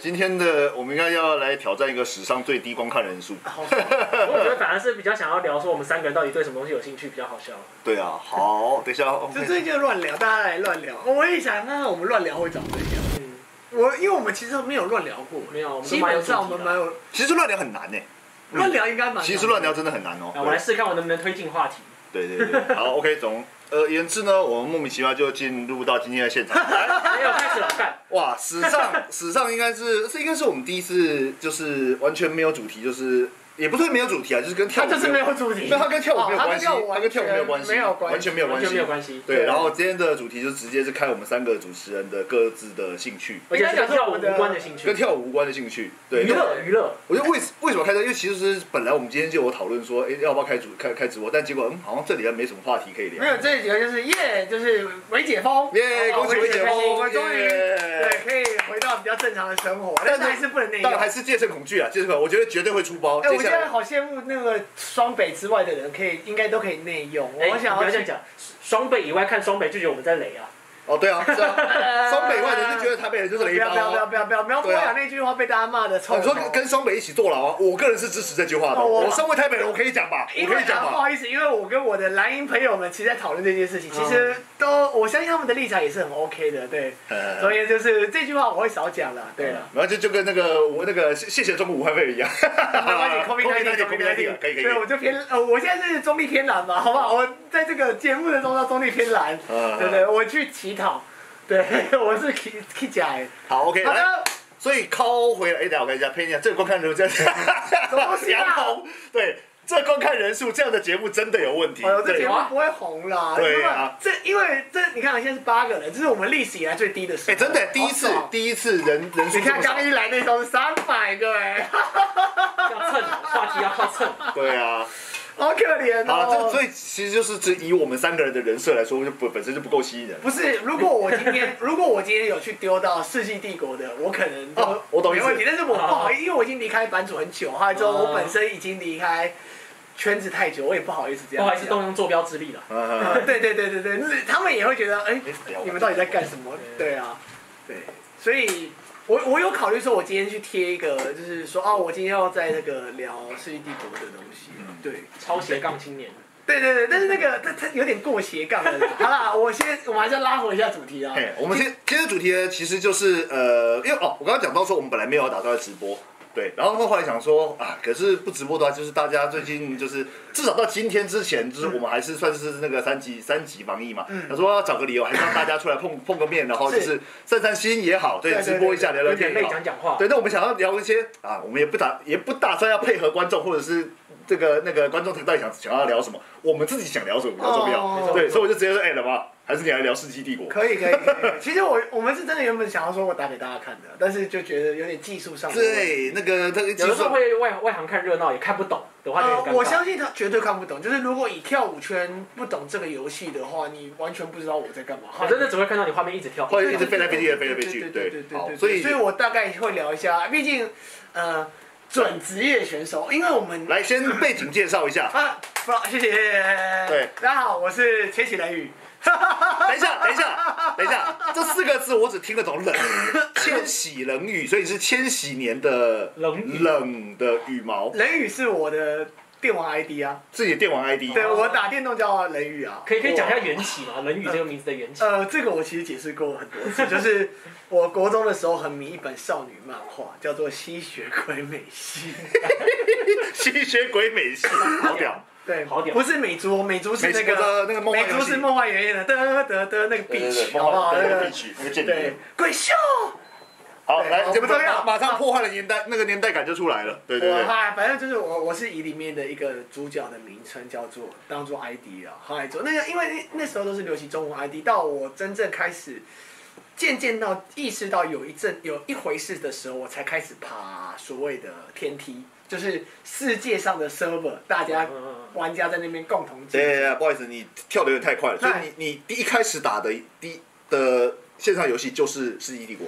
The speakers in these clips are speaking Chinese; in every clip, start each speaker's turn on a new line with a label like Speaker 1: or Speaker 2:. Speaker 1: 今天的我们应该要来挑战一个史上最低观看人数。
Speaker 2: 好爽！ 我觉得反而是比较想要聊说我们三个人到底对什么东西有兴趣比较好笑。
Speaker 1: 对啊，好，等一下，
Speaker 3: 就最近就乱聊，大家来乱聊。我也想看看我们乱聊会长怎样。
Speaker 2: 嗯，
Speaker 3: 我因为我们其实没有乱聊过，
Speaker 2: 没有我们都
Speaker 3: 基
Speaker 2: 蛮有
Speaker 3: 本
Speaker 2: 主题的
Speaker 3: 上我们蛮有
Speaker 1: 其实乱聊很难呢，
Speaker 3: 乱聊应该蛮。
Speaker 1: 其实乱聊。真的很难哦。
Speaker 2: 那我来试看我能不能推进话题。
Speaker 1: 对对对，好，OK，总而言之呢，我们莫名其妙就进入到今天的现场。来
Speaker 2: 没有开始了，干！
Speaker 1: 哇，史上史上应该是这应该是我们第一次就是完全没有主题，就是也不是没有主题啊，就是跟跳舞
Speaker 3: 他就是
Speaker 1: 没
Speaker 3: 没
Speaker 1: 有，
Speaker 3: 有主题。
Speaker 1: 没有他跟跳舞没有
Speaker 3: 哦
Speaker 1: 关系，他
Speaker 3: 他
Speaker 1: 跟跳舞没有关系，
Speaker 3: 没有关系，
Speaker 1: 完全没有
Speaker 2: 完
Speaker 1: 关
Speaker 2: 全
Speaker 1: 系
Speaker 2: 没有，关系。
Speaker 1: 对，然后今天的主题就直接是看我们三个主持人的各自的兴趣，
Speaker 2: 而且是跟跳舞无关的兴
Speaker 1: 跟
Speaker 2: 趣，
Speaker 1: 跳舞无关的兴趣。对，
Speaker 2: 娱乐娱乐。
Speaker 1: 我就为什为什么开这？因为其实是本来我们今天就有讨论说，哎、要不要开主开开直播？但结果嗯，好像这里面没什么话题可以聊
Speaker 3: 没。有这一集就是耶，就是没解封。
Speaker 1: 耶，恭喜
Speaker 3: 我
Speaker 1: 薇姐
Speaker 3: 解
Speaker 1: 夫，
Speaker 3: 封，我们终于对
Speaker 1: 耶！
Speaker 3: 可以回到比较正常的生活，但是还是不能内
Speaker 1: 但
Speaker 3: 用
Speaker 1: 还。是戒慎恐惧啊，戒慎恐惧，我觉得绝对会出包。
Speaker 3: 哎，
Speaker 1: 接
Speaker 3: 我
Speaker 1: 下
Speaker 3: 现在
Speaker 1: 来
Speaker 3: 好羡慕那个双北之外的人，可以应该都可以内用。
Speaker 2: 哎
Speaker 3: 我想
Speaker 2: 你不
Speaker 3: 要
Speaker 2: 要这样
Speaker 3: 去，
Speaker 2: 讲，双北以外看双北就觉得我们在雷啊。
Speaker 1: 哦，对啊，是 啊，双北外人就觉得
Speaker 3: 得
Speaker 1: 台北人就
Speaker 3: 不
Speaker 1: 是雷包
Speaker 3: 要不要不要
Speaker 1: 啊。
Speaker 3: 不要不要不要不
Speaker 1: 对啊
Speaker 3: 要那句话被大家骂的臭
Speaker 1: 哦
Speaker 3: 头。
Speaker 1: 你说跟双北一起坐牢啊？我个人是支持这句话的。
Speaker 3: 哦我
Speaker 1: 我身为台北人，我可以讲吧，我
Speaker 3: 因
Speaker 1: 可
Speaker 3: 为
Speaker 1: 以讲
Speaker 3: 啊，不
Speaker 1: 吧。
Speaker 3: 好意思，因为我跟我的蓝营朋友们其实在讨论这件事
Speaker 1: 嗯
Speaker 3: 情，其实都我相信他们的立场也是很 OK 的，对。
Speaker 1: 呃
Speaker 3: 所以就是这句话我会少讲了，对了。
Speaker 1: 然后就就跟那个我那个谢谢谢中国武汉肺炎一样，
Speaker 3: 没关系 ，COVID
Speaker 1: 空
Speaker 3: n
Speaker 1: 气
Speaker 3: i
Speaker 1: 大
Speaker 3: n
Speaker 1: 姐
Speaker 3: e
Speaker 1: 空气大姐可以可以可
Speaker 3: 对，
Speaker 1: 以
Speaker 3: 我就偏呃，我现在是中立偏蓝嘛，好不好？我在这个节目的中要中立偏蓝，
Speaker 1: 嗯
Speaker 3: 对不对？我去乞讨，对， 我是乞乞甲哎。
Speaker 1: 好，OK，
Speaker 3: 好
Speaker 1: 来，
Speaker 3: 的，
Speaker 1: 所以抠回来，哎、等一下我看一下，配一下，这个观看人数 这样，
Speaker 3: 什么 东西啊
Speaker 1: 梁红，对，这个观看人数这样的节目真的有问题，
Speaker 3: 哎呦，这
Speaker 1: 对
Speaker 3: 节
Speaker 1: 哎、
Speaker 3: 目不会红啦，
Speaker 1: 对啊
Speaker 3: 因为这因为这你看现在是八个人，这是我们历史以来最低的时候，
Speaker 1: 哎真的第一次
Speaker 3: 好爽，
Speaker 1: 第一次人人数
Speaker 3: 哦你
Speaker 1: 这
Speaker 3: 看
Speaker 1: 么少
Speaker 3: 刚，一来那时候是三百个哎，
Speaker 2: 要蹭话题要靠蹭，
Speaker 1: 对 啊，
Speaker 3: 好可怜
Speaker 1: 好了，这所
Speaker 3: 哦。
Speaker 1: 以其实就是只以我们三个人的人设来说，就不本身就不够吸引人。
Speaker 3: 不是，如果我今天 如果我今天有去丢到世纪帝国的，我可能就、
Speaker 1: 哦我懂意
Speaker 3: 没
Speaker 1: 思
Speaker 3: 问题。但是我不好意思，因为我已经离开版主很久，还有之后
Speaker 2: 哦
Speaker 3: 我本身已经离开圈子太久，我也不好意思
Speaker 2: 不
Speaker 3: 这样。
Speaker 2: 好意思，动用坐标之力了。
Speaker 1: 嗯，
Speaker 3: 呃。对对对对对，那他们也会觉得，哎、
Speaker 1: 嗯
Speaker 3: 你们到底在干什么？对啊，
Speaker 1: 对，
Speaker 3: 所以我我有考虑说，我今天去贴一个，就是说，哦，我今天要在那个聊世纪帝国的东西。
Speaker 1: 嗯
Speaker 3: 对。
Speaker 2: 超斜杠青年，
Speaker 3: 对对对，但是那个他他有点过斜杠了啦。好啦，我先我们还是要拉回一下主题啊。
Speaker 1: 嘿，哎我们今今天的主题呢，其实就是呃，因为哦，我刚刚讲到说我们本来没有打算直播，对，然后后来想说啊，可是不直播的话，就是大家最近就是至少到今天之前，就是我们还是算是那个三级三级防疫嘛，他说要找个理由，还是让大家出来碰碰个面，然后就是
Speaker 3: 是
Speaker 1: 散散心也好，对，
Speaker 3: 对对
Speaker 1: 直播一下聊聊
Speaker 2: 有
Speaker 1: 天
Speaker 2: 点
Speaker 1: 也
Speaker 2: 累，
Speaker 1: 好
Speaker 2: 讲。讲话。
Speaker 1: 对，那我们想要聊一些啊，我们也不打也不打算要配合观众，或者是这个那个观众到底想想要聊什么，我们自己想聊什么比较重要。
Speaker 3: 哦
Speaker 1: 对，所以我就直接说，哎、老爸，还是你来聊《世纪帝国》。
Speaker 3: 可以可以可以。可以其实我我们是真的原本想要说我打给大家看的，但是就觉得有点技术 上的问题。
Speaker 1: 对，那个那个
Speaker 2: 有的
Speaker 1: 技
Speaker 2: 时候
Speaker 1: 术，
Speaker 2: 会外外行看热闹，也看不懂的话就
Speaker 3: 呃
Speaker 2: 很尴，尬。
Speaker 3: 我相信他绝对看不懂。就是如果以跳舞圈不懂这个游戏的话，你完全不知道我在干嘛。
Speaker 2: 我真的只会看到你画面一直跳。
Speaker 1: 会一直飞来飞去，飞来飞
Speaker 3: 对
Speaker 1: 去。
Speaker 3: 对
Speaker 1: 对
Speaker 3: 对，
Speaker 1: 好
Speaker 3: 对，
Speaker 1: 所以
Speaker 3: 所以我大概会聊一下，毕竟呃，准职业选手，因为我们
Speaker 1: 来先背景介绍一 下。
Speaker 3: 啊，不，谢谢。
Speaker 1: 对，
Speaker 3: 大家好，我是千禧蓝宇。
Speaker 1: 等一下，等一下，等一下，这四个字我只听得懂冷，千禧冷雨，所以是千禧年的
Speaker 2: 冷雨
Speaker 1: 冷的羽毛，
Speaker 3: 冷雨是我的电玩 ID 啊，
Speaker 1: 自己的电玩 ID。
Speaker 3: 对我打电动叫冷雨啊。
Speaker 2: 可以可以讲一下缘起嘛？冷雨这个名字的缘起。
Speaker 3: 呃，这个我其实解释过很 多次，就是我国中的时候很迷一本少女漫画，叫做《吸血鬼美 希》。
Speaker 1: 吸血鬼美系，好屌！
Speaker 3: 对，
Speaker 2: 好屌
Speaker 3: 不是美珠，美珠是
Speaker 1: 美
Speaker 3: 那
Speaker 1: 珠的
Speaker 3: 个
Speaker 1: 那个梦幻
Speaker 3: 美
Speaker 1: 游戏
Speaker 3: 珠是梦幻圆圆的，得得得那个
Speaker 1: 对对
Speaker 3: bitch，
Speaker 1: 对
Speaker 3: 好不好？
Speaker 1: 梦幻
Speaker 3: 那
Speaker 1: 对那个
Speaker 3: 个
Speaker 1: bitch，那个贱女
Speaker 3: 对
Speaker 1: 人，
Speaker 3: 鬼秀，
Speaker 1: 好，
Speaker 3: 对
Speaker 1: 来，
Speaker 3: 好
Speaker 1: 节目
Speaker 3: 不重要
Speaker 1: 马上破坏了年代，那个年代感就出来了。对对
Speaker 3: 我
Speaker 1: 对，
Speaker 3: 嗨，反正就是我，我是以里面的一个主角的名称叫做当做 ID 啊，后来做那个，因为那那时候都是流行中文 ID，到我真正开始渐渐到意识到有一阵有一回事的时候，我才开始爬所谓的天梯，就是世界上的 server，大家
Speaker 2: 嗯嗯嗯
Speaker 3: 玩家在那边共同
Speaker 1: 对对对，
Speaker 3: 竞争。
Speaker 1: 对不好意思，你跳的有点太快了。所以
Speaker 3: 嗨
Speaker 1: 你你第一开始打的第一的线上游戏就是《世纪帝国》。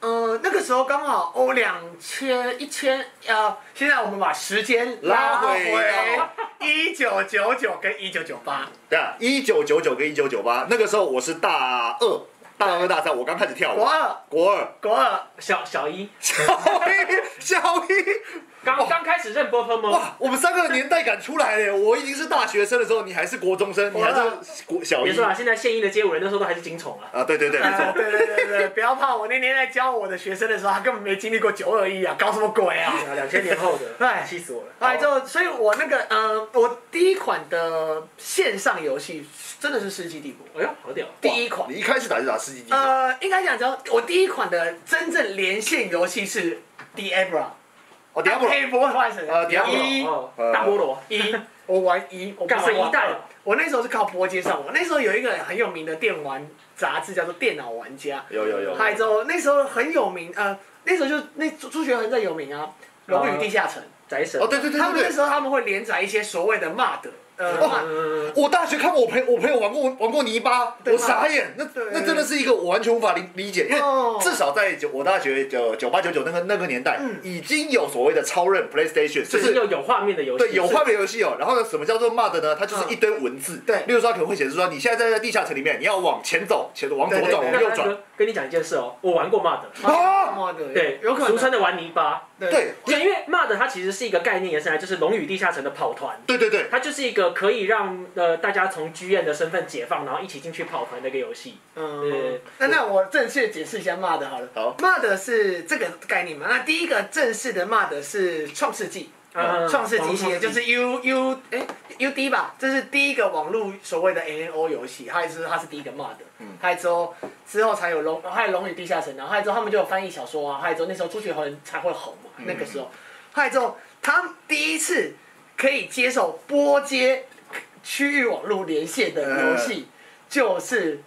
Speaker 3: 呃，那个时候刚好哦，两千一千呃，现在我们把时间拉
Speaker 1: 拉
Speaker 3: 回
Speaker 1: 回到
Speaker 3: 一九九九跟一九九八。
Speaker 1: 对啊，一九九九跟一九九八，那个时候我是大二，大二大三我刚开始跳舞
Speaker 3: 国，二，
Speaker 1: 国二
Speaker 3: 国二，
Speaker 2: 小小一
Speaker 1: 小一小一，
Speaker 2: 刚
Speaker 3: 哦
Speaker 2: 刚开始认波波吗？
Speaker 1: 哇，我们三个的年代感出来了，我已经是大学生的时候，你还是国中生，你还是国小
Speaker 2: 别
Speaker 1: 一
Speaker 2: 说
Speaker 3: 啊
Speaker 2: 了，现在现役的街舞人那时候都还是精虫 啊。
Speaker 1: 啊，对对对，没
Speaker 3: 哎
Speaker 1: 错。
Speaker 3: 对对对对， 不要怕，我那年在教我的学生的时候，他根本没经历过九二一啊，搞什么 鬼啊！
Speaker 2: 两千年后的，
Speaker 3: 哎
Speaker 2: 气死我了。
Speaker 3: 哎，就所以，我那个呃，我第一款的线上游戏真的是《世纪帝国》
Speaker 2: 哎呦，好屌！
Speaker 3: 第一款
Speaker 1: 你。一开始打就打世纪帝国，
Speaker 3: 呃，应该讲讲我第一款的真正连线游戏是《Diablo》。
Speaker 1: 哦，Diablo，
Speaker 3: 黑波坏神。
Speaker 1: 呃，Diablo
Speaker 3: 一
Speaker 2: 哦
Speaker 1: 呃，
Speaker 2: 大菠萝，
Speaker 3: 一，我玩一，我不
Speaker 2: 干
Speaker 3: 是
Speaker 2: 玩一
Speaker 3: 玩
Speaker 2: 代
Speaker 3: 二
Speaker 2: 哦
Speaker 3: 我那时候是靠波接上网，那时候有一个很有名的电玩杂志叫做《电脑玩家》，
Speaker 1: 有有有，
Speaker 3: 还之后那时候很有名，呃，那时候就那朱朱学恒在有名啊，《龙与地下城
Speaker 2: 宅神。
Speaker 1: 哦，对对》，对
Speaker 3: 他们那
Speaker 1: 对对，
Speaker 3: 时候他们会连载一些所谓的骂的，呃，
Speaker 1: 哦
Speaker 3: 骂
Speaker 2: 嗯，
Speaker 1: 我大学看过我朋友我朋友玩过玩过泥巴，
Speaker 3: 对
Speaker 1: 我傻眼，那
Speaker 3: 对
Speaker 1: 那真的是一个我完全无法理理解，因为
Speaker 3: 哦
Speaker 1: 至少在九我大学九九八九九那个那个年代
Speaker 3: 嗯，
Speaker 1: 已经有所谓的超任 PlayStation，就
Speaker 2: 就是是又有画面的游戏。
Speaker 1: 对，有画面游戏哦。然后呢，什么叫做 MUD 呢？它
Speaker 3: 嗯
Speaker 1: 就是一堆文字。
Speaker 3: 对
Speaker 1: 例如说，它可能会显示说，你现在在地下城里面，你要往前走，前往左
Speaker 3: 对对
Speaker 1: 转，
Speaker 3: 对
Speaker 1: 往
Speaker 2: 那
Speaker 1: 右
Speaker 2: 大
Speaker 1: 转。
Speaker 2: 哥跟你讲一件事哦，我玩过 MUD，
Speaker 1: 啊
Speaker 3: 哦骂的，
Speaker 2: 对，
Speaker 3: 有可
Speaker 2: 俗
Speaker 3: 能，
Speaker 2: 称的玩泥巴。
Speaker 1: 对
Speaker 2: 对，因为 MUD 它其实是一个概念延伸来，就是《龙与地下城》的跑团。
Speaker 1: 对对对，
Speaker 2: 它就是一个可以让呃大家从剧院的身份解放，然后一起进去跑团的一个游戏。
Speaker 3: 嗯
Speaker 2: 对，
Speaker 3: 那那我正式解释一下骂的好了。
Speaker 1: 好
Speaker 3: 骂的是这个概念嘛？那第一个正式的骂的是创世纪，
Speaker 2: 嗯
Speaker 3: 创世纪系列
Speaker 2: 网络创世纪
Speaker 3: 就是 U U 哎 U D 吧，这是第一个网络所谓的 N N O 游戏，还是它是第一个骂的。嗯，还有之后之后才有龙，还有龙与地下城，然后还有之后他们就有翻译小说啊，还有之后那时候朱学恒才会红嘛，那个时候，还有之后他第一次可以接受波接区域网络连线的游戏，就是《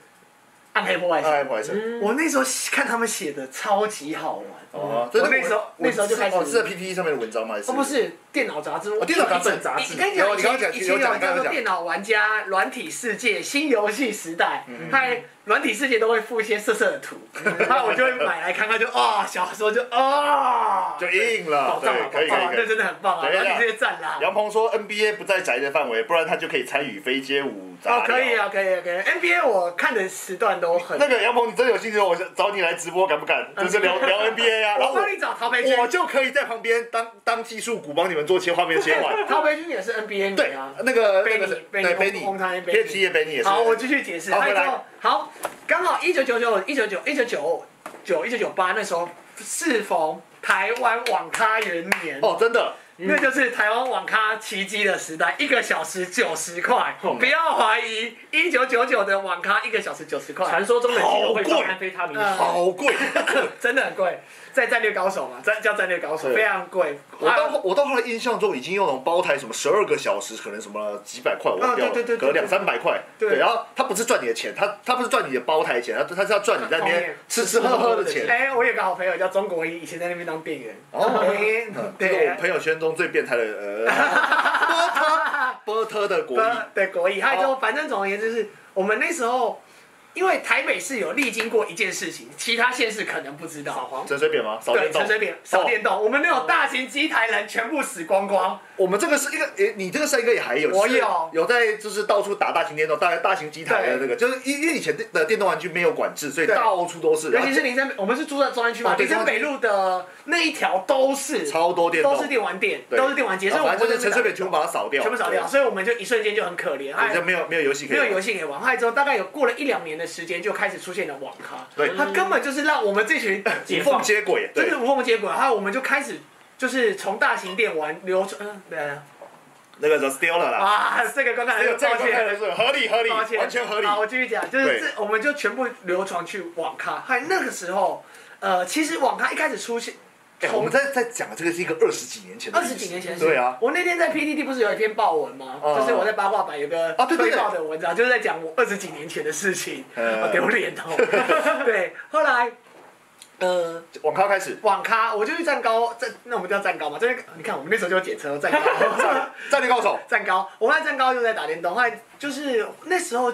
Speaker 3: 暗黑破坏神》
Speaker 1: 哎，不好意思。
Speaker 2: 嗯，
Speaker 3: 我那时候看他们写的超级好玩。
Speaker 1: 哦，
Speaker 3: 我
Speaker 1: 所以
Speaker 3: 那时候
Speaker 1: 我
Speaker 3: 那时候就开始
Speaker 1: 哦是在 PPT 上面的文章吗？还是
Speaker 3: 哦，不，是电脑杂志，我
Speaker 1: 电脑杂志
Speaker 3: 一本杂志。
Speaker 1: 啊有
Speaker 3: 你跟你讲，
Speaker 1: 你刚刚讲
Speaker 3: 以前以前
Speaker 1: 有讲
Speaker 3: 有叫
Speaker 1: 刚
Speaker 3: 做
Speaker 1: 刚
Speaker 3: 《
Speaker 1: 讲
Speaker 3: 电脑玩家》《软体世界》《新游戏时代》，
Speaker 1: 嗯
Speaker 3: 嗨，软体世界都会附一些色色的图，然后我就会买来看看，就啊，小时候就啊，
Speaker 1: 就硬了。
Speaker 2: 宝藏
Speaker 1: 对，
Speaker 2: 嘛
Speaker 1: 可以可
Speaker 3: 啊，
Speaker 1: 以可
Speaker 3: 那
Speaker 1: 以。
Speaker 3: 真的很棒啊，
Speaker 1: 等一下
Speaker 3: 软体世界赞啦。哦
Speaker 1: 杨鹏说 NBA 不在宅的范围，不然他就可以参与非街舞杂
Speaker 3: 哦
Speaker 1: 聊，
Speaker 3: 可以。啊，可以啊，可以啊。NBA 我看的时段都 很，
Speaker 1: 那个杨鹏，你真的有兴趣，我找你来直播，敢不敢？就是聊聊 NBA 啊，然
Speaker 3: 嗯我
Speaker 1: 后我
Speaker 3: 帮你找陶培
Speaker 1: 我
Speaker 3: 军，
Speaker 1: 就可以在旁边当当技术股，帮你们做切画面切 完。
Speaker 3: 陶培军也是 NBA
Speaker 1: 对
Speaker 3: 女啊，。
Speaker 1: 那个
Speaker 3: 贝
Speaker 1: 那
Speaker 3: 尼
Speaker 1: 个是对
Speaker 3: 贝
Speaker 1: 贝尼
Speaker 3: 尼红红糖也贝尼
Speaker 1: ，PFT 也贝尼 E 也是。
Speaker 3: 好，我继续解释。
Speaker 1: 好
Speaker 3: 还有
Speaker 1: 回来
Speaker 3: 之后好，刚好一九九九、一九九、一九九九、一九九八那时候，适逢台湾网咖元年，
Speaker 1: 哦，真的，
Speaker 3: 那就是台湾网咖奇迹的时代，一个小时九十块，
Speaker 1: 哦
Speaker 3: 不要怀疑，一九九九的网咖一个小时九十块
Speaker 2: 传，说中的肌肉会
Speaker 1: 好
Speaker 2: 放
Speaker 1: 贵
Speaker 2: 安非他命。
Speaker 3: 嗯
Speaker 1: 好 贵。
Speaker 3: 真的很贵。在战略高手嘛，战叫战略高手，
Speaker 1: 对
Speaker 3: 非常贵。
Speaker 1: 我
Speaker 3: 啊
Speaker 1: 到后我到后来印象中已经用那种包台什么十二个小时，可能什么几百块，我忘掉
Speaker 3: 啊
Speaker 1: 了，
Speaker 3: 对对对对
Speaker 1: 可能两三百块。
Speaker 3: 对
Speaker 1: 对，然后他不是赚你的钱，他他不是赚你的包台钱，他他是要赚你在那
Speaker 3: 后面
Speaker 1: 边吃吃喝喝的钱。
Speaker 3: 哦哎，我有个好朋友叫中国一，以前在那边当店员。
Speaker 1: 哦
Speaker 3: 哎
Speaker 1: 嗯这是
Speaker 3: 对
Speaker 1: 我，朋友圈中最变态的呃，波特波特的国
Speaker 3: 对
Speaker 1: 艺，
Speaker 3: 对国语，还有就反正总而言之是，我们那时候因为台北市有历经过一件事情，其他县市可能不知道。
Speaker 1: 陈水扁吗？扫
Speaker 3: 对，
Speaker 1: 电动哦
Speaker 3: 陈。水扁扫电动，我们那种大型机台人全部死光光。
Speaker 1: 我们这个是一个，诶，你这个帅哥也还有，
Speaker 3: 我
Speaker 1: 是
Speaker 3: 有
Speaker 1: 有在就是到处打大型电动、大大型机台的那
Speaker 3: 对
Speaker 1: 个，就是因因为以前的电动玩具没有管制，所以
Speaker 3: 对
Speaker 1: 到处都是，
Speaker 3: 尤
Speaker 1: 然后
Speaker 3: 其是林森，我们是住在中山区嘛，
Speaker 1: 哦对
Speaker 3: 林森北路的那一条都是
Speaker 1: 超多电动，
Speaker 3: 都是电玩店，
Speaker 1: 对
Speaker 3: 都是电玩街，所以
Speaker 1: 然
Speaker 3: 我
Speaker 1: 后
Speaker 3: 们
Speaker 1: 反正就是
Speaker 3: 在
Speaker 1: 陈
Speaker 3: 那
Speaker 1: 水扁
Speaker 3: 边
Speaker 1: 全部把它扫掉，
Speaker 3: 全部扫掉，所以我们就一瞬间就很可怜。
Speaker 1: 对，
Speaker 3: 哎
Speaker 1: 你就没有没有游戏可
Speaker 3: 没
Speaker 1: 以
Speaker 3: 有
Speaker 1: 玩，
Speaker 3: 游戏可以玩，害之后大概有过了一两年的时间，就开始出现了网咖。
Speaker 1: 对
Speaker 3: 它根本就是让我们这群
Speaker 2: 解
Speaker 1: 无
Speaker 2: 放
Speaker 1: 缝接轨，
Speaker 3: 真
Speaker 1: 对
Speaker 3: 的，无缝接轨。然后我们就开始就是从大型店玩流传，嗯，对啊，
Speaker 1: 那个 The Stealer 啦，
Speaker 3: 啊，这个观看
Speaker 1: 还有这个
Speaker 3: 抱
Speaker 1: 看起
Speaker 3: 歉。
Speaker 1: 来是合理合理，
Speaker 3: 抱歉，
Speaker 1: 完全合理
Speaker 3: 好，，我继续讲，就是
Speaker 1: 对
Speaker 3: 这，我们就全部流传去网咖。还那个时候，呃，其实网咖一开始出现，
Speaker 1: 哎，我们在在讲的这个是一个二十几年前的
Speaker 3: 二
Speaker 1: 历史，
Speaker 3: 十几年前的事
Speaker 1: 对啊，
Speaker 3: 我那天在 PDD 不是有一篇报文吗？
Speaker 1: 嗯
Speaker 3: 就是我在八卦版有个
Speaker 1: 啊对对
Speaker 3: 推
Speaker 1: 对
Speaker 3: 报的文章，就是在讲我二十几年前的事情，
Speaker 1: 呃
Speaker 3: 好丢脸 哦。对，后来，呃，
Speaker 1: 网咖开始，
Speaker 3: 网咖，我就去站高，站那我们叫站高嘛，就是你看我们那时候就检测站高，
Speaker 1: 战略高手，
Speaker 3: 站高，我们在站高就在打电动，后来就是那时候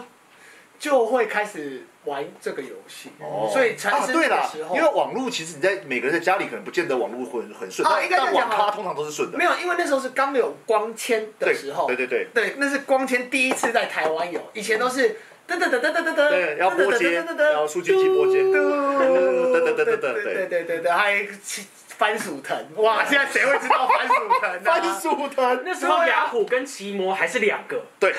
Speaker 3: 就会开始玩这个游戏，
Speaker 1: 哦
Speaker 3: 所以产
Speaker 1: 啊
Speaker 3: 生
Speaker 1: 对
Speaker 3: 那个
Speaker 1: 啦
Speaker 3: 时，候。
Speaker 1: 因为网络其实你在每个人在家里可能不见得网络很很顺，
Speaker 3: 啊
Speaker 1: 但
Speaker 3: 应该这
Speaker 1: 但
Speaker 3: 样
Speaker 1: 网
Speaker 3: 讲啊
Speaker 1: 咖通常都是顺的
Speaker 3: 没，有，因为那时候是刚有光纤的时候，
Speaker 1: 对对对对，
Speaker 3: 对，那是光纤第一次在台湾有，以前都是噔噔噔噔噔噔噔，
Speaker 1: 对，要拨接，
Speaker 3: 噔噔噔噔噔噔
Speaker 1: 然后数据器拨接，对对对对
Speaker 3: 对对
Speaker 1: 对
Speaker 3: 对对对，还番薯藤，哇！现在谁会知道番薯藤、啊？
Speaker 1: 番薯藤，
Speaker 2: 那时候雅虎跟奇摩还是两个，
Speaker 1: 对，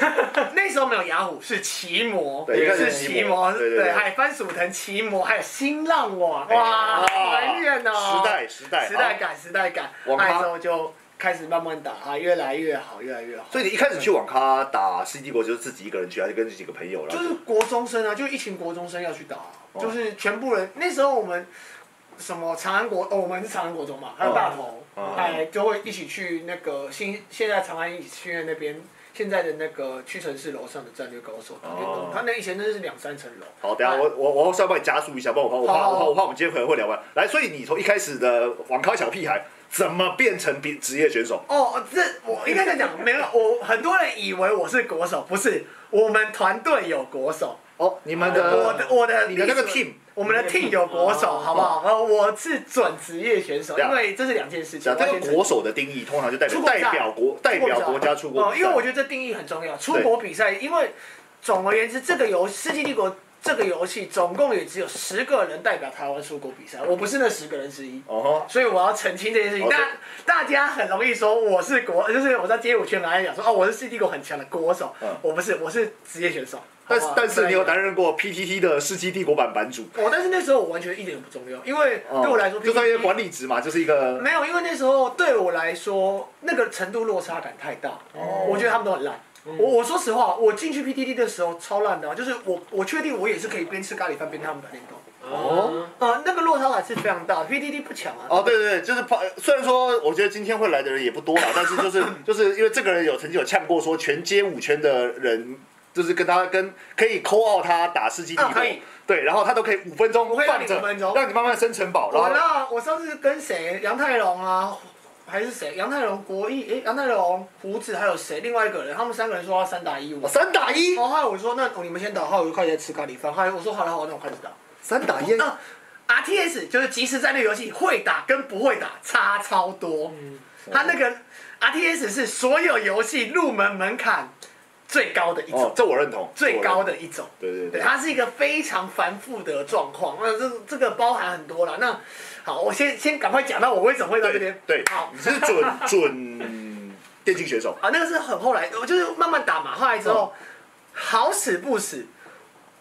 Speaker 3: 那时候没有雅虎，是奇摩，
Speaker 1: 对一开
Speaker 3: 是
Speaker 1: 始
Speaker 3: 奇
Speaker 1: 奇摩
Speaker 3: 摩，
Speaker 1: 对对对
Speaker 3: 还有番薯藤、奇摩，还有新浪网，哇，怀念
Speaker 1: 哎
Speaker 3: 哦，
Speaker 1: 啊时代时代啊哦
Speaker 3: 时代感，时代感，
Speaker 1: 网咖
Speaker 3: 那时候就开始慢慢打啊，越来越好，越来越好。
Speaker 1: 所以你一开始去网咖打《世纪帝国》就是自己一个人去，还是跟几个朋友啦？
Speaker 3: 就是国中生啊，就一群国中生要去打，
Speaker 1: 哦
Speaker 3: 就是全部人。那时候我们什么长安国，哦，我们是长安国中嘛，还有大头，
Speaker 1: 哦
Speaker 3: 哎，就会一起去那个新现在长安医院那边现在的那个屈臣氏楼上的战略高手打电动
Speaker 1: 哦，
Speaker 3: 他那以前那是两三层楼。
Speaker 1: 好，等一下我我我是要帮你加速一下，不然我怕我怕
Speaker 3: 哎好好
Speaker 1: 我
Speaker 3: 好
Speaker 1: 怕我怕我们今天可能会聊完。来，所以你从一开始的网咖小屁孩，怎么变成比职业选手？
Speaker 3: 哦，这我应该在讲，没有，我很多人以为我是国手，不是，我们团队有国手。
Speaker 1: 哦，你们
Speaker 3: 哎我
Speaker 1: 的
Speaker 3: 的我的
Speaker 1: 你的那个
Speaker 3: 历史
Speaker 1: team
Speaker 3: 我们的 team 有国手，
Speaker 2: 哦
Speaker 3: 好不好？呃，我是准职业选手，
Speaker 1: 对
Speaker 3: 因
Speaker 1: 啊
Speaker 3: 为这是两件事情。
Speaker 1: 这
Speaker 3: 完
Speaker 1: 个
Speaker 3: 全是
Speaker 1: 国手的定义通常就代表
Speaker 3: 出国
Speaker 1: 代
Speaker 3: 比赛
Speaker 1: 表国代表国家出国
Speaker 3: 哦，
Speaker 1: 比赛，
Speaker 3: 因为我觉得这定义很重要。出国比赛，因为总而言之，这个游《世纪帝国》这个游戏总共也只有十个人代表台湾出国比赛，我不是那十个人之一。
Speaker 1: 哦吼，
Speaker 3: 所以我要澄清这件事情，
Speaker 1: 哦
Speaker 3: 大
Speaker 1: 所以
Speaker 3: 大家很容易说我是国，就是我在街舞圈来讲说哦，我是世纪帝国很强的国手
Speaker 1: 嗯，
Speaker 3: 我不是，我是职业选手。
Speaker 1: 但
Speaker 3: 好
Speaker 1: 是
Speaker 3: 不好
Speaker 1: 但是你有
Speaker 3: 对
Speaker 1: 担任过 PTT 的《世纪帝国》版版主，
Speaker 3: 哦，但是那时候我完全一点都不重要，因为
Speaker 1: 哦
Speaker 3: 对我来说，
Speaker 1: 就算一个管理职嘛，就是一个
Speaker 3: 没有，因为那时候对我来说，那个程度落差感太大，
Speaker 1: 哦
Speaker 3: 我觉得他们都很烂。
Speaker 1: 嗯
Speaker 3: 我我说实话，我进去 PTT 的时候超烂的啊、就是我我确定我也是可以边吃咖喱饭边他们打电动，
Speaker 1: 哦
Speaker 3: 呃，那个落差感是非常大，PTT 不强啊。
Speaker 1: 哦，对对对，就是怕。虽然说我觉得今天会来的人也不多 啦，但是就是就是因为这个人有曾经有呛过说，全街舞圈的人就是跟他跟可以扣奥他打世纪帝
Speaker 3: 啊
Speaker 1: 国
Speaker 3: 可以，
Speaker 1: 对，然后他都可以五分钟
Speaker 3: 我会让你
Speaker 1: 放着
Speaker 3: 5分钟，
Speaker 1: 让你慢慢生城堡，
Speaker 3: 我
Speaker 1: 然后
Speaker 3: 那我上次跟谁，杨泰龙啊，还是谁？杨泰龙、国义，诶，杨泰龙、胡子还有谁？另外一个人，他们三个人说要三打一，我
Speaker 1: 哦。三打一，
Speaker 3: 哦，后来我说那哦你们先打，后来我就开始在吃咖喱饭，后来我说好了好了，那我开始打。
Speaker 1: 三打一，哦
Speaker 3: 啊，RTS 就是即时战略游戏，会打跟不会打差超多。它那个 RTS 是所有游戏入门门槛最高的一种，
Speaker 1: 哦，这我认同，
Speaker 3: 最高
Speaker 1: 的，
Speaker 3: 的一种。
Speaker 1: 对对
Speaker 3: 对，
Speaker 1: 对，
Speaker 3: 它是一个非常繁复的状况。那这这个包含很多了。那好，我先先赶快讲到我为什么会到这边。
Speaker 1: 对，
Speaker 3: 好
Speaker 1: 你是准准电竞选手，
Speaker 3: 啊，那个是很后来，我就是慢慢打嘛。后来之后，
Speaker 1: 嗯
Speaker 3: 好死不死，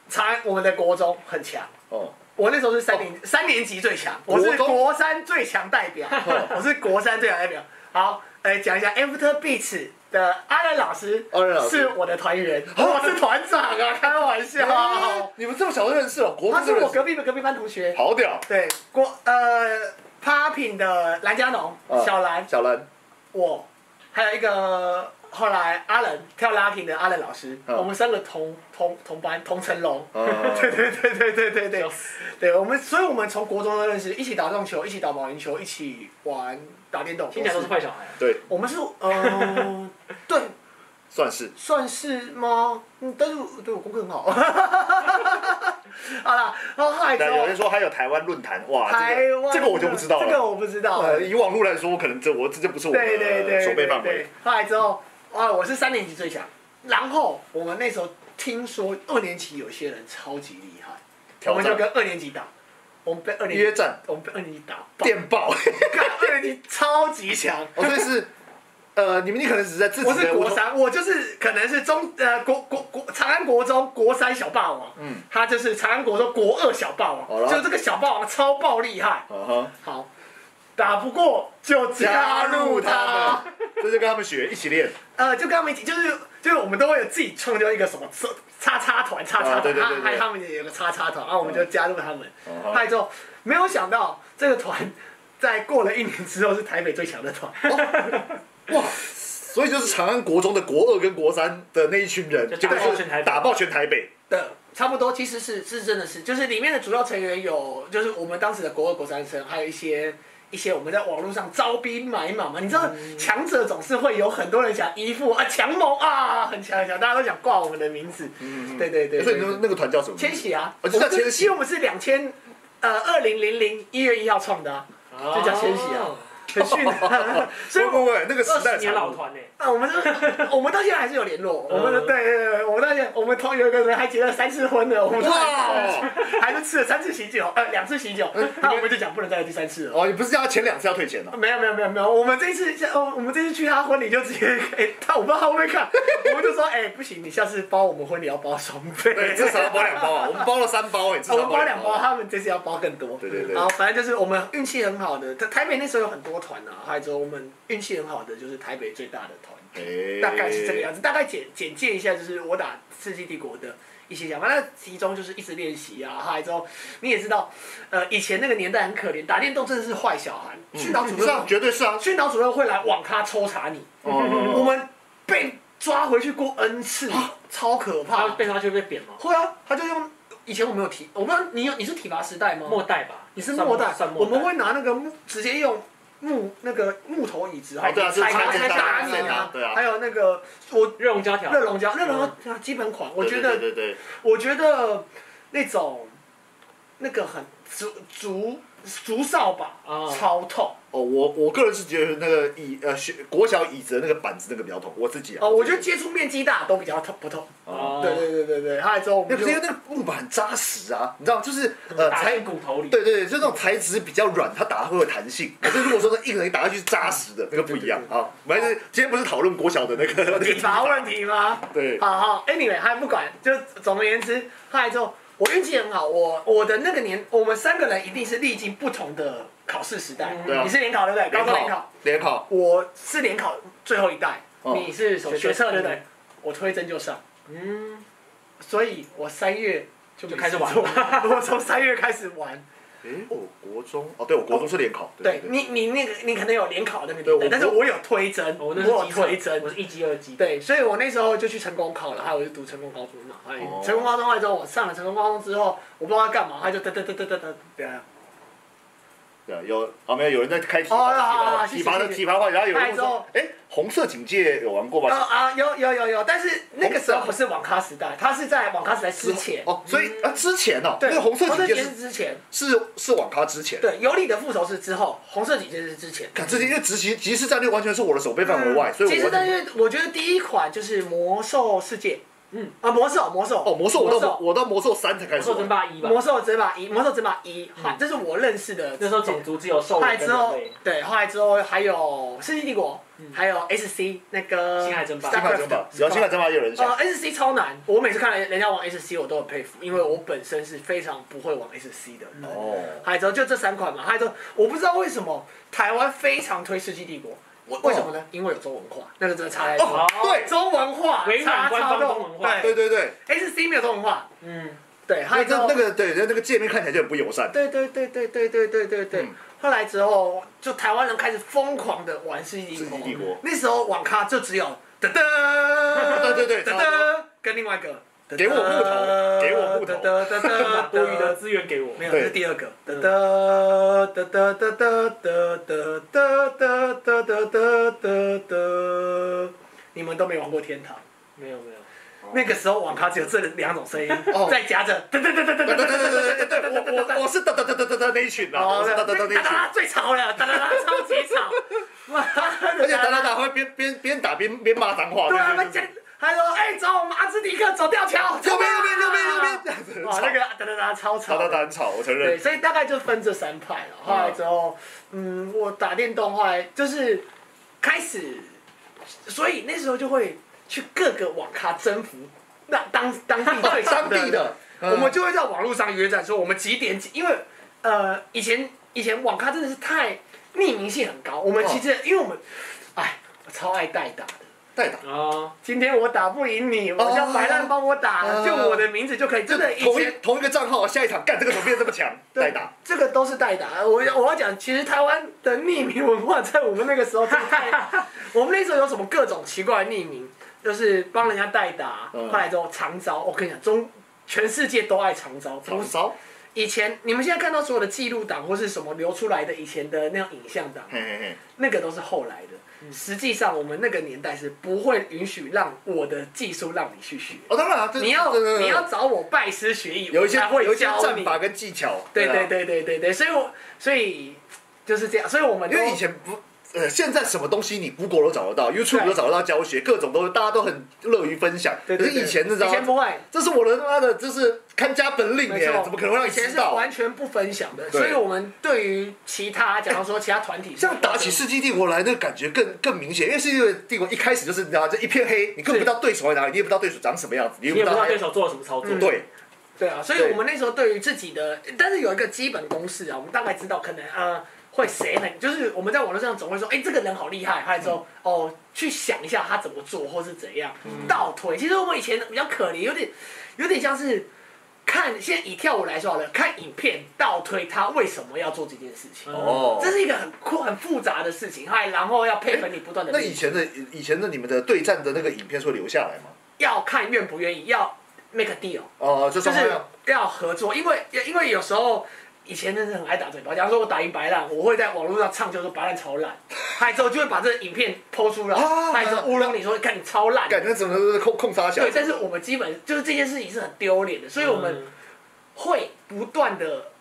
Speaker 3: 才我们的国中很强。
Speaker 1: 哦，
Speaker 3: 我那时候是三年、三年级最强，我
Speaker 1: 国中
Speaker 3: 是国三最强代 表，哦我是国三最强代表。好，呃，讲一下 After Beats 的阿仁老师，
Speaker 1: 阿仁老师哦
Speaker 3: 是我的团员，我是团长啊，开玩笑，
Speaker 1: 哎 你们这么小就认识哦，国
Speaker 3: 他
Speaker 1: 中
Speaker 3: 是
Speaker 1: 就认
Speaker 3: 我
Speaker 1: 识，
Speaker 3: 隔壁隔壁班同学，
Speaker 1: 好屌，
Speaker 3: 对，国呃 Popping 的蓝佳农、
Speaker 1: 嗯
Speaker 3: 小蓝，
Speaker 1: 小兰，
Speaker 3: 我，还有一个后来阿仁跳 Lucky 的阿仁老师，
Speaker 1: 嗯
Speaker 3: 我们三个同同同班同成龙，
Speaker 1: 嗯
Speaker 3: 对对对对对对对，对我们，所以我们从国中就认识，一起打撞球，一起打保龄球，一起玩打电动，
Speaker 2: 哦听起来都是坏小孩。啊
Speaker 1: 对，
Speaker 3: 我们是 嗯、呃，对，
Speaker 1: 算是，
Speaker 3: 算是吗？嗯，但是我对我功课很好。 好啦，然后后来之
Speaker 1: 那
Speaker 3: 后
Speaker 1: 有，人说还有台湾论坛，哇，
Speaker 3: 台
Speaker 1: 这个
Speaker 3: 湾
Speaker 1: 这个我就不知道了。
Speaker 3: 这个我不知道。
Speaker 1: 呃，以网络来说，我可能这我这就不是我的
Speaker 3: 对对对，
Speaker 1: 手背范
Speaker 3: 对
Speaker 1: 围。。
Speaker 3: 后来之后，啊，我是三年级最强。然后我们那时候听说二年级有些人超级厉害，我
Speaker 1: 挑
Speaker 3: 们
Speaker 1: 战
Speaker 3: 就跟二年级打，我们被二年级
Speaker 1: 约战，
Speaker 3: 我们被二年级打爆，
Speaker 1: 电报，哦，
Speaker 3: 干二年级超级强。
Speaker 1: 所以是，呃，你们你可能只是在自己
Speaker 3: 我
Speaker 1: 的
Speaker 3: 是国，三，我就是可能是中呃国国国长安国中国三小霸王，
Speaker 1: 嗯，
Speaker 3: 他就是长安国中国二小霸
Speaker 1: 好
Speaker 3: 王，
Speaker 1: 了
Speaker 3: 就这个小霸王超爆厉害，
Speaker 1: 啊哈，
Speaker 3: 好，打不过就加入他，
Speaker 1: 们，这就跟他们学，一起练，
Speaker 3: 呃，就跟他们一起，就是就是我们都会有自己创造一个什么叉叉团，叉叉
Speaker 1: 啊对对
Speaker 3: 团，啊
Speaker 1: 对对
Speaker 3: 还有他们也有个叉叉团，然后我们就加入他们，
Speaker 1: 嗯
Speaker 3: 后来之后没有想到这个团在过了一年之后是台北最强的团，
Speaker 1: 哇。所以就是长安国中的国二跟国三的那一群人，
Speaker 2: 就
Speaker 1: 结
Speaker 2: 打
Speaker 1: 果
Speaker 2: 爆
Speaker 1: 是
Speaker 2: 全台北
Speaker 1: 打爆全台北，
Speaker 3: 的，差不多，其实是是真的是，就是里面的主要成员有，就是我们当时的国二、国三生，还有一些一些我们在网络上招兵买马嘛。你知道，
Speaker 1: 嗯
Speaker 3: 强者总是会有很多人想依附啊，强谋啊，很强很强，大家都想挂我们的名字。嗯，对对对
Speaker 1: 所
Speaker 3: 对
Speaker 1: 以你
Speaker 3: 对
Speaker 1: 们那个团叫什么？
Speaker 3: 千玺啊，
Speaker 1: 哦就叫
Speaker 3: 我们是
Speaker 1: 千玺
Speaker 3: 因为我们是两千呃二零零零一月一号创的、啊，就叫千玺啊。
Speaker 2: 哦
Speaker 3: 很逊的。所以
Speaker 1: 不不不，那个时代的
Speaker 2: 二十年
Speaker 1: 产
Speaker 2: 老
Speaker 1: 物
Speaker 2: 团呢、
Speaker 3: 啊，我们是，我们到现在还是有联络。我们的
Speaker 2: 嗯
Speaker 3: 对对对，我们到现在，我们同有一个人还结了三次婚了，我们都
Speaker 1: 哇
Speaker 3: 还是吃了三次喜酒，呃，两次喜酒。那我们就讲不能再有第三次了。
Speaker 1: 哦，你不是叫他前两次要退钱哦？
Speaker 3: 没有没有没有没有，我们这一次哦，我们这次去他婚礼就直接，哎，他我不知道他会不会看，我们就说，哎，不行，你下次包我们婚礼要包双 倍，哦
Speaker 1: 对，至少要包两包啊，我 们包了三包哎，至
Speaker 3: 我
Speaker 1: 少
Speaker 3: 们包两
Speaker 1: 两
Speaker 3: 包，啊
Speaker 1: 包。
Speaker 3: 他们这次要包更多。
Speaker 1: 对对对
Speaker 3: 然后反正就是我们运气很好的，台台北那时候有很多团啊，还有之后我们运气很好的就是台北最大的团，
Speaker 1: 哎
Speaker 3: 大概是这个样子。大概简简介一下，就是我打《世纪帝国》的一些想法。那其中就是一直练习啊，还有之后你也知道，呃，以前那个年代很可怜，打电动真的是坏小孩，训导主
Speaker 1: 是啊，
Speaker 3: 任，
Speaker 1: 绝对是啊。
Speaker 3: 训导主任会来网咖抽查你，我
Speaker 1: 哦，
Speaker 3: 们被抓回去过 N 次，
Speaker 1: 啊
Speaker 3: 超可
Speaker 2: 他
Speaker 3: 怕。
Speaker 2: 被他就被扁了，
Speaker 3: 会啊，他就用以前我们有体，我不知道你有你是体罚时代吗？
Speaker 2: 末代吧？
Speaker 3: 你是末代
Speaker 2: 算，末
Speaker 3: 我
Speaker 2: 代
Speaker 3: 们会拿那个木，直接用木那个木头椅子，还
Speaker 1: 对啊是
Speaker 3: 拆
Speaker 1: 拆
Speaker 3: 开
Speaker 1: 开
Speaker 3: 打
Speaker 1: 拆
Speaker 3: 你
Speaker 1: 开
Speaker 3: 啊，
Speaker 1: 对啊
Speaker 3: 还有那个我
Speaker 2: 热熔胶条，
Speaker 3: 热熔胶，热熔胶啊基本款，我觉
Speaker 1: 对
Speaker 3: 得
Speaker 1: 对对对，
Speaker 3: 我觉得那种那个很竹竹竹扫把
Speaker 2: 啊
Speaker 3: 超痛
Speaker 1: 哦，我我个人是觉得那个椅呃学国小椅子的那个板子那个比较痛，我自己啊。
Speaker 3: 哦，我觉得接触面积大都比较痛不痛？
Speaker 1: 哦
Speaker 2: 哦
Speaker 3: 对对对对对，还有之后我
Speaker 1: 那 可
Speaker 3: 们就是
Speaker 1: 因为那个木板很扎实啊，你知道，就是呃
Speaker 2: 打
Speaker 1: 材
Speaker 2: 进骨头里。
Speaker 1: 对对对，就那种材质比较软，它打会有弹性。可是如果说那硬的，你打下去是扎实的，那个不一样啊。反正今天不是讨论国小的那个那
Speaker 3: 体
Speaker 1: 个，
Speaker 3: 罚问题吗？
Speaker 1: 对
Speaker 3: 好好，Anyway，还不管，就总而言之，后来之后我运气很好，我我的那个年，我们三个人一定是历经不同的考试时代。
Speaker 1: 对啊
Speaker 3: 你是联考对不对？高中联考，，
Speaker 1: 联考，
Speaker 3: 我是联考最后一代，
Speaker 1: 哦
Speaker 3: 你是什么
Speaker 2: 学
Speaker 3: 学
Speaker 2: 测
Speaker 3: 测对不对
Speaker 2: 嗯？
Speaker 3: 我推甄就上，
Speaker 2: 嗯，
Speaker 3: 所以我三月就
Speaker 2: 就
Speaker 3: 没
Speaker 2: 开始
Speaker 3: 事
Speaker 2: 玩
Speaker 3: 做 我从三月开始玩。
Speaker 1: 哎，我国中哦，对我国中是联考，
Speaker 3: 对
Speaker 1: 对，
Speaker 3: 你，你那个你可能有联考那个
Speaker 1: 对
Speaker 3: 年
Speaker 1: 我
Speaker 3: 代，但是我有推甄，
Speaker 2: 我哦
Speaker 3: 我
Speaker 2: 那是
Speaker 3: 有
Speaker 2: 基
Speaker 3: 推
Speaker 2: 测
Speaker 3: 甄，
Speaker 2: 我是一级、二级。
Speaker 3: 对，所以我那时候就去成功考了，还有我就读成功高中嘛，哎
Speaker 1: 哦，
Speaker 3: 成功高中后来之后，我上了成功高中之后，我不知道他干嘛，他就噔噔噔噔噔噔，对啊，
Speaker 1: 对，有啊没有？有人在开体
Speaker 3: 哦好好
Speaker 1: 罚，
Speaker 3: 好
Speaker 1: 体罚
Speaker 3: 谢
Speaker 1: 的
Speaker 3: 谢
Speaker 1: 体罚话，然后有
Speaker 3: 哎
Speaker 1: 人
Speaker 3: 之后
Speaker 1: 说，哎，红色警戒有玩过
Speaker 3: 啊
Speaker 1: 吧？
Speaker 3: 啊有有有有，但是那个时候不是网咖时代，他是在网咖时代之前，嗯
Speaker 1: 哦，所以啊之前哦，那
Speaker 3: 对，
Speaker 1: 个红色警戒
Speaker 3: 是
Speaker 1: 是
Speaker 3: 之前，
Speaker 1: 是是网咖之前，
Speaker 3: 对，有理的复仇是之后，红色警戒是之前。
Speaker 1: 看之前因为执行即时战略完全是我的手背范围外，所以
Speaker 3: 其实
Speaker 1: 我
Speaker 3: 但是我觉得第一款就是魔兽世界，
Speaker 2: 嗯
Speaker 3: 啊魔兽魔兽
Speaker 1: 哦魔兽我到我到魔兽三才开
Speaker 2: 我
Speaker 1: 始
Speaker 2: 说
Speaker 1: 玩
Speaker 2: 争，霸一吧，
Speaker 3: 魔兽争霸一魔兽争霸一，
Speaker 1: 嗯
Speaker 3: 好这是我认识的
Speaker 2: 那时候种族只有兽
Speaker 3: 后来
Speaker 2: 人跟
Speaker 3: 之
Speaker 2: 人
Speaker 3: 后
Speaker 2: 类，，嗯
Speaker 3: 对，后来之后还有《世纪帝国》还有 SC 那个《
Speaker 2: 星海争霸
Speaker 1: 新海争霸，只要新海争霸也有人想
Speaker 3: 呃。，SC 超难，我每次看人家玩 SC，我都很佩服，因为我本身是非常不会玩 SC 的。人。
Speaker 1: 哦，
Speaker 3: 还有之后就这三款嘛，还有之后我不知道为什么台湾非常推《世纪帝国》，为为什么呢？因为有中文化，那个真的差太多。
Speaker 1: 哦，对，
Speaker 3: 中文化
Speaker 2: 微软
Speaker 3: 差
Speaker 2: 官
Speaker 3: 超
Speaker 2: 方
Speaker 3: 多，
Speaker 2: 中文化
Speaker 1: 对对对，
Speaker 3: ，SC 没有中文化，
Speaker 2: 嗯，
Speaker 3: 对，还
Speaker 1: 那
Speaker 3: 有之后
Speaker 1: 那那个对，那那个界面看起来就很不友善。
Speaker 3: 对对对对对对对对对。
Speaker 1: 嗯
Speaker 3: 后来之后，就台湾人开始疯狂的玩《世纪
Speaker 1: 世纪帝国
Speaker 3: 那时候网咖就只有噔噔，
Speaker 1: 对对对
Speaker 3: 噔
Speaker 1: 差不
Speaker 3: 噔，跟另外一个噔噔
Speaker 1: 给我木头给我木头
Speaker 3: 噔 噔噔噔，
Speaker 2: 呃多余的资源给我。
Speaker 3: 没有，这
Speaker 1: 对
Speaker 3: 是第二个。噔噔噔噔噔噔噔噔噔噔噔噔噔噔噔，你们都没玩过天堂。
Speaker 2: 没有没有，
Speaker 3: 那个时候网咖只有这两种声音
Speaker 1: 哦，
Speaker 3: 再夹着噔噔噔噔噔噔
Speaker 1: 对对
Speaker 3: 噔
Speaker 1: 对
Speaker 3: 噔
Speaker 1: 对对
Speaker 3: 噔
Speaker 1: 对，我我我是哒哒哒哒哒哒那一群啊，
Speaker 3: 好
Speaker 1: 我是
Speaker 3: 了，
Speaker 1: 哒哒哒那一群，
Speaker 3: 最吵了，哒哒哒超级吵，妈的！
Speaker 1: 而且哒哒哒会边边边打边边骂脏话。
Speaker 3: 对他们讲，还说哎走，我们阿兹迪克走吊桥，
Speaker 1: 右边右边右边右边，这样子
Speaker 3: 哇，那个哒哒哒超
Speaker 1: 吵，
Speaker 3: 吵
Speaker 1: 哒哒哒很吵，我承
Speaker 3: 对，
Speaker 1: 认。
Speaker 3: 所以大概就分这三派了。后来之后，嗯，我打电动，后来就是开始，所以那时候就会去各个网咖征服那当当地 最
Speaker 1: 当
Speaker 3: 强
Speaker 1: 地的，
Speaker 3: 我们就会在网络上约战，说我们几点几，因为呃，以前以前网咖真的是太匿名性很高，我们其实、因为我们，哎，我超爱代打的。
Speaker 1: 代打，
Speaker 2: 哦，
Speaker 3: 今天我打不赢你，我叫白烂帮我打，
Speaker 1: 哦
Speaker 3: 就我的名哦嗯字就可以。真的，以
Speaker 1: 同一
Speaker 3: 前
Speaker 1: 同一个账号，下一场干这个怎么变这么强？代打，，
Speaker 3: 对这个都是代打。我要我要讲，其实台湾的匿名文化在我们那个时候真的太， 我们那时候有什么各种奇怪的匿名，就是帮人家代打，
Speaker 1: 嗯
Speaker 3: 后来之后长招。我跟你讲，中全世界都爱长招，
Speaker 1: 怎么骚？
Speaker 3: 以前你们现在看到所有的记录档或是什么流出来的以前的那种影像档，
Speaker 1: 嘿嘿嘿，
Speaker 3: 那个都是后来
Speaker 1: 嗯
Speaker 3: 的。实际上，我们那个年代是不会允许让我的技术让你去学。
Speaker 1: 哦，当然啊，
Speaker 3: 你要你要找我拜师学艺，
Speaker 1: 有一
Speaker 3: 我
Speaker 1: 些
Speaker 3: 才会
Speaker 1: 有一些
Speaker 3: 教
Speaker 1: 战
Speaker 3: 你。
Speaker 1: 法跟技巧，
Speaker 3: 对对对对对对，所以我所以就是这样。所以我们
Speaker 1: 因为
Speaker 3: 都
Speaker 1: 以前不。呃，现在什么东西你 Google 都找得到，YouTube
Speaker 3: 对
Speaker 1: 都找得到教学，各种都大家都很乐于分享。
Speaker 3: 对对
Speaker 1: 可
Speaker 3: 对
Speaker 1: 是以前你知道
Speaker 3: 以前
Speaker 1: 吗？
Speaker 3: 不会，
Speaker 1: 这是我的他妈的，这是看家本领
Speaker 3: 没
Speaker 1: 耶
Speaker 3: 错，，
Speaker 1: 怎么可能会让你
Speaker 3: 以前
Speaker 1: 知
Speaker 3: 是
Speaker 1: 道？
Speaker 3: 完全不分享的，
Speaker 1: 对
Speaker 3: 所以我们对于其他，假如说其他团体，
Speaker 1: 这样打起《世纪帝国》来，那个感觉更更明显，因为《世纪帝国》一开始就是你知道吗，就一片黑，你根本不知道对手在哪里，你也不知道对手长什么样子，你也
Speaker 2: 你
Speaker 1: 不
Speaker 2: 也
Speaker 1: 知道
Speaker 2: 不知道
Speaker 1: 他
Speaker 2: 对手做了什么操作。
Speaker 3: 嗯
Speaker 1: 对，
Speaker 3: 对啊，所以我们那时候对于自己的，但是有一个基本公式啊，我们大概知道可能啊、呃会谁很，就是我们在网络上总会说，哎，这个人好厉害，还有之后
Speaker 1: 嗯
Speaker 3: 哦，去想一下他怎么做或是怎样、倒推。其实我们以前比较可怜，有点有点像是看现在以跳舞来说好了，看影片倒推他为什么要做这件事
Speaker 2: 嗯
Speaker 3: 情，
Speaker 1: 哦
Speaker 3: 这。是一个很酷很复杂的事情，嗨，然后要配合你不断的
Speaker 1: 那以前的以前的你们的对战的那个影片是会留下来吗？
Speaker 3: 要看愿不愿意，要 make a deal。
Speaker 1: 哦，就
Speaker 3: 就
Speaker 1: 双方
Speaker 3: 是
Speaker 1: 要
Speaker 3: 要合作，因为因为有时候以前真的很爱打嘴巴。假如说我打赢白烂，我会在网络上唱就说白烂超烂，嗨之后就会把这个影片剖出来，
Speaker 1: 啊
Speaker 3: 嗨之后乌龙你说看你超烂。
Speaker 1: 感觉怎么都是控控杀小
Speaker 3: 对，，但是我们基本就是这件事情是很丢脸的，所以我们
Speaker 2: 嗯
Speaker 3: 会不断的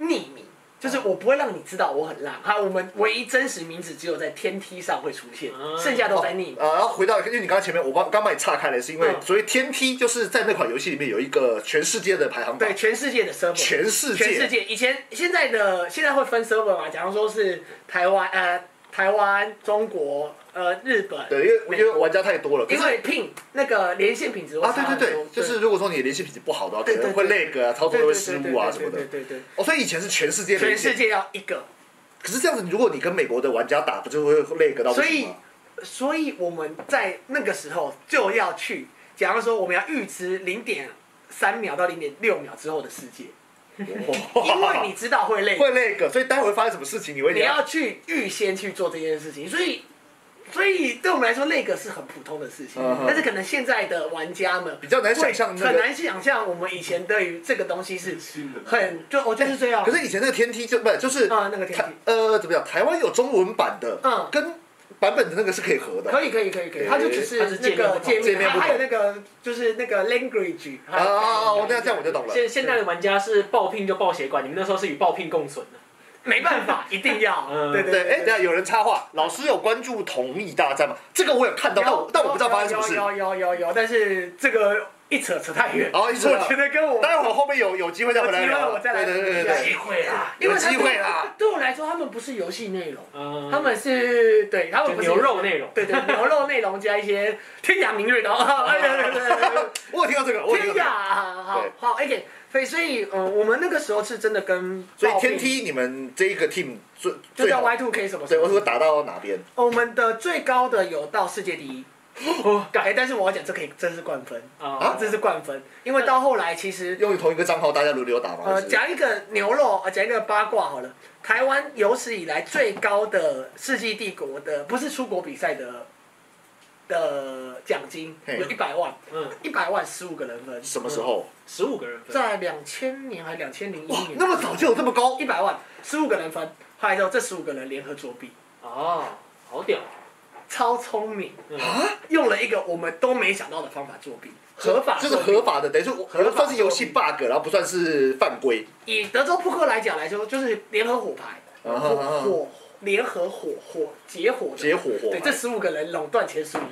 Speaker 3: 匿名，就是我不会让你知道我很烂。还有我们唯一真实名字只有在天梯上会出现，
Speaker 2: 嗯
Speaker 3: 剩下都在匿名。
Speaker 1: 啊，然后回到，因为你刚刚前面我刚刚把你岔开了，是因为
Speaker 3: 嗯
Speaker 1: 所谓天梯就是在那款游戏里面有一个全世界的排行榜
Speaker 3: 对，，全世界的 server，
Speaker 1: 全世
Speaker 3: 全世
Speaker 1: 界
Speaker 3: 界以前现在的现在会分 server 嘛？假如说是台湾呃台湾、中国呃日本，
Speaker 1: 对，因为因为玩家太多了，可
Speaker 3: 因
Speaker 1: 是
Speaker 3: 为 ping 那个连线品质会
Speaker 1: 啊，对
Speaker 3: 差很多
Speaker 1: 对对，就是如果说你联系品质不好的话，可
Speaker 3: 对对
Speaker 1: 能会那个啊，操
Speaker 3: 对
Speaker 1: 作会失误啊什么的
Speaker 3: 对。对对对对
Speaker 1: 哦，所以以前是全世界
Speaker 3: 对，全
Speaker 1: 连
Speaker 3: 世
Speaker 1: 线，
Speaker 3: 界要一个，
Speaker 1: 可是这样子，如果你跟美国的玩家打，不就会那个到不
Speaker 3: 所
Speaker 1: 行
Speaker 3: 以
Speaker 1: 吗？
Speaker 3: 所以我们在那个时候就要去，假如说我们要预知零点三秒到零点六秒之后的世 界，因为你知道会累，
Speaker 1: 哦会那个，所以待会发生什么事情，你会
Speaker 3: 你要去预先去做这件事情，所以。所以对我们来说，那个是很普通的事情，
Speaker 1: 嗯哼
Speaker 3: 但是可能现在的玩家们
Speaker 1: 比较难想
Speaker 3: 会
Speaker 1: 象那
Speaker 3: 很
Speaker 1: 个。
Speaker 3: 难想象我们以前对于这个东西是
Speaker 2: 嗯
Speaker 3: 很就我就是这样，
Speaker 1: 可是以前那个天梯就不是就是
Speaker 3: 啊那个天梯
Speaker 1: 台呃怎么讲？台湾有中文版的，
Speaker 3: 嗯
Speaker 1: 跟版本的那个是可以合的。
Speaker 3: 可以可以可以可以，
Speaker 1: 对
Speaker 3: 它就只是
Speaker 2: 它是
Speaker 3: 那
Speaker 2: 界面
Speaker 3: 个
Speaker 2: 不同
Speaker 3: 界
Speaker 1: 界
Speaker 3: 面，
Speaker 1: 面
Speaker 3: 它
Speaker 1: 不同
Speaker 3: 还有那个就是那个 language
Speaker 1: 啊
Speaker 3: 还有
Speaker 1: 啊啊！我那这样
Speaker 3: 哎
Speaker 1: 我就懂了。
Speaker 2: 现现在的玩家是爆聘就爆血管，你们那时候是与爆聘共存的。
Speaker 3: 没办法，一定要，
Speaker 2: 嗯
Speaker 3: 对
Speaker 1: 对，哎，等一
Speaker 3: 对。
Speaker 1: 下有人插话，老师有关注同意大战吗？这个我有看到，但
Speaker 3: 有
Speaker 1: 我但我不知道发生什么事。
Speaker 3: 有有有有有，但是这个一扯扯太远，
Speaker 1: 哦一扯
Speaker 3: 我觉得跟我
Speaker 1: 待会儿后面有有机会再回来
Speaker 3: 有机
Speaker 1: 聊。啊
Speaker 3: 会我再来
Speaker 1: 对对对对
Speaker 3: 聊一下
Speaker 1: 对。
Speaker 2: 会啦，
Speaker 3: 因为
Speaker 1: 有
Speaker 3: 他
Speaker 1: 机会啦
Speaker 3: 对我来说，他们不是游戏内容，
Speaker 2: 嗯，
Speaker 3: 他们是对，他们
Speaker 2: 就
Speaker 3: 不是
Speaker 2: 牛肉，内容。
Speaker 3: 对对，牛肉内容加一 些天涯明月刀，哎呀， 对对对对
Speaker 1: 我有听到这个，啊 我有
Speaker 3: 对
Speaker 1: 听到
Speaker 3: 天
Speaker 1: 这
Speaker 3: 涯，
Speaker 1: 个。
Speaker 3: 好
Speaker 1: 对
Speaker 3: 好，而且所以所以，嗯，我们那个时候是真的跟
Speaker 1: 所以
Speaker 3: 暴
Speaker 1: 天
Speaker 3: 病
Speaker 1: 梯你们这一个 team 最
Speaker 3: 就
Speaker 1: 最
Speaker 3: 叫
Speaker 1: 好
Speaker 3: Y Two K 什么什
Speaker 1: 对，我
Speaker 3: 么，
Speaker 1: 说打到哪边？
Speaker 3: 我们的最高的有到世界第一，
Speaker 2: 哦，干
Speaker 3: 哎，但是我要讲这可以真是冠分，
Speaker 1: 哦
Speaker 2: 啊
Speaker 3: 这是冠分，因为到后来其实
Speaker 1: 用同一个账号大家轮流打吗？
Speaker 3: 呃，
Speaker 1: 还是
Speaker 3: 讲一个牛肉，呃，讲一个八卦好了。台湾有史以来最高的世纪帝国的，不是出国比赛的的奖金，
Speaker 1: 嘿
Speaker 3: 有一百万，
Speaker 2: 嗯，
Speaker 3: 一百万十五个人分，
Speaker 1: 什么时候？
Speaker 2: 十五个人分。
Speaker 3: 在两千年还两千零一
Speaker 1: 哇，
Speaker 3: 年，
Speaker 1: 那么早就有这么高
Speaker 3: 一？百万十五个人分，后来之后这十五个人联合作弊，
Speaker 2: 哦，好屌。
Speaker 3: 超聪明，
Speaker 2: 嗯
Speaker 1: 啊
Speaker 3: 用了一个我们都没想到的方法作弊，合法
Speaker 1: 这
Speaker 3: 作
Speaker 1: 是
Speaker 3: 弊
Speaker 1: 合法的，等于说
Speaker 3: 合法
Speaker 1: 算是游戏 bug，然后不算是犯规。
Speaker 3: 以德州扑克来讲来说，就是联合火牌，
Speaker 1: 啊
Speaker 3: 火火联合火火结火的
Speaker 1: 结火火牌哎
Speaker 3: 对，这十五个人垄断前十五名，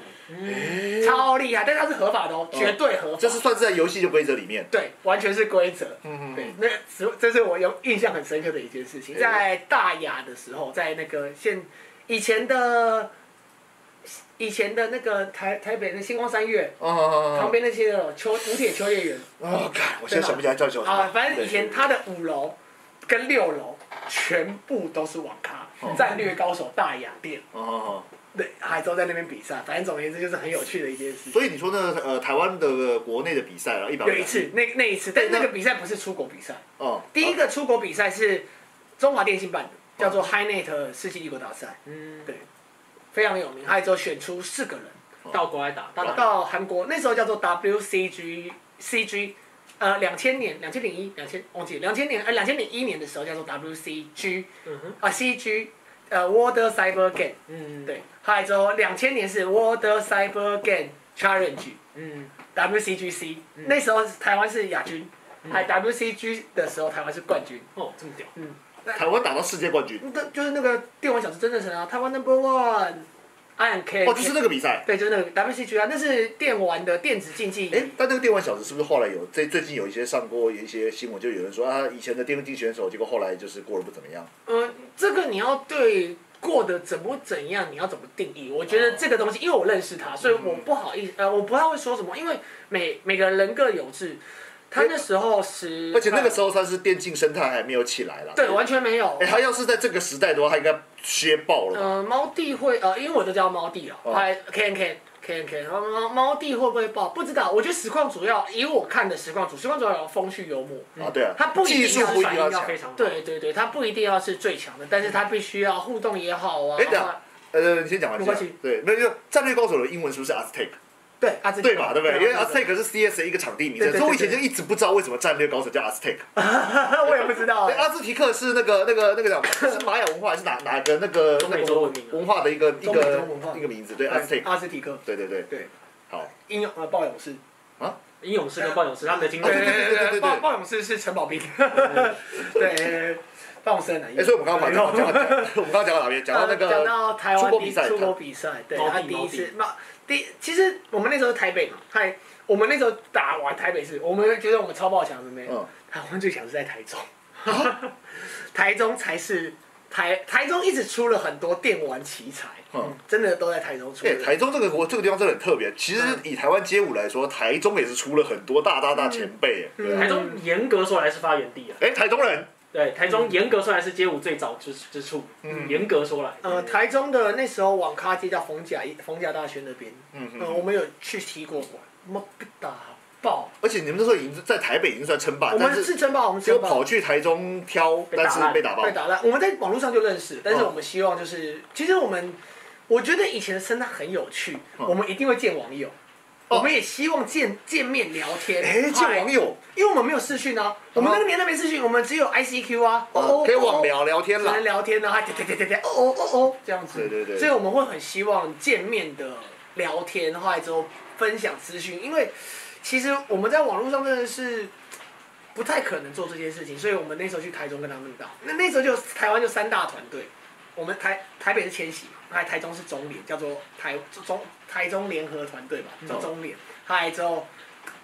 Speaker 3: 嗯超厉害，但它是合法的哦，绝对合法，
Speaker 1: 就是算是在游戏的规则里面。
Speaker 3: 对，完全是规则。
Speaker 1: 嗯
Speaker 3: 对，那十这是我有印象很深刻的一件事情，
Speaker 1: 嗯
Speaker 3: 在大雅的时候，在那个现以前的以前的那个台台北的星光三月。旁
Speaker 1: 啊
Speaker 3: 边那些哦秋五铁秋叶原
Speaker 1: 啊！看，我现在想不起来叫什么。
Speaker 3: 啊，反正以前
Speaker 1: 对
Speaker 3: 他的五楼跟六楼全部都是网咖，战略高手大雅店，
Speaker 1: 哦哦，哦
Speaker 3: 对，还都在那边比赛。反正总而言之，就是很有趣的一件事情。
Speaker 1: 所以你说那个呃台湾的呃国内的比赛，然后一百
Speaker 3: 有一次，那那一次，但是
Speaker 1: 那
Speaker 3: 那个比赛不是出国比赛，
Speaker 1: 哦，
Speaker 3: 第一
Speaker 1: 啊
Speaker 3: 个出国比赛是中华电信办的，叫
Speaker 1: 哦
Speaker 3: 做 HiNet 世纪帝国大赛，
Speaker 2: 嗯，
Speaker 3: 对，非常有名。还有之后选出四个人
Speaker 2: 到国外打，到
Speaker 1: 哦
Speaker 2: 哪里？
Speaker 3: 到韩国，那时候叫做 WCG CG。呃，两千年、两千零一、两千忘记两千年呃两千零一年的时候叫做 WCG，
Speaker 2: 嗯哼，
Speaker 3: 啊，CG，呃，World Cyber Game，
Speaker 2: 嗯，，
Speaker 3: 对，还有之后两千年是 World Cyber Game Challenge，WCGC，、
Speaker 2: 嗯，
Speaker 1: 嗯
Speaker 3: 那时候台湾是亚军，还 WCG 的时候台湾是冠军，
Speaker 2: 哦，这么屌。
Speaker 3: 嗯，
Speaker 1: 啊台湾打到世界冠军，
Speaker 3: 那就是那个电玩小子真正神啊，台湾 Number One，I am K，
Speaker 1: 哦，就是那个比赛。
Speaker 3: 对，就是那个 WCG 啊，那是电玩的电子竞技。
Speaker 1: 哎，但那个电玩小子是不是后来有最最近有一些上过一些新闻，就有人说啊，以前的电竞选手，结果后来就是过得不怎么样。
Speaker 3: 嗯，这个你要对过得怎么怎样，你要怎么定义？我
Speaker 1: 哦
Speaker 3: 觉得这个东西，因为我认识他，所以我不好意思，呃，
Speaker 1: 嗯
Speaker 3: 我不太会说什么，因为每每个人各有志。他那时候
Speaker 1: 嗯
Speaker 3: 是，
Speaker 1: 而且那个时候他是电竞生态还没有起来啦。
Speaker 3: 嗯对完全没有
Speaker 1: 哎，。他要是在这个时代的话，他应该削爆了吧。
Speaker 3: 呃，猫弟会呃，因为我都叫猫弟了，
Speaker 1: 哦
Speaker 3: 还 K N K K N K，然后猫猫弟会不会爆？不知道，我觉得实况主要以我看的实况主，实况主要有风趣幽默，
Speaker 1: 啊，对啊，
Speaker 3: 嗯他不一定
Speaker 1: 技术
Speaker 3: 要
Speaker 1: 不一定
Speaker 2: 反应要
Speaker 1: 强
Speaker 2: 非。常好。
Speaker 3: 对对对，他不一定要是最强的，但是他必须要互动也好啊
Speaker 1: 哎，等一。下呃，你先讲完。
Speaker 3: 没关系
Speaker 1: 先讲对，那就战略高手的英文是不是 Aztec？
Speaker 3: 对啊，这
Speaker 1: 对嘛，对不对？因为
Speaker 3: 啊这
Speaker 1: Aztec 是 CS 的一个场地名
Speaker 3: 对
Speaker 1: 称，
Speaker 3: 对
Speaker 1: 所以我
Speaker 3: 对
Speaker 1: 以前就一直不知道为什么战略高手叫 Aztec。
Speaker 3: 个 我也不知道啊
Speaker 1: 对，。阿兹提克是那个那个那个叫什么是玛雅文化还是哪哪个那个呃
Speaker 2: 中
Speaker 1: 那
Speaker 2: 美
Speaker 1: 个
Speaker 2: 洲文明啊
Speaker 1: 文化的一个一
Speaker 3: 中美洲
Speaker 1: 个
Speaker 3: 文化
Speaker 1: 一个名字？对，阿
Speaker 3: 阿
Speaker 1: 兹提克，
Speaker 3: 阿兹提克，
Speaker 1: 对对对，
Speaker 3: 对，
Speaker 1: 好，
Speaker 3: 英勇呃暴勇士，
Speaker 2: 英勇士跟暴勇士他们的经
Speaker 1: 对对对对
Speaker 2: 历，
Speaker 1: 对对
Speaker 3: 暴暴勇士是城 堡兵，对，暴勇士很难
Speaker 1: 哎，所以我们刚刚讲讲到我们刚刚讲到哪边？讲到那
Speaker 3: 讲
Speaker 1: 个
Speaker 3: 到台湾
Speaker 1: 出国
Speaker 3: 第一
Speaker 1: 比赛
Speaker 3: 出国比赛，对，
Speaker 2: 毛
Speaker 3: 他
Speaker 2: 地
Speaker 3: 第
Speaker 2: 毛
Speaker 3: 一
Speaker 2: 地
Speaker 3: 次，那第其实我们那时候台北嘛，嗨，我们那时候打完台北市，我们觉得我们超爆强的没有，
Speaker 1: 嗯啊
Speaker 3: 台湾最强是在台中， 台中才是台台中一直出了很多电玩奇才，
Speaker 1: 嗯
Speaker 3: 真的都在台中出
Speaker 1: 哎
Speaker 3: 的，
Speaker 1: 台中这个国这个地方真的很特别。其实
Speaker 3: 嗯
Speaker 1: 以台湾街舞来说，台中也是出了很多大大大前辈。哎对啊
Speaker 2: 台中严格说来是发源地啊。
Speaker 1: 哎，台中人，
Speaker 2: 对，台中严格说来是街舞最早之之处，严格说来，
Speaker 1: 嗯
Speaker 3: 呃，台中的那时候网咖街叫逢甲逢甲大学那边，嗯呃，我们有去踢过馆，妈被打爆，
Speaker 1: 而且你们那时候已经是在台北已经算称霸
Speaker 3: 我，
Speaker 1: 啊但
Speaker 3: 们
Speaker 1: 是
Speaker 3: 是真爆，我们
Speaker 1: 结
Speaker 3: 真
Speaker 1: 果
Speaker 3: 爆
Speaker 1: 跑。去台中挑，
Speaker 2: 被打
Speaker 1: 但
Speaker 2: 烂
Speaker 1: 是被打爆
Speaker 3: 被。打烂，我们在网络上就认识，但是
Speaker 1: 嗯
Speaker 3: 我们希望就是，其实我们我觉得以前的生态很有趣，
Speaker 1: 嗯
Speaker 3: 我们一定会见网友，
Speaker 1: 哦
Speaker 3: 我们也希望见见面聊天，
Speaker 1: 哎，见网
Speaker 3: 嗨，
Speaker 1: 友，
Speaker 3: 因为我们没有视讯啊，我们那个年代没视讯，我们只有 ICQ 啊，哦哦，
Speaker 1: 嗯可以网
Speaker 3: 哦，
Speaker 1: 聊聊天
Speaker 3: 只
Speaker 1: 啦
Speaker 3: 能。聊天啊，还对对对对对，哦哦哦哦，这样子，
Speaker 1: 对对对
Speaker 3: 所以我们会很希望见面的聊天，后来之后分享资讯，因为其实我们在网络上真的是不太可能做这件事情，所以我们那时候去台中跟他们打，那那时候就台湾就三大团队，我们台台北是千禧嘛，还台中是中联，叫做台中台中联合团队吧，
Speaker 2: 嗯
Speaker 3: 叫中联，还之后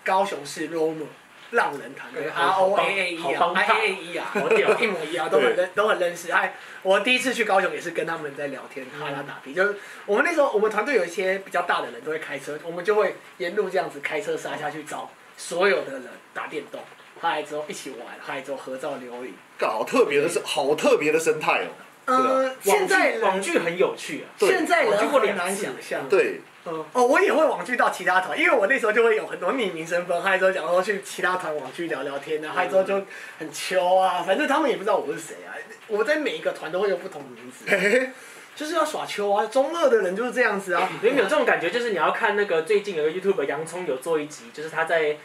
Speaker 3: 高雄是 Romo 浪人团队
Speaker 2: 对
Speaker 3: ，R
Speaker 2: 好
Speaker 3: O
Speaker 2: 棒
Speaker 3: A A E
Speaker 2: 好
Speaker 3: 啊
Speaker 2: 棒
Speaker 3: ，I A E 啊，
Speaker 2: 好屌
Speaker 3: 一模一样，都很认都很认识。哎，我第一次去高雄也是跟他们在聊天，哈拉打屁，就是我们那时候我们团队有一些比较大的人都会开车，我们就会沿路这样子开车杀下去找所有的人打电动，嗨之后一起玩，嗨之后合照留影。
Speaker 1: 干好特别的是，好特别的生态哦。对
Speaker 3: 嗯
Speaker 1: 啊，
Speaker 3: 现在人
Speaker 2: 网剧很有趣啊，
Speaker 1: 对
Speaker 3: 现在
Speaker 2: 我去
Speaker 3: 人
Speaker 2: 过
Speaker 3: 很
Speaker 2: 两
Speaker 3: 难
Speaker 2: 次
Speaker 3: 想象。
Speaker 1: 对，
Speaker 3: 嗯，哦，我也会网剧到其他团，因为我那时候就会有很多匿名身份，还有时候讲说去其他团网剧聊聊天啊，还有时候就很秋啊，反正他们也不知道我是谁啊。我在每一个团都会有不同的名字，
Speaker 1: 嘿嘿嘿，
Speaker 3: 就是要耍秋啊。中二的人就是这样子啊。
Speaker 2: 有没有这种感觉？就是你要看那个最近有个 YouTube 洋葱有做一集，就是他在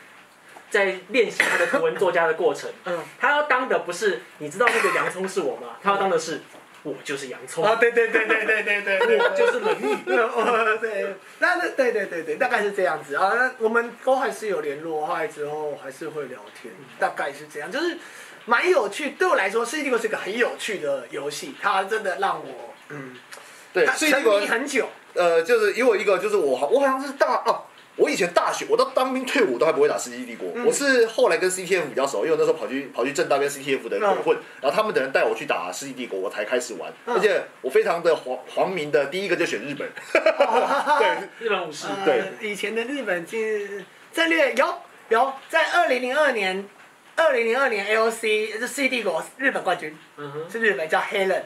Speaker 2: 在练习他的图文作家的过程。
Speaker 3: 嗯，
Speaker 2: 他要当的不是你知道那个洋葱是我吗？他要当的是我就是洋葱，
Speaker 3: 啊，
Speaker 2: 我
Speaker 3: 对对对对对对对对，
Speaker 2: 就是冷 意。
Speaker 3: 呃对，那那对对对对，大概是这样子啊。那我们都还是有联络，后来之后还是会聊天，
Speaker 1: 嗯
Speaker 3: 大概是这样，就是蛮有趣。对我来说，《世纪帝国》是个很有趣的游戏，它真的让我嗯，
Speaker 1: 对，
Speaker 3: 它
Speaker 1: 所以
Speaker 3: 沉
Speaker 1: 那个
Speaker 3: 迷很久。
Speaker 1: 呃，就是因为一个就是我好，我好像是大哦。我以前大学，我到当兵退伍都还不会打《世纪帝国》
Speaker 3: 嗯
Speaker 1: 我是后来跟 CTF 比较熟，因为我那时候跑去跑去正大跟 CTF
Speaker 3: 嗯
Speaker 1: 的人混，然后他们的人带我去打《世纪帝国》，我才开始玩，
Speaker 3: 嗯
Speaker 1: 而且我非常的黄黄明的第一个就选日 本，对，
Speaker 2: 日本武士，
Speaker 3: 呃
Speaker 1: 嗯对，
Speaker 3: 以前的日本进战略有有，在二零零二年，二零零二年 AOC 就是《世纪帝国》日本冠军
Speaker 2: 嗯哼，
Speaker 3: 是日本叫 Helen，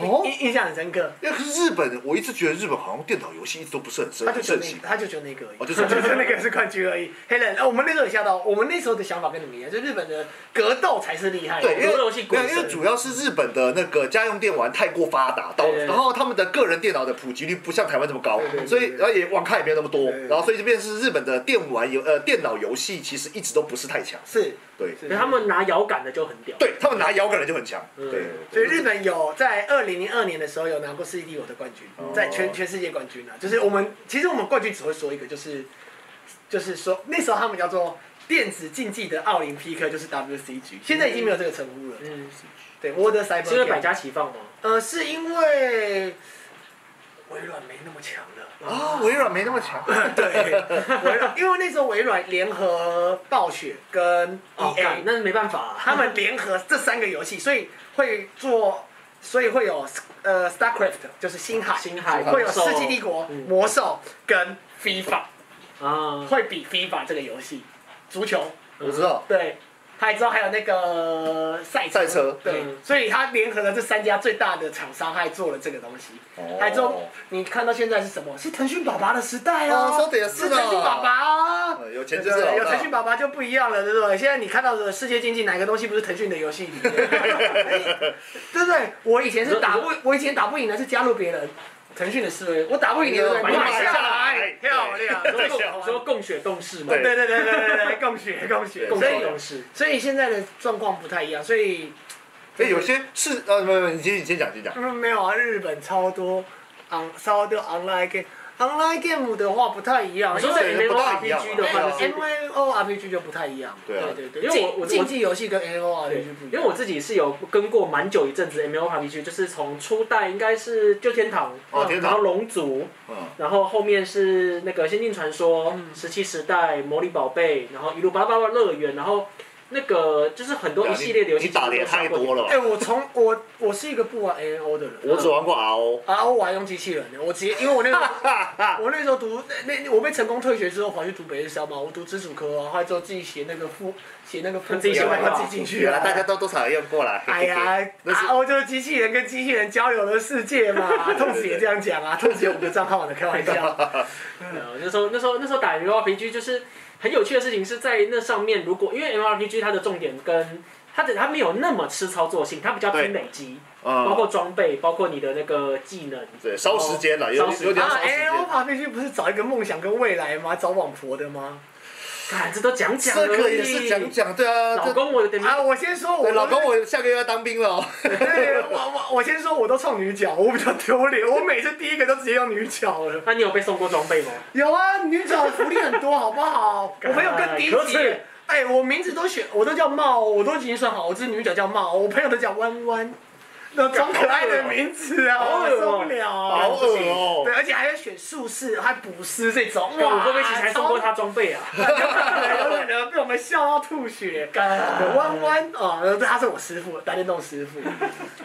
Speaker 1: 哦
Speaker 3: 印印象很深刻。
Speaker 1: 因为日本我一直觉得日本好像电脑游戏一直都不是很盛
Speaker 3: 他就觉
Speaker 1: 盛
Speaker 3: 得那
Speaker 1: 行
Speaker 3: 个，，他就觉得那个而已，
Speaker 1: 哦就觉 得
Speaker 3: 那个是冠军而已。黑人，呃我们那时候也吓到，我们那时候的想法跟你们一样，就日本的格斗才是厉害的。
Speaker 1: 对，因为
Speaker 2: 格斗游戏
Speaker 1: 没
Speaker 2: 鬼
Speaker 1: 有，因为
Speaker 2: 神
Speaker 1: 主要是日本的那个家用电玩太过发达，导
Speaker 2: 对对对
Speaker 1: 然后他们的个人电脑的普及率不像台湾这么高
Speaker 3: 对对，对
Speaker 1: 所以然后也网咖也没有那么多
Speaker 3: 对对，对
Speaker 1: 然后所以这便是日本的电玩游呃电脑游戏其实一直都不是太强，
Speaker 3: 是，
Speaker 1: 对
Speaker 2: 可
Speaker 3: 是
Speaker 2: 是他们拿摇杆的就很屌。
Speaker 1: 对，他们拿摇杆人就很强，
Speaker 2: 嗯
Speaker 1: 对，
Speaker 3: 所以日本有在二零零二年的时候有拿过世界帝国的冠军，
Speaker 1: 哦
Speaker 3: 在全全世界冠军啊，就是我们其实我们冠军只会说一个，就是就是说那时候他们叫做电子竞技的奥林匹克就是 WCG，现在已经没有这个称呼了。
Speaker 2: 嗯，
Speaker 3: 对，World
Speaker 2: 是因为
Speaker 3: Cyber
Speaker 2: 百
Speaker 3: Game。
Speaker 2: 家齐放吗？
Speaker 3: 呃，是因为微软没那么强了。
Speaker 1: 啊，微软没那么 强，
Speaker 3: 对，微软， 因为那时候微软联合暴雪跟
Speaker 2: 哦，干
Speaker 3: EA，、
Speaker 2: 那没办法啊、
Speaker 3: 他们联合这三个游戏，所以会做，所以会有呃 StarCraft，就是星海，
Speaker 2: 星海
Speaker 3: 会有
Speaker 2: 魔兽
Speaker 3: 世纪帝国、
Speaker 2: 嗯
Speaker 3: 魔兽跟 FIFA，
Speaker 2: 啊，
Speaker 3: 会比 FIFA 这个游戏，足球，
Speaker 1: 我知 道。
Speaker 3: 对。还之后还有那个赛
Speaker 1: 赛车
Speaker 3: 对，
Speaker 2: 嗯
Speaker 3: 所以他联合了这三家最大的厂商，还做了这个东西。
Speaker 1: 哦
Speaker 3: 台中，你看到现在是什么？是腾讯爸爸的时代哦，
Speaker 1: 哦说得也是
Speaker 3: 是
Speaker 1: 呢
Speaker 3: 腾讯爸爸哦。
Speaker 1: 呃有钱真的
Speaker 3: 对有腾讯爸爸就不一样了，对不对？现在你看到的世界经济哪个东西不是腾讯的游戏里面？对不对？我以前是打不，我以前打不赢的是加入别人腾讯的思维，我打不赢的人
Speaker 1: 买
Speaker 2: 下来
Speaker 3: 来，漂亮，
Speaker 1: 对
Speaker 3: 对
Speaker 2: 说说共血共事嘛，
Speaker 1: 对
Speaker 3: 对对对对对，共学共学，
Speaker 2: 共
Speaker 3: 所
Speaker 2: 血
Speaker 3: 以
Speaker 2: 共事。
Speaker 3: 所以现在的状况不太一样，所以
Speaker 1: 哎，有些是呃，没有，没有你先你先讲，先讲。
Speaker 3: 嗯，没有啊，日本超多 on 超多 online game。online game 的话不太一样，
Speaker 2: 你
Speaker 3: 因
Speaker 2: 说
Speaker 3: 为
Speaker 2: 是
Speaker 1: 对不大
Speaker 3: 啊
Speaker 1: 一样
Speaker 2: MMORPG 的话，就是
Speaker 3: M M O R P G 就不太一样。
Speaker 1: 对啊
Speaker 3: 对对，
Speaker 2: 因为我我
Speaker 3: 竞竞技游戏跟 M O R P
Speaker 2: 对
Speaker 3: G
Speaker 1: 嗯
Speaker 3: 不一样。
Speaker 2: 因为我自己是有跟过蛮久一阵子 MMORPG，就是从初代应该是旧天堂，
Speaker 1: 哦天堂
Speaker 2: 然后龙族，
Speaker 1: 嗯，
Speaker 2: 然后后面是那个《仙境传说》
Speaker 3: 嗯
Speaker 2: 石器时代》《魔力宝贝》，然后一路巴拉巴拉乐园，然后那个就是很多一系列的游戏。
Speaker 1: 你打的也太多了吧
Speaker 3: 哎、。我从我我是一个不玩 A N O 的人，
Speaker 1: 我只玩过 RO，
Speaker 3: 啊，我玩用机器人的，我直接因为我那个我那时候读那那我被成功退学之后跑去读北日商嘛，我读直属科啊，后来之后自己写那个附写那个附
Speaker 2: 自己写
Speaker 3: 文
Speaker 2: 报告
Speaker 3: 自己进去
Speaker 1: 原
Speaker 3: 啊
Speaker 1: 来大家都都想要过来。
Speaker 3: 哎呀
Speaker 1: 那是
Speaker 3: 啊，我就是机器人跟机器人交流的世界 嘛，痛死也这样讲啊，痛死有五个账号的，开玩笑。啊
Speaker 2: 呃，那时候那时候那时候打 MMORPG 就是很有趣的事情是在那上面，如果因为 MMORPG 它的重点跟它的它没有那么吃操作性，它比较
Speaker 1: 对
Speaker 2: 拼累积，包
Speaker 1: 嗯，
Speaker 2: 括装备，包括你的那个技能。
Speaker 1: 对，烧时间了，有
Speaker 2: 烧时间
Speaker 1: 有点
Speaker 3: 啊
Speaker 1: 烧时
Speaker 3: 哎，我
Speaker 1: 间。
Speaker 3: 怕必须不是找一个梦想跟未来吗？找网婆的吗？
Speaker 2: 看这都讲讲
Speaker 1: 这
Speaker 2: 而
Speaker 1: 个
Speaker 2: 已
Speaker 1: 也是讲讲，对啊，
Speaker 2: 老
Speaker 1: 这
Speaker 2: 公我的
Speaker 3: 啊，我先说我
Speaker 1: 对老公，我下个月要当兵了哦。
Speaker 3: 对，我我我先说我都冲女角，我比较丢脸，我每次第一个都直接用女角了。
Speaker 2: 那、你有被送过装备吗？
Speaker 3: 有啊，女角福利很多，好不好？ 我朋友更低
Speaker 2: 可
Speaker 3: 级
Speaker 2: 耻。
Speaker 3: 哎，我名字都选，我都叫茂，我都已经算好，我这女角叫茂，我朋友都叫弯弯，那装可爱的名字啊，
Speaker 2: 好恶
Speaker 3: 我
Speaker 2: 哦
Speaker 3: 受不了啊。
Speaker 1: 好恶哦
Speaker 3: 对，而且还要选术士，还捕师这种，
Speaker 2: 我
Speaker 3: 哇，
Speaker 2: 会不会其实还送过他装备啊？
Speaker 3: 超有可能？有可能被我们笑到吐血。
Speaker 2: 干
Speaker 3: 弯弯啊，呃他是我师傅，打电动师 傅。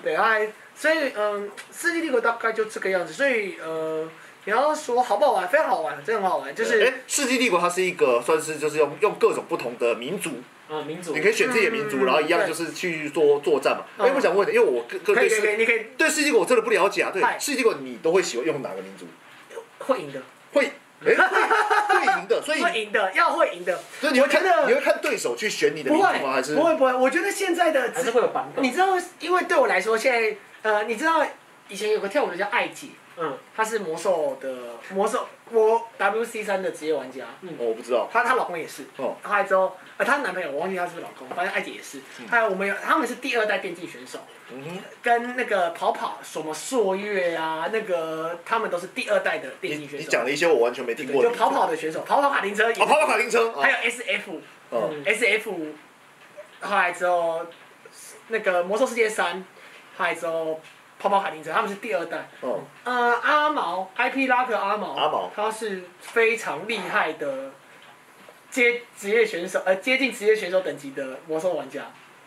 Speaker 3: 对，还所以嗯，世纪帝国大概就这个样子。所以呃，你要说好不好玩，非常好玩，真的很好 玩。就是
Speaker 1: 哎，世纪帝国它是一个算是就是用用各种不同的民族，
Speaker 2: 嗯，民族
Speaker 1: 你可以选自己的民族，
Speaker 3: 嗯
Speaker 1: 然后一样
Speaker 3: 对
Speaker 1: 就是去做作战嘛。哎，
Speaker 3: 嗯
Speaker 1: 我想问的，因为我个个
Speaker 3: 可以
Speaker 1: 对
Speaker 3: 可以可以，
Speaker 1: 世
Speaker 3: 你可以
Speaker 1: 对世纪帝国我真的不了解啊。对
Speaker 3: 嗨，
Speaker 1: 世纪帝国你都会喜欢用哪个民族？
Speaker 3: 会赢的，
Speaker 1: 会，哎，会会赢的，所以
Speaker 3: 会赢的，要会赢的。
Speaker 1: 所以你会看
Speaker 3: 我觉得
Speaker 1: 你会看对手去选你的
Speaker 3: 不
Speaker 1: 民
Speaker 3: 会
Speaker 1: 族吗？还是
Speaker 3: 不会不会，我觉得现在的
Speaker 2: 还是会有版本
Speaker 3: 你。知道，因为对我来说，现在呃，你知道以前有个跳舞的叫艾姐，
Speaker 2: 嗯，
Speaker 3: 她是魔兽的魔兽，我 WC 三的职业玩家，
Speaker 1: 哦我不知道。
Speaker 3: 她她老公也是，
Speaker 1: 哦
Speaker 3: 后来之后，呃，她男朋友我忘记她是不是老公，反正艾姐也是。还有我们有他们是第二代电竞选手，
Speaker 1: 嗯哼，
Speaker 3: 跟那个跑跑什么朔月啊，那个他们都是第二代的
Speaker 1: 你
Speaker 3: 电竞选
Speaker 1: 你
Speaker 3: 手，
Speaker 1: 讲了一些我完全没听过的
Speaker 3: 就
Speaker 1: 名字。
Speaker 3: 跑跑的选手，跑跑卡丁车也是，
Speaker 1: 哦，跑跑卡丁车，
Speaker 3: 还
Speaker 1: 哦
Speaker 3: 有嗯 SF。
Speaker 1: 哦，
Speaker 3: SF，后来之后那个魔兽世界三，后来之后泡泡卡丁车，他们是第二代。
Speaker 1: 哦，
Speaker 3: 呃，阿毛 IP 拉克阿毛，
Speaker 1: 阿毛
Speaker 3: 他是非常厉害的接职业选手，呃，接近职业选手等级的魔兽玩家。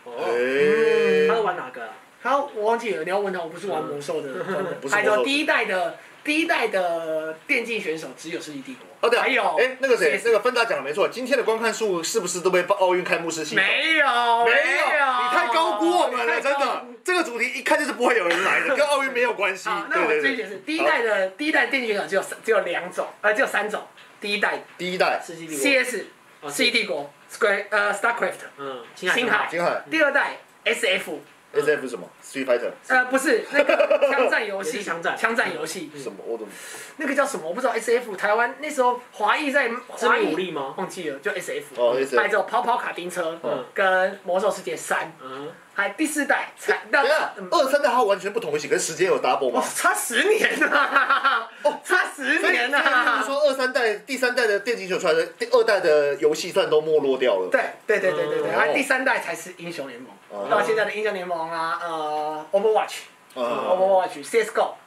Speaker 2: 哦，他
Speaker 1: 哎
Speaker 2: 都，玩哪个啊？
Speaker 3: 他我忘记了，你要问他，我不是玩魔兽的专门，
Speaker 1: 不是魔兽
Speaker 3: 嗯还有第一代的第一代的电竞选手只有世纪帝国，
Speaker 1: 哦对啊，
Speaker 3: 还有
Speaker 1: 哎，那个谁，
Speaker 3: CS
Speaker 1: 那个芬达讲的没错，今天的观看数是不是都被奥运开幕式吸引？
Speaker 3: 没有
Speaker 1: 没
Speaker 3: 有，
Speaker 1: 你太高估我们了，
Speaker 3: 你太
Speaker 1: 真
Speaker 3: 高
Speaker 1: 的
Speaker 3: 估。
Speaker 1: 这个主题一看就是不会有人来的，跟奥运没有关系
Speaker 3: 好，。那
Speaker 1: 对
Speaker 3: 我
Speaker 1: 对
Speaker 3: 自己
Speaker 1: 对，
Speaker 3: 解释，第一代的第一代电竞选手只有三只有两种，呃，只有三种。第一代
Speaker 1: 第一代，
Speaker 2: 世纪帝国。
Speaker 3: CS、
Speaker 2: 哦
Speaker 3: 世纪帝国、Square 呃 StarCraft，
Speaker 2: 嗯，星海。
Speaker 3: 星海
Speaker 1: 金海
Speaker 3: 第二代 SF，
Speaker 1: SF 是什么？Street Fighter
Speaker 3: 呃，不是那个枪战游
Speaker 2: 也
Speaker 3: 戏，
Speaker 2: 是枪战嗯
Speaker 3: 游戏，
Speaker 1: 什么？
Speaker 3: 嗯
Speaker 1: 我怎么？
Speaker 3: 那个叫什么？我不知道。SF 台湾那时候华裔在
Speaker 2: 是
Speaker 3: 华
Speaker 2: 努
Speaker 3: 裔
Speaker 2: 力吗？
Speaker 3: 忘记了，就 SF，
Speaker 1: 哦，SF
Speaker 3: 还有跑跑卡丁车
Speaker 2: 嗯
Speaker 3: 跟魔兽世界三，
Speaker 2: 嗯，
Speaker 3: 还第四代才
Speaker 1: 等
Speaker 2: 哎
Speaker 3: 那
Speaker 1: 一下
Speaker 3: 嗯
Speaker 2: 哦
Speaker 1: 二三代它完全不同游戏，跟时间有 double 吗
Speaker 3: 哇？差十年啊！哦，差十
Speaker 1: 所以
Speaker 3: 年
Speaker 1: 就是
Speaker 3: 啊！
Speaker 1: 说二三代、第三代的电竞球出来的，第二代的游戏算都没落掉了。
Speaker 3: 对对对对对对，
Speaker 1: 哦
Speaker 3: 然后第三代才是英雄联
Speaker 1: 哦
Speaker 3: 盟，到现在的英雄联盟啊，呃，Overwatch、
Speaker 1: 嗯，
Speaker 3: Overwatch、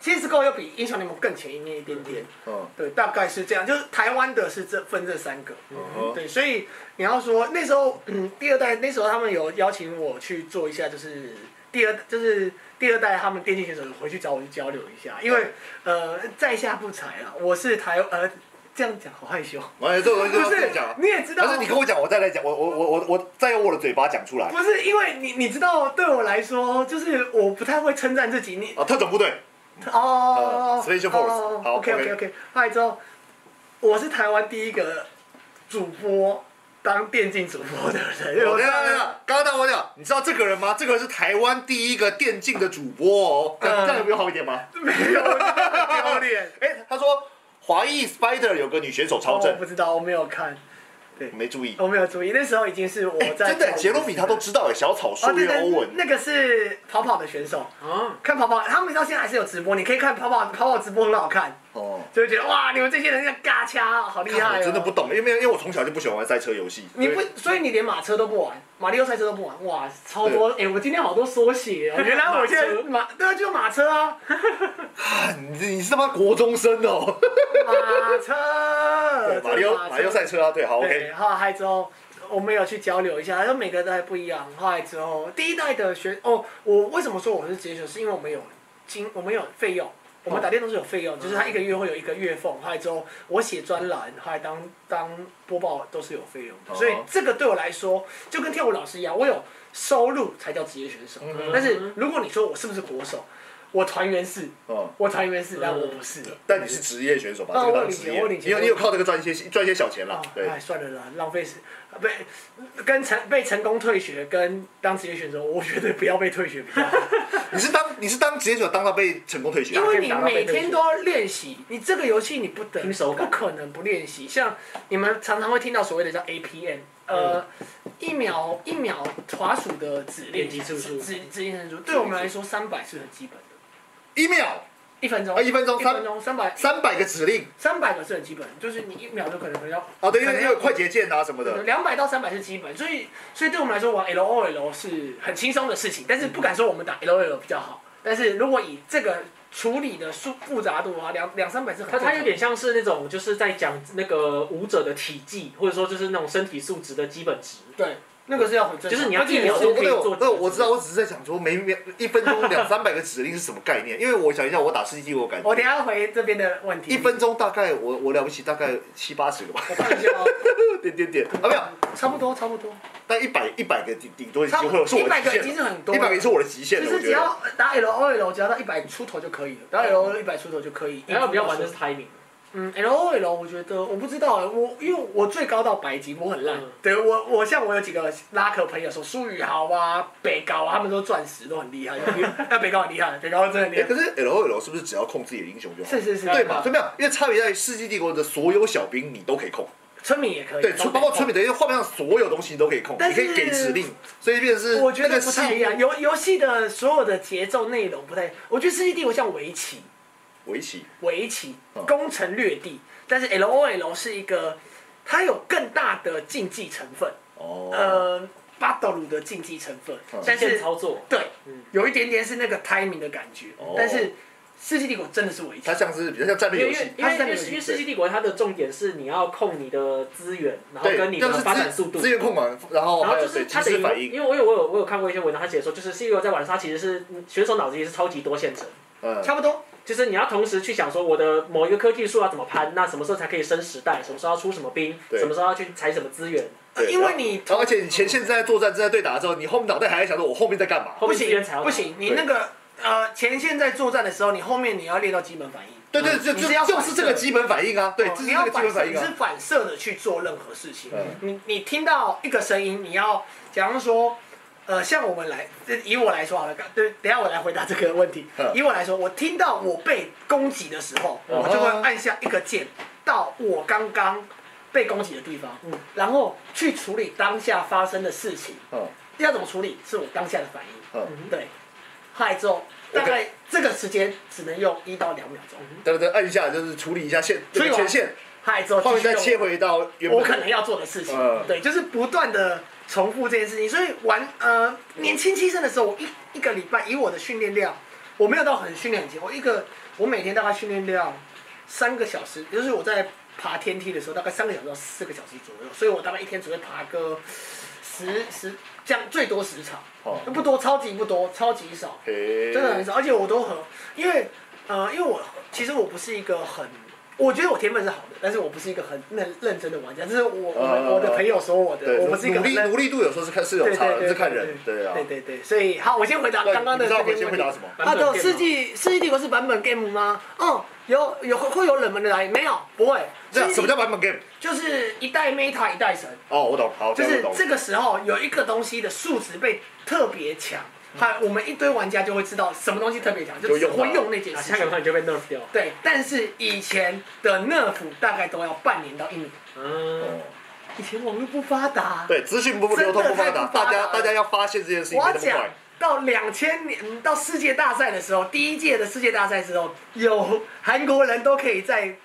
Speaker 3: CS:GO，CS:GO 又比英雄联盟更前面一点点。
Speaker 1: 嗯
Speaker 3: 对，大概是这样，就是台湾的是这分这三个。
Speaker 1: 嗯，
Speaker 3: 对，所以你要说那时候，嗯，第二代那时候他们有邀请我去做一下，就是第二就是第二代他们电竞选手回去找我去交流一下，因为呃在下不才啊，我是台呃这样讲好害羞，
Speaker 1: 完了这个东西
Speaker 3: 不
Speaker 1: 就要
Speaker 3: 是
Speaker 1: 自己讲了。
Speaker 3: 你也知道，
Speaker 1: 啊但是你跟我讲，我再来讲，我我我我我再用我的嘴巴讲出来。
Speaker 3: 不是因为你你知道对我来说就是我不太会称赞自己，你
Speaker 1: 啊，特种部队，
Speaker 3: 哦
Speaker 1: 呃，所以就 Force，
Speaker 3: 哦
Speaker 1: 好
Speaker 3: OK
Speaker 1: OK
Speaker 3: OK OK，后来之后，我是台湾第一个主播当电竞主播的人，
Speaker 1: 我哦
Speaker 3: 我
Speaker 1: 等一下等一
Speaker 3: 当
Speaker 1: 下，刚刚大我讲，你知道这个人吗？这个人是台湾第一个电竞的主播哦，这样
Speaker 3: 嗯
Speaker 1: 这样有没有好一点吗？
Speaker 3: 没有丢脸。
Speaker 1: 哎，他说华裔 Spider 有个女选手超
Speaker 3: 哦我
Speaker 1: 正
Speaker 3: 不，知道，我没有看，
Speaker 1: 没注意。
Speaker 3: 我没有注意，那时候已经是我
Speaker 1: 哎，
Speaker 3: 在、
Speaker 1: 真的，杰罗米他都知道哎，小草
Speaker 3: 哦
Speaker 1: 树
Speaker 3: 对
Speaker 1: 叶欧
Speaker 3: 对
Speaker 1: 文，，
Speaker 3: 那个是跑跑的选手，
Speaker 2: 啊，
Speaker 3: 看跑跑，他们到现在还是有直播，你可以看跑跑跑跑直播很好看，
Speaker 1: 哦，
Speaker 3: 就会觉得哇，你们这些人在嘎掐，好厉害、
Speaker 1: 看
Speaker 3: 哦！
Speaker 1: 我真的不懂，因为因为我从小就不喜欢玩赛车游戏。
Speaker 3: 你
Speaker 1: 对
Speaker 3: 不，所以你连马车都不玩，马里奥赛车都不玩，哇，超多！哎、我今天好多缩写哦，原来我现在马，对啊，就马车啊，
Speaker 1: 啊你你是他妈国中生哦。
Speaker 3: 马车，
Speaker 1: 对，马里奥马里奥赛车啊，对，好
Speaker 3: 对，
Speaker 1: OK。
Speaker 3: 后来之后我们有去交流一下，然后每个代不一样。后来之后，第一代的学哦，我为什么说我是职业选手，是因为我们有经我们有费用。我们打电动是有费用，
Speaker 1: 嗯
Speaker 3: 就是他一个月会有一个月俸，后来之后我写专栏，后来当当播报都是有费用的，
Speaker 1: 哦
Speaker 3: 所以这个对我来说就跟跳舞老师一样，我有收入才叫职业选手。
Speaker 1: 嗯
Speaker 3: 但是如果你说我是不是国手，我团员是，
Speaker 1: 哦，
Speaker 3: 我团员是，但我不是。
Speaker 1: 但你是职业选手吧？
Speaker 3: 啊
Speaker 1: 这个
Speaker 3: 我
Speaker 1: 当
Speaker 3: 理
Speaker 1: 职
Speaker 3: 解
Speaker 1: 业，
Speaker 3: 我理解
Speaker 1: 你有你有靠这个赚一些赚一些小钱啦
Speaker 3: 啊，，
Speaker 1: 对。
Speaker 3: 哎，算了啦，浪费时，被跟成被成功退学跟当职业选手，我觉得不要被退学比较好，
Speaker 1: 你是当你是当职业选手，当到被成功退学
Speaker 3: 因
Speaker 1: 啊？
Speaker 3: 为你每天都要练习，你这个游戏你不等
Speaker 2: 拼手
Speaker 3: 不
Speaker 2: 感
Speaker 3: 可能不练习。像你们常常会听到所谓的叫 APM，呃，一秒一秒滑鼠的指
Speaker 2: 点
Speaker 3: 令
Speaker 2: 击次数
Speaker 3: 指指令次数，对我们来说三百是很基本的，
Speaker 1: 一秒
Speaker 3: 一分钟
Speaker 1: 啊一分钟
Speaker 3: 一
Speaker 1: 三
Speaker 3: 分钟三百
Speaker 1: 三百个指令
Speaker 3: 三百个是很基本的，就是你一秒就可能要
Speaker 1: 啊，对，因为
Speaker 3: 可能
Speaker 1: 因
Speaker 3: 要
Speaker 1: 为快捷键啊什么的，
Speaker 3: 两百到三百是基本，所以所以对我们来说玩 L O L 是很轻松的事情，但是不敢说我们打 L O L 比较好。但是如果以这个处理的复复杂度啊，两两三百是很
Speaker 2: 它
Speaker 3: 正常
Speaker 2: 它有点像是那种就是在讲那个舞者的体技，或者说就是那种身体素质的基本值。
Speaker 3: 对，那个是要很正常，
Speaker 2: 就是你要
Speaker 3: 而且
Speaker 2: 一秒
Speaker 1: 我
Speaker 2: 钟
Speaker 1: 我
Speaker 2: 可以
Speaker 1: 对
Speaker 2: 做
Speaker 1: 我对我知道，我只是在想说每秒一分钟两三百个指令是什么概念？因为我想一下，我打世纪帝国感觉
Speaker 3: 我等一下回这边的问题，
Speaker 1: 一分钟大概我我了不起大概七八十个吧，
Speaker 3: 我看一下 哦，
Speaker 1: 点点点啊没有，
Speaker 3: 差不多差不多，
Speaker 1: 但一百一百个顶顶多已经
Speaker 3: 差不
Speaker 1: 会有
Speaker 3: 多
Speaker 1: 是我
Speaker 3: 一
Speaker 1: 的
Speaker 3: 百
Speaker 1: 极
Speaker 3: 个
Speaker 1: 限
Speaker 3: 已经是很多
Speaker 1: 了，一百
Speaker 3: 了
Speaker 1: 个也是我的极限
Speaker 3: 就
Speaker 1: 了，我
Speaker 3: 是只
Speaker 1: 觉得。
Speaker 3: 要打 L O L 只要到一百出头就可以了，打 L O L 一百出头就可以。
Speaker 2: 然后比较玩的是 timing，
Speaker 3: 嗯，L O L，我觉得我不知道欸，我因为我最高到白级，我很烂。
Speaker 2: 嗯
Speaker 3: 对我，我像我有几个拉客朋友说，苏宇豪啊、北高啊，他们都钻石都很厉害， 那北高很厉害，北高真的很厉
Speaker 1: 哎
Speaker 3: 害。
Speaker 1: 可是 L O L 是不是只要控自己的英雄就好？
Speaker 3: 是是是，
Speaker 1: 对嘛？怎么样？因为差别在于世纪帝国的所有小兵你都可以控。
Speaker 3: 村民也可以，
Speaker 1: 对，
Speaker 3: 都可以
Speaker 1: 包括村民的，因为画面上所有东西你都可以控，
Speaker 3: 但
Speaker 1: 你可
Speaker 3: 是
Speaker 1: 以给指令，所以变成是
Speaker 3: 我觉
Speaker 1: 那
Speaker 3: 得
Speaker 1: 个
Speaker 3: 不
Speaker 1: 系
Speaker 3: 太一样，游游戏的所有的节奏内容不太，我觉得《世纪帝国》像围棋，
Speaker 1: 围棋
Speaker 3: 围棋
Speaker 1: 嗯
Speaker 3: 攻城略地，但是 L O L 是一个它有更大的竞技成分，
Speaker 1: 哦，
Speaker 3: 呃，battle 的竞技成分
Speaker 1: 嗯，
Speaker 3: 但
Speaker 2: 线
Speaker 3: 是
Speaker 2: 操作。
Speaker 3: 对，有一点点是那个 timing 的感觉，
Speaker 1: 哦
Speaker 3: 但是《世纪帝国》真的是围棋
Speaker 1: 它，像是比较像战
Speaker 2: 因为
Speaker 1: 略游
Speaker 2: 因
Speaker 1: 戏
Speaker 2: 为，因为
Speaker 3: 它是在
Speaker 2: 因为
Speaker 3: 那个
Speaker 2: 因为世纪帝国它的重点是你要控你的资源，然后跟
Speaker 1: 对，
Speaker 2: 你
Speaker 1: 要
Speaker 2: 的
Speaker 1: 是
Speaker 2: 发展速
Speaker 1: 资
Speaker 2: 度
Speaker 1: 资。源控管，然后
Speaker 2: 然
Speaker 1: 还
Speaker 2: 后就
Speaker 1: 有
Speaker 2: 是
Speaker 1: 对及
Speaker 2: 它的
Speaker 1: 时反
Speaker 2: 赢，
Speaker 1: 应，
Speaker 2: 因为我有我有我有看过一些文章，他写说就是世纪帝国在玩的时候，它其实是嗯选手脑子也是超级多线程。
Speaker 1: 嗯，
Speaker 3: 差不多。
Speaker 2: 就是你要同时去想说我的某一个科技树要怎么攀，那什么时候才可以升时代，什么时候要出什么兵，
Speaker 1: 对
Speaker 2: 什么时候要去采什么资源，
Speaker 1: 对
Speaker 3: 因为你
Speaker 1: 然后而且你前线正在作战正在对打的时候，你后面脑袋还在想着我后面在干嘛？
Speaker 2: 后
Speaker 3: 不
Speaker 2: 面资
Speaker 3: 行
Speaker 2: 源才要
Speaker 3: 不行，你
Speaker 1: 对
Speaker 3: 那个呃前线在作战的时候，你后面你要练到基本反应。
Speaker 1: 对对，就
Speaker 3: 嗯你
Speaker 1: 就是
Speaker 3: 要反
Speaker 1: 就
Speaker 3: 射
Speaker 1: 是这个基本反应啊，对，
Speaker 3: 哦
Speaker 1: 这是
Speaker 3: 你
Speaker 1: 这
Speaker 3: 要
Speaker 1: 个基
Speaker 3: 反
Speaker 1: 本
Speaker 3: 射，
Speaker 1: 反应
Speaker 3: 你是
Speaker 1: 啊，
Speaker 3: 反射的去做任何事情
Speaker 1: 嗯。
Speaker 3: 你你听到一个声音，你要，假如说，呃，像我们来，这以我来说好了，对，等一下我来回答这个问题
Speaker 1: 嗯。
Speaker 3: 以我来说，我听到我被攻击的时候，
Speaker 1: 嗯
Speaker 3: 我就会按下一个键，到我刚刚被攻击的地方
Speaker 2: 嗯，
Speaker 3: 然后去处理当下发生的事情。
Speaker 1: 嗯
Speaker 3: 要怎么处理，是我当下的反应。
Speaker 1: 嗯
Speaker 3: 对。后来之后，大
Speaker 1: OK 嗯
Speaker 3: 概这个时间只能用一到两秒钟，
Speaker 1: 对对，按一下就是处理一下线，这
Speaker 3: 所以
Speaker 1: 个
Speaker 3: 我
Speaker 1: 前线，
Speaker 3: 后来之后
Speaker 1: 画面
Speaker 3: 继续
Speaker 1: 再
Speaker 3: 用
Speaker 1: 切回到原
Speaker 3: 我可
Speaker 1: 本。
Speaker 3: 能要做的事情，
Speaker 1: 嗯
Speaker 3: 对，就是不断的重复这件事情。所以玩呃年轻期生的时候，我一一个礼拜以我的训练量，我没有到很训练很勤，我一个我每天大概训练量三个小时，也就是我在爬天梯的时候，大概三个小时到四个小时左右，所以我大概一天只会爬个十十这样最多十场，
Speaker 1: 哦
Speaker 3: 不多，超级不多，超级少。
Speaker 1: 嘿，
Speaker 3: 真的很少，而且我都很，因为呃，因为我其实我不是一个很，我觉得我天分是好的，但是我不是一个很认认真的玩家，这是我我们
Speaker 1: 呃
Speaker 3: 我的朋友说我的，
Speaker 1: 对，
Speaker 3: 我不是一个
Speaker 1: 努
Speaker 3: 很
Speaker 1: 力
Speaker 3: 认
Speaker 1: 努力度有时候是看是有
Speaker 3: 对
Speaker 1: 差
Speaker 3: 对
Speaker 1: 的，
Speaker 3: 对，
Speaker 1: 是看人，对
Speaker 3: 对
Speaker 1: 啊
Speaker 3: 对。对对，所以好，我先回答
Speaker 1: 对
Speaker 3: 刚刚的
Speaker 1: 你知道
Speaker 3: 这
Speaker 1: 我
Speaker 3: 个
Speaker 1: 先
Speaker 3: 问
Speaker 1: 回
Speaker 3: 题
Speaker 1: 答。什么？
Speaker 3: 啊，
Speaker 2: 版本
Speaker 3: 就
Speaker 2: 电脑
Speaker 3: 世纪世纪帝国是版本 game 吗？哦，有有会会有冷门的来，没有不会，
Speaker 1: 这样啊
Speaker 3: 世纪
Speaker 1: 什么叫版本 game？
Speaker 3: 就是一代 meta 一代神，
Speaker 1: 哦，我懂，好，
Speaker 3: 就
Speaker 1: 这样我
Speaker 3: 是
Speaker 1: 懂。
Speaker 3: 这个时候有一个东西的数值被特别强，还有我们一堆玩家就会知道什么东西特别强，就
Speaker 1: 嗯就
Speaker 3: 只
Speaker 1: 用它
Speaker 3: 会用那件
Speaker 2: 啊
Speaker 3: 事
Speaker 2: 下个
Speaker 3: 情
Speaker 1: 哦
Speaker 2: 的。话你就被 nerf 掉。
Speaker 3: 对，但是以前的 nerf 大概都要半年到一年，
Speaker 2: 嗯，
Speaker 1: 哦
Speaker 3: 以前网络不发达。
Speaker 1: 对，资讯不流通不发达，
Speaker 3: 真的太不发达
Speaker 1: 大家
Speaker 3: 了
Speaker 1: 大家要发现这件事情
Speaker 3: 我
Speaker 1: 没
Speaker 3: 要
Speaker 1: 那么
Speaker 3: 讲
Speaker 1: 快。
Speaker 3: 到两千年到世界大赛的时候，第一届的世界大赛时候，有韩国人都可以在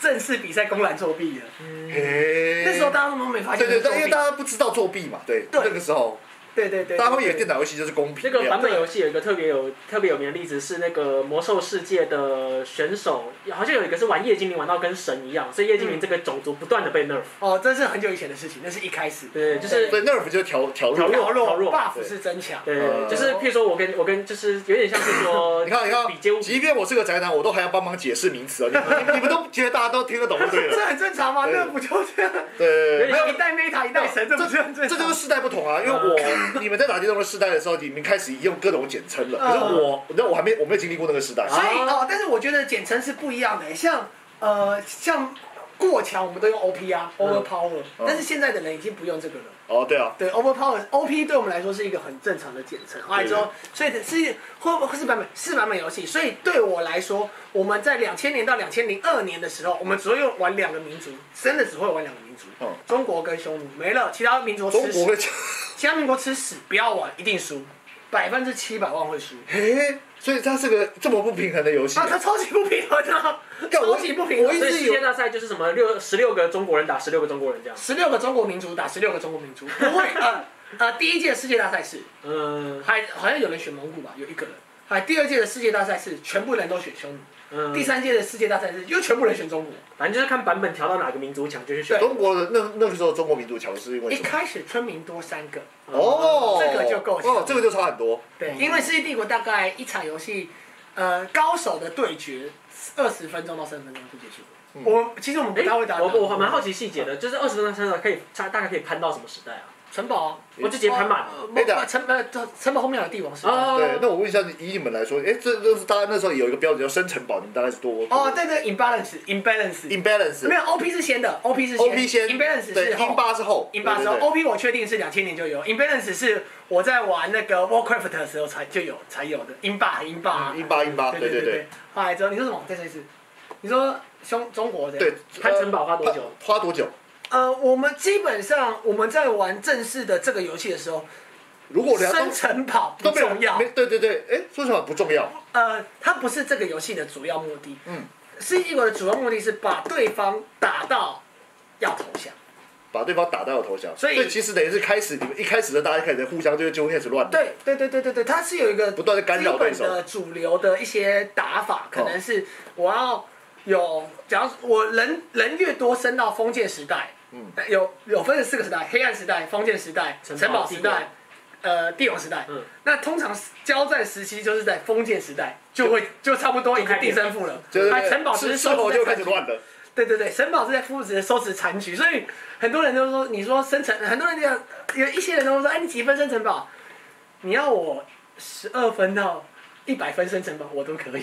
Speaker 3: 正式比赛公然作弊了。
Speaker 1: 嘿，
Speaker 3: 那时候大家都没发现
Speaker 1: 对
Speaker 3: 作
Speaker 1: 对对，
Speaker 3: 弊，
Speaker 1: 因为大家不知道作弊嘛，对，
Speaker 3: 对
Speaker 1: 那个时候
Speaker 3: 对对对，
Speaker 1: 大家会以为
Speaker 3: 对
Speaker 1: 电脑游戏就是公平
Speaker 2: 那个
Speaker 1: 没有
Speaker 2: 版本游戏有一个特别有特别有名的例子是那个魔兽世界的选手，好像有一个是玩夜精灵玩到跟神一样，所以夜精灵这个种族不断的被 nerf。
Speaker 3: 哦，这是很久以前的事情，那是一开始。
Speaker 2: 对，就是
Speaker 1: 对 nerf 就是调调弱。
Speaker 2: 调弱
Speaker 3: 弱
Speaker 2: 调弱
Speaker 3: 弱 buff
Speaker 1: 对
Speaker 3: 是增强。
Speaker 2: 对，就是譬如说我跟我跟就是有点像是 说，
Speaker 1: 你看，你
Speaker 2: 比街舞
Speaker 1: 看，
Speaker 2: 比
Speaker 1: 即便我是个宅男，我都还要帮忙解释名词啊！你们你你们都觉得大家都听得懂就对
Speaker 3: 这
Speaker 1: 了。
Speaker 3: 很正常嘛，
Speaker 1: 对
Speaker 3: 那不就这样？
Speaker 1: 对，
Speaker 2: 没有
Speaker 3: 一代 meta 一代神，这不是很 正
Speaker 1: 这
Speaker 3: 常？
Speaker 1: 就是世代不同啊，因为 我你们在打电动的世代的时候，你们开始用各种简称了。可是我，那我还没我没有经历过那个时代。
Speaker 3: 嗯所以哦，但是我觉得简称是不一样的，欸像呃像过桥我们都用 OP 啊，overpower，、
Speaker 1: 嗯
Speaker 3: 但是现在的人已经不用这个了。
Speaker 1: 哦，对啊，
Speaker 3: 对，overpower，OP 对我们来说是一个很正常的简称。后来之后，所以是或或是版本是版本游戏，所以对我来说，我们在两千年到两千零二年的时候，我们只会玩两个民族，真的只会玩两个民族，
Speaker 1: 嗯
Speaker 3: 中国跟匈奴没了，其他民族
Speaker 1: 中
Speaker 3: 吃
Speaker 1: 国
Speaker 3: 屎，
Speaker 1: 会，
Speaker 3: 其他民族吃屎，不要玩，一定输，百分之七百万会输。
Speaker 1: 嘿，所以它是个这么不平衡的游戏
Speaker 3: 啊，。他超级不平衡啊，
Speaker 1: 干我
Speaker 3: 超级不平
Speaker 1: 我一
Speaker 3: 衡。
Speaker 1: 直
Speaker 2: 所以世界大赛就是什么六十六个中国人打十六个中国人这样。
Speaker 3: 十六个中国民族打十六个中国民族，不会呃呃，第一届世界大赛是
Speaker 2: 嗯
Speaker 3: 还好像有人选蒙古吧，有一个人。还第二届的世界大赛是全部人都选匈奴，
Speaker 2: 嗯，
Speaker 3: 第三届的世界大赛是又全部人选中国。
Speaker 2: 反正就是看版本调到哪个民族强就去选。
Speaker 1: 中国的那那个时候，中国民族强是因为
Speaker 3: 一
Speaker 1: 什么？
Speaker 3: 开始村民多三个，
Speaker 1: 哦，
Speaker 3: 这个就够强
Speaker 1: 哦，这个就差很多。
Speaker 3: 对，因为世界帝国大概一场游戏，呃，高手的对决二十分钟到三十分钟就结束。我们其实我们不
Speaker 2: 哎，
Speaker 3: 太会打，嗯
Speaker 2: 我我蛮好奇细节的，就是二十分钟、三十可以大大概可以攀到什么时代啊？
Speaker 3: 城堡，
Speaker 2: 我就直接攀满了。
Speaker 1: 哎等一下
Speaker 3: 呃城呃城堡后面有帝王时代。
Speaker 2: 哦
Speaker 1: 对，那我问一下，以你们来说，哎，这这是大家那时候有一个标准叫生辰宝，你们大概是多？
Speaker 3: 哦，对对，imbalance，imbalance，没
Speaker 1: ，imbalance，OP
Speaker 3: 有 OP 是先的，OP 是
Speaker 1: OP 先
Speaker 3: ，imbalance
Speaker 1: 对
Speaker 3: 是后
Speaker 1: 英八是后，
Speaker 3: ，in 八
Speaker 1: 对
Speaker 3: 是
Speaker 1: 对
Speaker 3: 后
Speaker 1: 对
Speaker 3: ，OP 我确定是两千年就有，imbalance 是我在玩那个 Warcraft 的时候才就有才有的，in 八 in 八
Speaker 1: 英八英八，嗯对对
Speaker 3: 对
Speaker 1: 对。。
Speaker 3: 后来之后你说什么？再说一次，你说中中国的
Speaker 1: 对，
Speaker 2: 攀城堡花多久
Speaker 1: 花花多久？
Speaker 3: 呃，我们基本上我们在玩正式的这个游戏的时候，
Speaker 1: 如果连
Speaker 3: 生辰跑不
Speaker 1: 都没有
Speaker 3: 重要
Speaker 1: 没，对对对，哎，说实话不重要。
Speaker 3: 呃，它不是这个游戏的主要目的。
Speaker 1: 嗯，
Speaker 3: 世纪帝国的主要目的是把对方打到要投降。
Speaker 1: 把对方打到头降，
Speaker 3: 所以
Speaker 1: 其实等于是开始，你们一开始的大家开始互相就就开始乱，
Speaker 3: 对对对对对对，它是有一个
Speaker 1: 不断的干扰
Speaker 3: 基本
Speaker 1: 对手
Speaker 3: 的主流的一些打法，可能是我要有，假如我人人越多，升到封建时代，嗯，有有分成四个时代：黑暗时代、封建时代、
Speaker 2: 城堡
Speaker 3: 城堡时
Speaker 2: 帝国
Speaker 3: 代。呃，帝王时代，
Speaker 2: 嗯
Speaker 3: 那通常交战时期就是在封建时代，就会就差不多已经地胜负了。
Speaker 1: 就是
Speaker 3: 啊城堡只
Speaker 1: 是
Speaker 3: 是
Speaker 1: 是
Speaker 3: 收
Speaker 1: 否
Speaker 3: 拾在
Speaker 1: 就开始
Speaker 3: 残局
Speaker 1: 乱了。
Speaker 3: 对对对，沈宝是在负责收拾残局，所以很多人都说，你说生辰，很多人讲，有一些人都说，哎，你几分生辰宝？你要我十二分到一百分生辰宝，我都可以。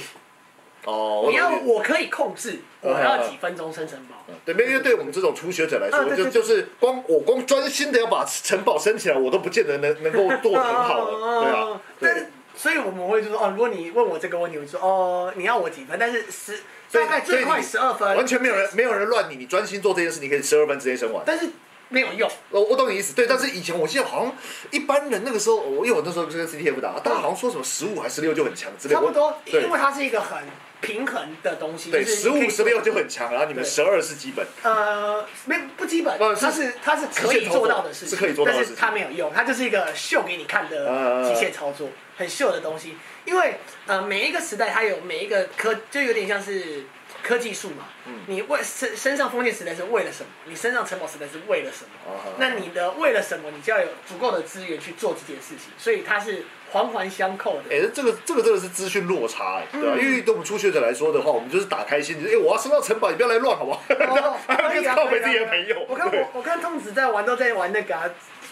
Speaker 1: 哦，
Speaker 3: 你要
Speaker 1: 懂
Speaker 3: 我可以控制，
Speaker 1: 哦
Speaker 3: 我要几分钟生辰宝？
Speaker 1: 对，没有因为对我们这种初学者来说，
Speaker 3: 啊对对
Speaker 1: 就就是光我光专心的要把城堡升起来，我都不见得能能够做得哦很好了，对啊，
Speaker 3: 哦但
Speaker 1: 对
Speaker 3: 是。所以我们会就说哦，如果你问我这个问题，我就说哦，你要我几分？但是十
Speaker 1: 所以
Speaker 3: 大概
Speaker 1: 所以
Speaker 3: 最快
Speaker 1: 你
Speaker 3: 十二分，
Speaker 1: 完全没有人没有人乱你，你专心做这件事，你可以十二分之内升完。
Speaker 3: 但是。没有用。
Speaker 1: 我我懂你意思，对，但是以前我记得好像一般人那个时候，我因为我那时候是跟 CTF 打，大家好像说什么十五还十六就很强之类的，
Speaker 3: 差不多，
Speaker 1: 对
Speaker 3: 因为它是一个很平衡的东西。
Speaker 1: 对，
Speaker 3: 就是
Speaker 1: 十
Speaker 3: 你可
Speaker 1: 五
Speaker 3: 以
Speaker 1: 十六就很强，然后你们
Speaker 3: 对
Speaker 1: 十二是基本，
Speaker 3: 呃，没不基本
Speaker 1: 不，哦是
Speaker 3: 它是它是可以做到的事情，
Speaker 1: 是可以做到的事情
Speaker 3: 但是它没有用，它就是一个秀给你看的
Speaker 1: 呃
Speaker 3: 极限操作，很秀的东西。因为呃，每一个时代它有每一个科，就有点像是科技树嘛。
Speaker 1: 嗯
Speaker 3: 你为身身上封建时代是为了什么？你身上城堡时代是为了什么？
Speaker 1: 啊
Speaker 3: 那你的为了什么？你就要有足够的资源去做这件事情，所以它是环环相扣的。
Speaker 1: 哎、 这个这个真的是资讯落差哎、对吧、
Speaker 3: 嗯
Speaker 1: 因为对我们初学者来说的话，我们就是打开心，就是哎、我要升到城堡，你不要来乱，好不好？
Speaker 3: 哦可以啊
Speaker 1: 靠北
Speaker 3: 可以啊
Speaker 1: 自己的朋友
Speaker 3: 我看
Speaker 1: 对
Speaker 3: 我我看通子在玩，都在玩那个啊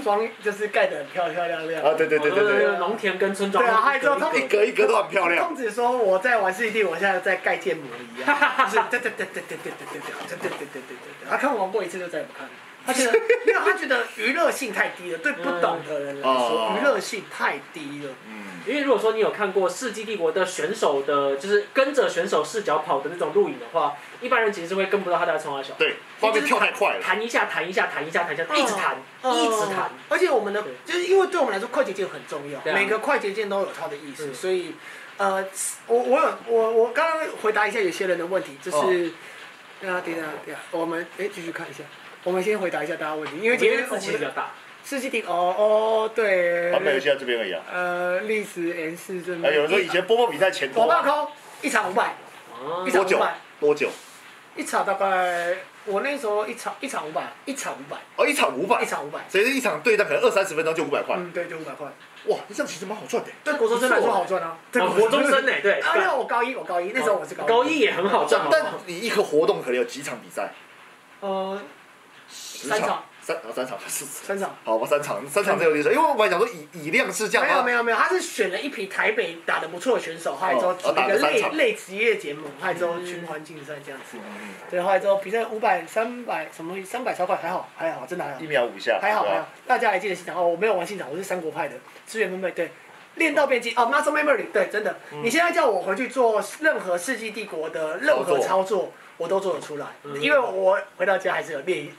Speaker 3: 装，就是盖得很漂漂亮亮。
Speaker 1: 啊，对对对对
Speaker 2: 那
Speaker 1: 对，
Speaker 3: 哦
Speaker 2: 个哦农田跟村庄，
Speaker 3: 对啊，还有之后他
Speaker 1: 一格一格都很漂亮
Speaker 3: 孔子说我在玩世纪，我现在在盖建模一样，就是对对对对对对对对对对对对对对。他看玩过一次就再也不看了。他觉得没有，他觉得娱乐性太低了，对不懂的人来说
Speaker 1: 嗯，
Speaker 3: 娱乐性太低了。
Speaker 1: 嗯，
Speaker 2: 因为如果说你有看过《世纪帝国》的选手的，就是跟着选手视角跑的那种录影的话，一般人其实是会跟不到他在冲啊小，
Speaker 1: 对，画面跳太快了，
Speaker 2: 弹一下，弹一下，弹一下，弹一下，
Speaker 3: 嗯
Speaker 2: 一直弹，一直弹。
Speaker 3: 而且我们的
Speaker 2: 对
Speaker 3: 就是因为对我们来说，快捷键很重要，
Speaker 2: 对啊
Speaker 3: 每个快捷键都有它的意思，
Speaker 2: 嗯
Speaker 3: 所以呃，我我有我我刚刚回答一下有些人的问题，
Speaker 2: 哦
Speaker 3: 就是对啊，等一下等一下，我们哎继续看一下。我们先回答一下大家问题，因为今
Speaker 2: 因为
Speaker 3: 天
Speaker 2: 字其实比较大，
Speaker 3: 世纪顶哦哦对
Speaker 1: 啊，，没有，现在这边而已啊。
Speaker 3: 呃历史 N 四这
Speaker 1: 哎、有人说以前波波比赛前
Speaker 3: 火
Speaker 1: 多啊
Speaker 3: 爆空一场五百，
Speaker 2: 哦
Speaker 3: 一场
Speaker 1: 多
Speaker 3: 五
Speaker 1: 久
Speaker 3: 百，？
Speaker 1: 多久？
Speaker 3: 一场大概我那时候一场一场五百，一场五百，
Speaker 1: 哦，一场五百
Speaker 3: 一，场五百，
Speaker 1: 所以一场对战可能二三十分钟就五百块，
Speaker 3: 嗯对，就五百块，
Speaker 1: 哇，这样其实蛮好赚的。
Speaker 3: 对国中生来说好赚啊，对
Speaker 2: 哦国中生呢，对，
Speaker 3: 啊，因为我高一，我高一那时候我是
Speaker 1: 哦
Speaker 3: 高
Speaker 2: 高一也很好赚
Speaker 1: 但
Speaker 2: 哦，
Speaker 1: 但你一个活动可能有几场比赛？
Speaker 3: 呃
Speaker 1: 十
Speaker 3: 三场
Speaker 1: 场，三啊三场四场，
Speaker 3: 三场。
Speaker 1: 好吧，三场三场才有意思，因为我本来想说以以量制价，
Speaker 3: 没有没
Speaker 1: 有，
Speaker 3: 有没有，他是选了一批台北打得不错的选手，后来之后
Speaker 1: 哦
Speaker 3: 组
Speaker 1: 打
Speaker 3: 一
Speaker 1: 了
Speaker 3: 个
Speaker 1: 三
Speaker 3: 类
Speaker 1: 场
Speaker 3: 类职业节目，后来之后循环竞赛这样子。
Speaker 1: 嗯
Speaker 3: 对，后来之后比赛五百、三百什么三百超快，还好还好，真的还好
Speaker 1: 一。秒五下，
Speaker 3: 还好
Speaker 1: 对吧
Speaker 3: 还好，大家还记得现场哦，我没有玩现场，我是三国派的资源分配，对，练到变精哦，muscle memory，对，真的，你现在叫我回去做任何世纪帝国的任何
Speaker 1: 操
Speaker 3: 操作，我都做得出来，
Speaker 2: 嗯
Speaker 3: 因为我回到家还是有练一，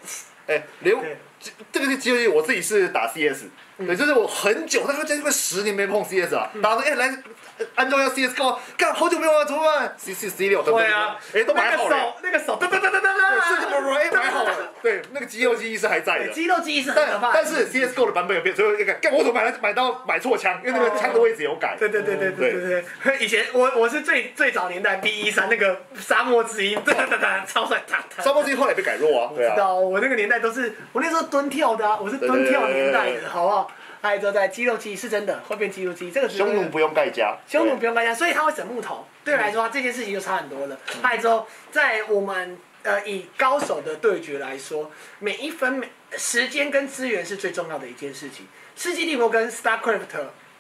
Speaker 1: 哎、连
Speaker 3: 对嗯
Speaker 1: 这这个其实我自己是打 CS，、对，就是我很久，大概将近快十年没碰 CS 了。大家说，哎、来呃安装一下 CS，干嘛？干好久没玩啊了，怎么办？C C C 六，对不对
Speaker 3: 对啊，
Speaker 1: 哎、都
Speaker 3: 那
Speaker 1: 买
Speaker 3: 个
Speaker 1: 好了
Speaker 3: 手，那个手，噔噔噔噔噔
Speaker 1: 对，是
Speaker 3: 噔
Speaker 1: 这么
Speaker 3: 噔，
Speaker 1: 说，哎，买好 了，对，那个肌肉记忆是还在
Speaker 3: 对，
Speaker 1: 的。
Speaker 3: 肌肉记忆是很可
Speaker 1: 但
Speaker 3: 怕的，
Speaker 1: 但是 CSGO 的版本有变，所以我就干，干我怎么买来买到买错枪？因为那个枪的位置有改。
Speaker 3: 对对对对对对对，以前我我是最最早年代 B 一三那个沙漠之鹰，噔噔噔噔，超帅，哒哒。
Speaker 1: 沙漠之翼后来也被改弱啊，
Speaker 3: 我
Speaker 1: 对
Speaker 3: 知
Speaker 1: 啊。
Speaker 3: 道，我那个年代都是我那时候蹲跳的啊，我是蹲跳年代
Speaker 1: 对对对对对
Speaker 3: 的，好不好？还有之后在肌肉记忆是真的会变肌肉记忆，这个是
Speaker 1: 匈奴不用盖加，
Speaker 3: 匈奴
Speaker 1: 对
Speaker 3: 不用搬家，所以他会省木头。对我来说，这件事情就差很多了。还有之后，在我们呃以高手的对决来说，每一分每时间跟资源是最重要的一件事情。世纪帝国跟 Starcraft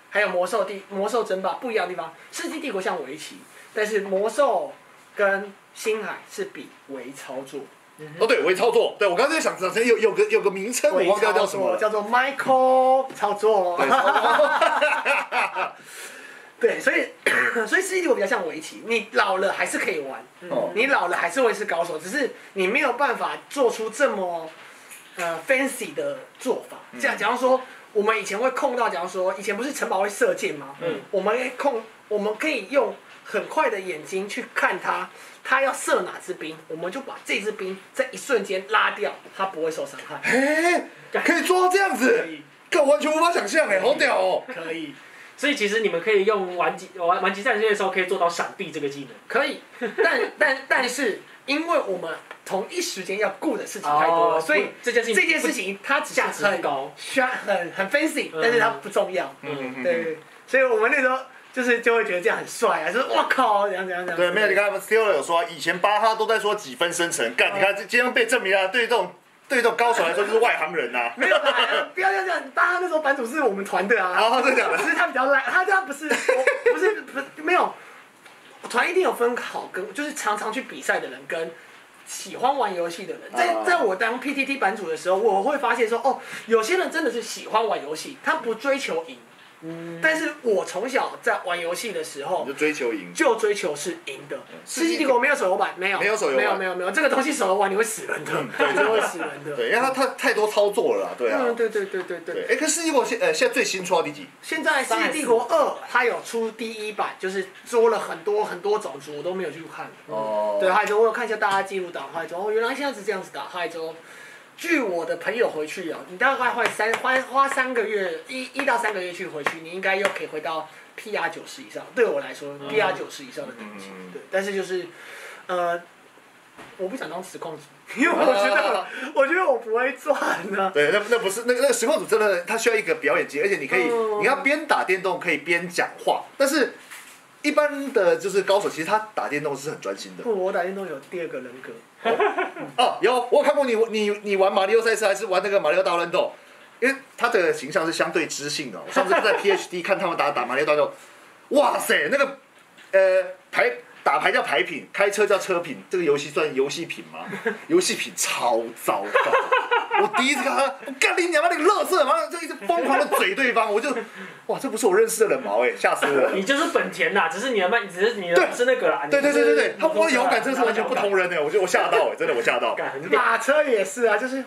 Speaker 3: 还有魔兽帝魔兽争霸不一样的地方，世纪帝国像围棋，但是魔兽跟星海是比微操作。
Speaker 1: 哦对，微操作，对我刚才在想，之前有有个有个名称，我
Speaker 3: 伪
Speaker 1: 忘掉叫
Speaker 3: 操
Speaker 1: 什么
Speaker 3: 作
Speaker 1: 了。
Speaker 3: 叫做 Michael 操作。
Speaker 1: 对哦操作
Speaker 3: 对，所以 所以世纪帝国比较像围棋，你老了还是可以玩，嗯
Speaker 1: 哦
Speaker 3: 你老了还是会是高手，只是你没有办法做出这么呃 fancy 的做法。
Speaker 1: 嗯
Speaker 3: 这样，假如说我们以前会控到，假如说以前不是城堡会射箭吗？
Speaker 2: 嗯，
Speaker 3: 我们会控，我们可以用很快的眼睛去看他。他要射哪支兵，我们就把这支兵在一瞬间拉掉，他不会受伤害。
Speaker 1: 哎、可以做到这样
Speaker 3: 可
Speaker 1: 子
Speaker 3: 以，
Speaker 1: 看完全无法想象哎、好屌哦、
Speaker 3: 可以，
Speaker 2: 所以其实你们可以用玩极玩玩极战略的时候，可以做到闪避这个技能。
Speaker 3: 可以，但 但但是，因为我们同一时间要顾的事情太多了，
Speaker 2: 哦
Speaker 3: 所以
Speaker 2: 不这件事情
Speaker 3: 这件事情它只是
Speaker 2: 价值不
Speaker 3: 很
Speaker 2: 高，
Speaker 3: 虽然很很 fancy，
Speaker 2: 嗯
Speaker 3: 但是它不重要。
Speaker 1: 嗯嗯嗯
Speaker 3: 对，所以我们那时候就是就会觉得这样很帅啊，就是哇靠，怎样怎样怎样。
Speaker 1: 对，没有，你看他们 Steeler 有说啊，以前巴哈都在说几分生成，干，你看这今天被证明了，对于这种对于这种高手来说就是外行人 呐、
Speaker 3: 没有啦，不要这样讲。大家那时候版主是我们团的啊，
Speaker 1: 哦真的假的
Speaker 3: 只是他比较烂，他他不是，我不是不是没有，团一定有分好跟，就是常常去比赛的人跟。喜欢玩游戏的人，在
Speaker 1: 啊
Speaker 3: 在我当 PTT 版主的时候，我会发现说，哦，有些人真的是喜欢玩游戏，他不追求赢，
Speaker 2: 嗯，
Speaker 3: 但是我从小在玩游戏的时 候
Speaker 1: 你，就追求赢。
Speaker 3: 就追求是赢的。世
Speaker 1: 世
Speaker 3: 纪
Speaker 1: 纪
Speaker 3: 帝国没有手游版，没有，
Speaker 1: 没有手游版
Speaker 3: 没有，没有，没有，这个东西手游玩你会死人的，真的会死人的。
Speaker 1: 对，因为它太太多操作了啦，对啊
Speaker 3: 嗯，。对对对对对
Speaker 1: 对，。哎，可是世纪帝国现呃现在最新出到第几？
Speaker 3: 现在《世纪帝国二》它有出第一版，就是多了很多很多种族，我都没有去看。
Speaker 1: 哦
Speaker 3: 对，还有我有看一下大家记录打害之后，哦原来现在是这样子打害之后。据我的朋友回去啊，你大概花三花花三个月一一到三个月去回去，你应该又可以回到 PR 九十以上。对我来说，PR 九十以上的等级，
Speaker 1: 嗯
Speaker 3: 对。但是就是，呃，我不想当实况组，因为我觉
Speaker 1: 啊
Speaker 3: 得我觉得我不会赚啊呢、
Speaker 1: 对，那那不是那个那个实况组真的，他需要一个表演机，而且你可以，
Speaker 3: 嗯
Speaker 1: 你要边打电动可以边讲话，但是一般的就是高手，其实他打电动是很专心的。
Speaker 3: 不，我打电动有第二个人格，
Speaker 1: 哦，有我有看过你你你玩马里奥赛车还是玩那个马里奥大乱斗，因为他的形象是相对知性的哦。我上次在 PhD 看他们打打马里奥大乱斗，哇塞，那个呃牌打牌叫牌品，开车叫车品，这个游戏算游戏品吗？游戏品超糟糕。我第一次看他，我干你娘啊妈那个乐色，妈的就一直疯狂的嘴对方，我就哇，这不是我认识的冷毛哎、吓死我了。
Speaker 2: 你就是本田呐，只是你的慢，只是你的
Speaker 1: 对
Speaker 2: 不是那个啦。
Speaker 1: 对对对对对，他
Speaker 2: 我
Speaker 1: 我的摇杆真的是完全不同人哎、我就我吓到哎、真的我吓到。
Speaker 2: 感很屌。
Speaker 3: 马车也是啊，就是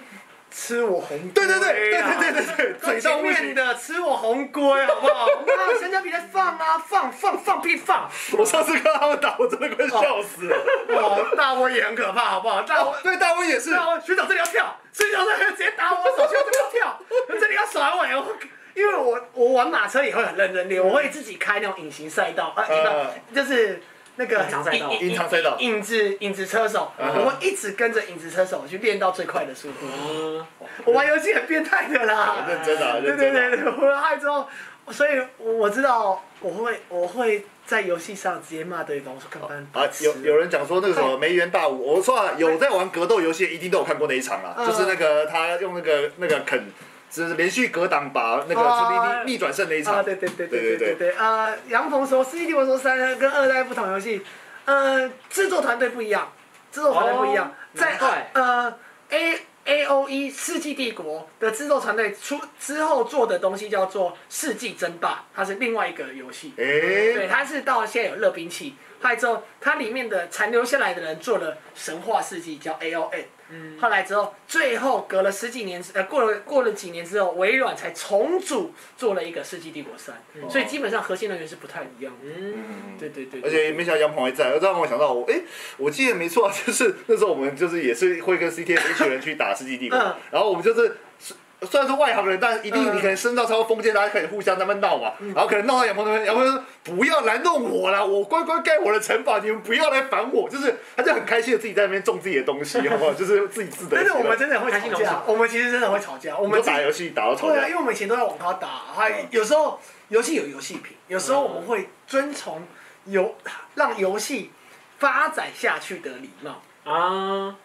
Speaker 3: 吃我红龟
Speaker 1: 对对对
Speaker 3: 啊、
Speaker 1: 对对对对对，嘴到
Speaker 3: 前
Speaker 1: 不行
Speaker 3: 面。的吃我红龟好不好？那神交比赛放啊放放放屁放，
Speaker 1: 我上次看他们打，我真的快笑死了。
Speaker 3: 哇，哦大我也很可怕 好不好？大我
Speaker 1: 对，大威也是，啊
Speaker 3: 大我学长这里要跳，学长这里直接打我手，学长这里要跳，这里要甩我我。因为我我玩马车也会很认真练，我会自己开那种隐形赛道，啊，
Speaker 1: 呃
Speaker 3: 不就是那个
Speaker 2: 隐藏赛道
Speaker 1: 隐藏赛道
Speaker 3: 影子影子车手，
Speaker 1: 嗯
Speaker 3: 我会一直跟着影子车手去练到最快的速度。
Speaker 2: 嗯，
Speaker 3: 我玩游戏很变态的啦，
Speaker 1: 认真啊，
Speaker 3: 对
Speaker 1: 认
Speaker 3: 对
Speaker 1: 真
Speaker 3: 对
Speaker 1: 啊。
Speaker 3: 对，我爱之后，所以我知道我会我会在游戏上直接骂对方，我说干翻
Speaker 1: 啊，有有人讲说那个什么梅园大舞，我说啊，有在玩格斗游戏的一定都有看过那一场啦，
Speaker 3: 嗯
Speaker 1: 就是那个他用那个那个肯，就是连续格挡把那
Speaker 3: 哦
Speaker 1: 个逆逆转胜那一
Speaker 3: 啊，
Speaker 1: 场。
Speaker 3: 对对
Speaker 1: 对
Speaker 3: 对对
Speaker 1: 对
Speaker 3: 对对啊！杨鹏说《世纪帝国》说三跟二代不同游戏，呃，制作团队不一样，制作团队不一样
Speaker 2: 哦，
Speaker 3: 在
Speaker 2: 难怪
Speaker 3: 呃 A A O E《世纪帝国》的制作团队出之后做的东西叫做《世纪争霸》，它是另外一个游戏。对，
Speaker 1: 哎，
Speaker 3: 它是到现在有热兵器，后来之后它里面的残留下来的人做了神话世纪，叫 A O N。嗯，后来之后，最后隔了十几年之，呃，过了过了几年之后，微软才重组做了一个《世纪帝国三》所以基本上核心人员是不太一样的。
Speaker 1: 嗯
Speaker 3: 对对对
Speaker 1: 而且没想到杨鹏还在，这让我想到我，哎、我记得没错啊，就是 那时候我们就是也是会跟 CTF 一群人去打《世纪帝国》
Speaker 3: 嗯
Speaker 1: 然后我们就是虽虽然是外行人，但一定
Speaker 3: 嗯
Speaker 1: 你可能升到超过封建，大家开始互相在那边闹嘛，然后可能闹到杨鹏那边，杨鹏就说不要来弄我啦，我乖乖盖我的城堡，你们不要来烦我，就是他就很开心的自己在那边种自己的东 西，好不好？就是自己自得
Speaker 3: 但
Speaker 1: 其
Speaker 3: 是我
Speaker 1: 乐
Speaker 3: 们。真的会
Speaker 2: 开心
Speaker 3: 吵
Speaker 2: 农
Speaker 3: 架
Speaker 2: 场，
Speaker 3: 我们其实真的会吵架，我
Speaker 1: 我
Speaker 3: 们
Speaker 1: 们
Speaker 3: 自己
Speaker 1: 打游戏打到吵
Speaker 3: 对啊，
Speaker 1: 架
Speaker 3: 因，为我们以前都在网咖打，还
Speaker 1: 嗯
Speaker 3: 有时候游戏有游戏品，有时候我们
Speaker 2: 嗯
Speaker 3: 会遵从游让游戏发展下去的礼貌。
Speaker 2: 啊，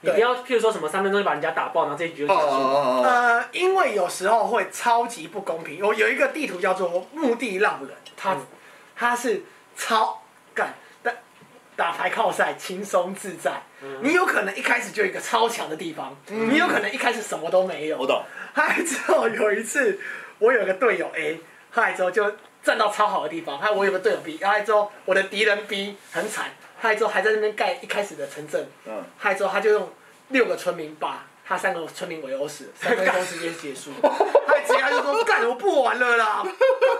Speaker 2: 你
Speaker 3: 对
Speaker 2: 不要，譬如说什么三分钟就把人家打爆，然后这一局就结
Speaker 1: 哦
Speaker 2: 束。
Speaker 1: 哦哦哦，
Speaker 3: 呃，因为有时候会超级不公平。我有一个地图叫做“墓地浪人”，它、
Speaker 2: 嗯
Speaker 3: 它是超干打打牌靠赛，轻松自在。你有可能一开始就有一个超强的地方，你有可能一开始什么都没
Speaker 1: 我
Speaker 3: 有。
Speaker 1: 懂，
Speaker 3: 嗨之后有一次，我有个队友 A，嗨之后就站到超好的地方，嗨我有个队友 B，嗨之后我的敌人 B 很惨，嗨之后还在那边盖一开始的城镇，
Speaker 1: 嗯，
Speaker 3: 害之后他就用六个村民把他三个村民围殴死，三分钟之间结束。害直接他就说：“干，我不玩了啦，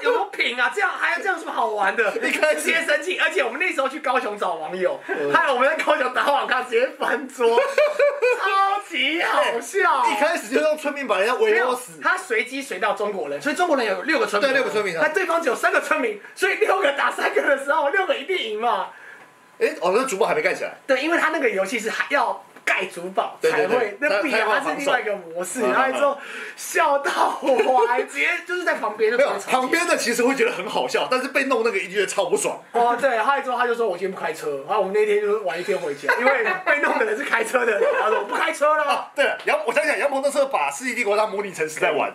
Speaker 3: 有什么品啊？这样还有这样有什么好玩的？”
Speaker 1: 一开始
Speaker 3: 直接生气，而且我们那时候去高雄找网友，害我们在高雄打网咖直接翻桌，超级好笑。
Speaker 1: 哎一开始就让村民把人家
Speaker 3: 没
Speaker 1: 围殴
Speaker 3: 有
Speaker 1: 死，，
Speaker 3: 他随机随到中国人，所以中国人有六个村民，
Speaker 1: 对六个村民啊
Speaker 3: 他对方只有三个村民，所以六个打三个的时候，六个一定赢嘛。
Speaker 1: 哎、哦，那主播还没盖起来。
Speaker 3: 对，因为他那个游戏是还要盖主堡
Speaker 1: 对对
Speaker 3: 才会
Speaker 1: 对，
Speaker 3: 那
Speaker 1: 它
Speaker 3: 不一样，
Speaker 1: 它要
Speaker 3: 它是
Speaker 1: 防
Speaker 3: 另
Speaker 1: 守
Speaker 3: 外一个模式。
Speaker 1: 嗯
Speaker 3: 然后之后笑到我， 还直接就是在旁边就
Speaker 1: 没
Speaker 3: 直
Speaker 1: 有
Speaker 3: 接，吵
Speaker 1: 旁边的其实会觉得很好笑，但是被弄那个一定觉得超不爽。
Speaker 3: 哦，对，然后之后他就说我今天不开车，然后我们那天就是玩一天回家，因为被弄的人是开车的人，然后说我不开车了。
Speaker 1: 对了，杨，我想想，杨鹏那时候把《世纪帝国》当模拟城市在玩，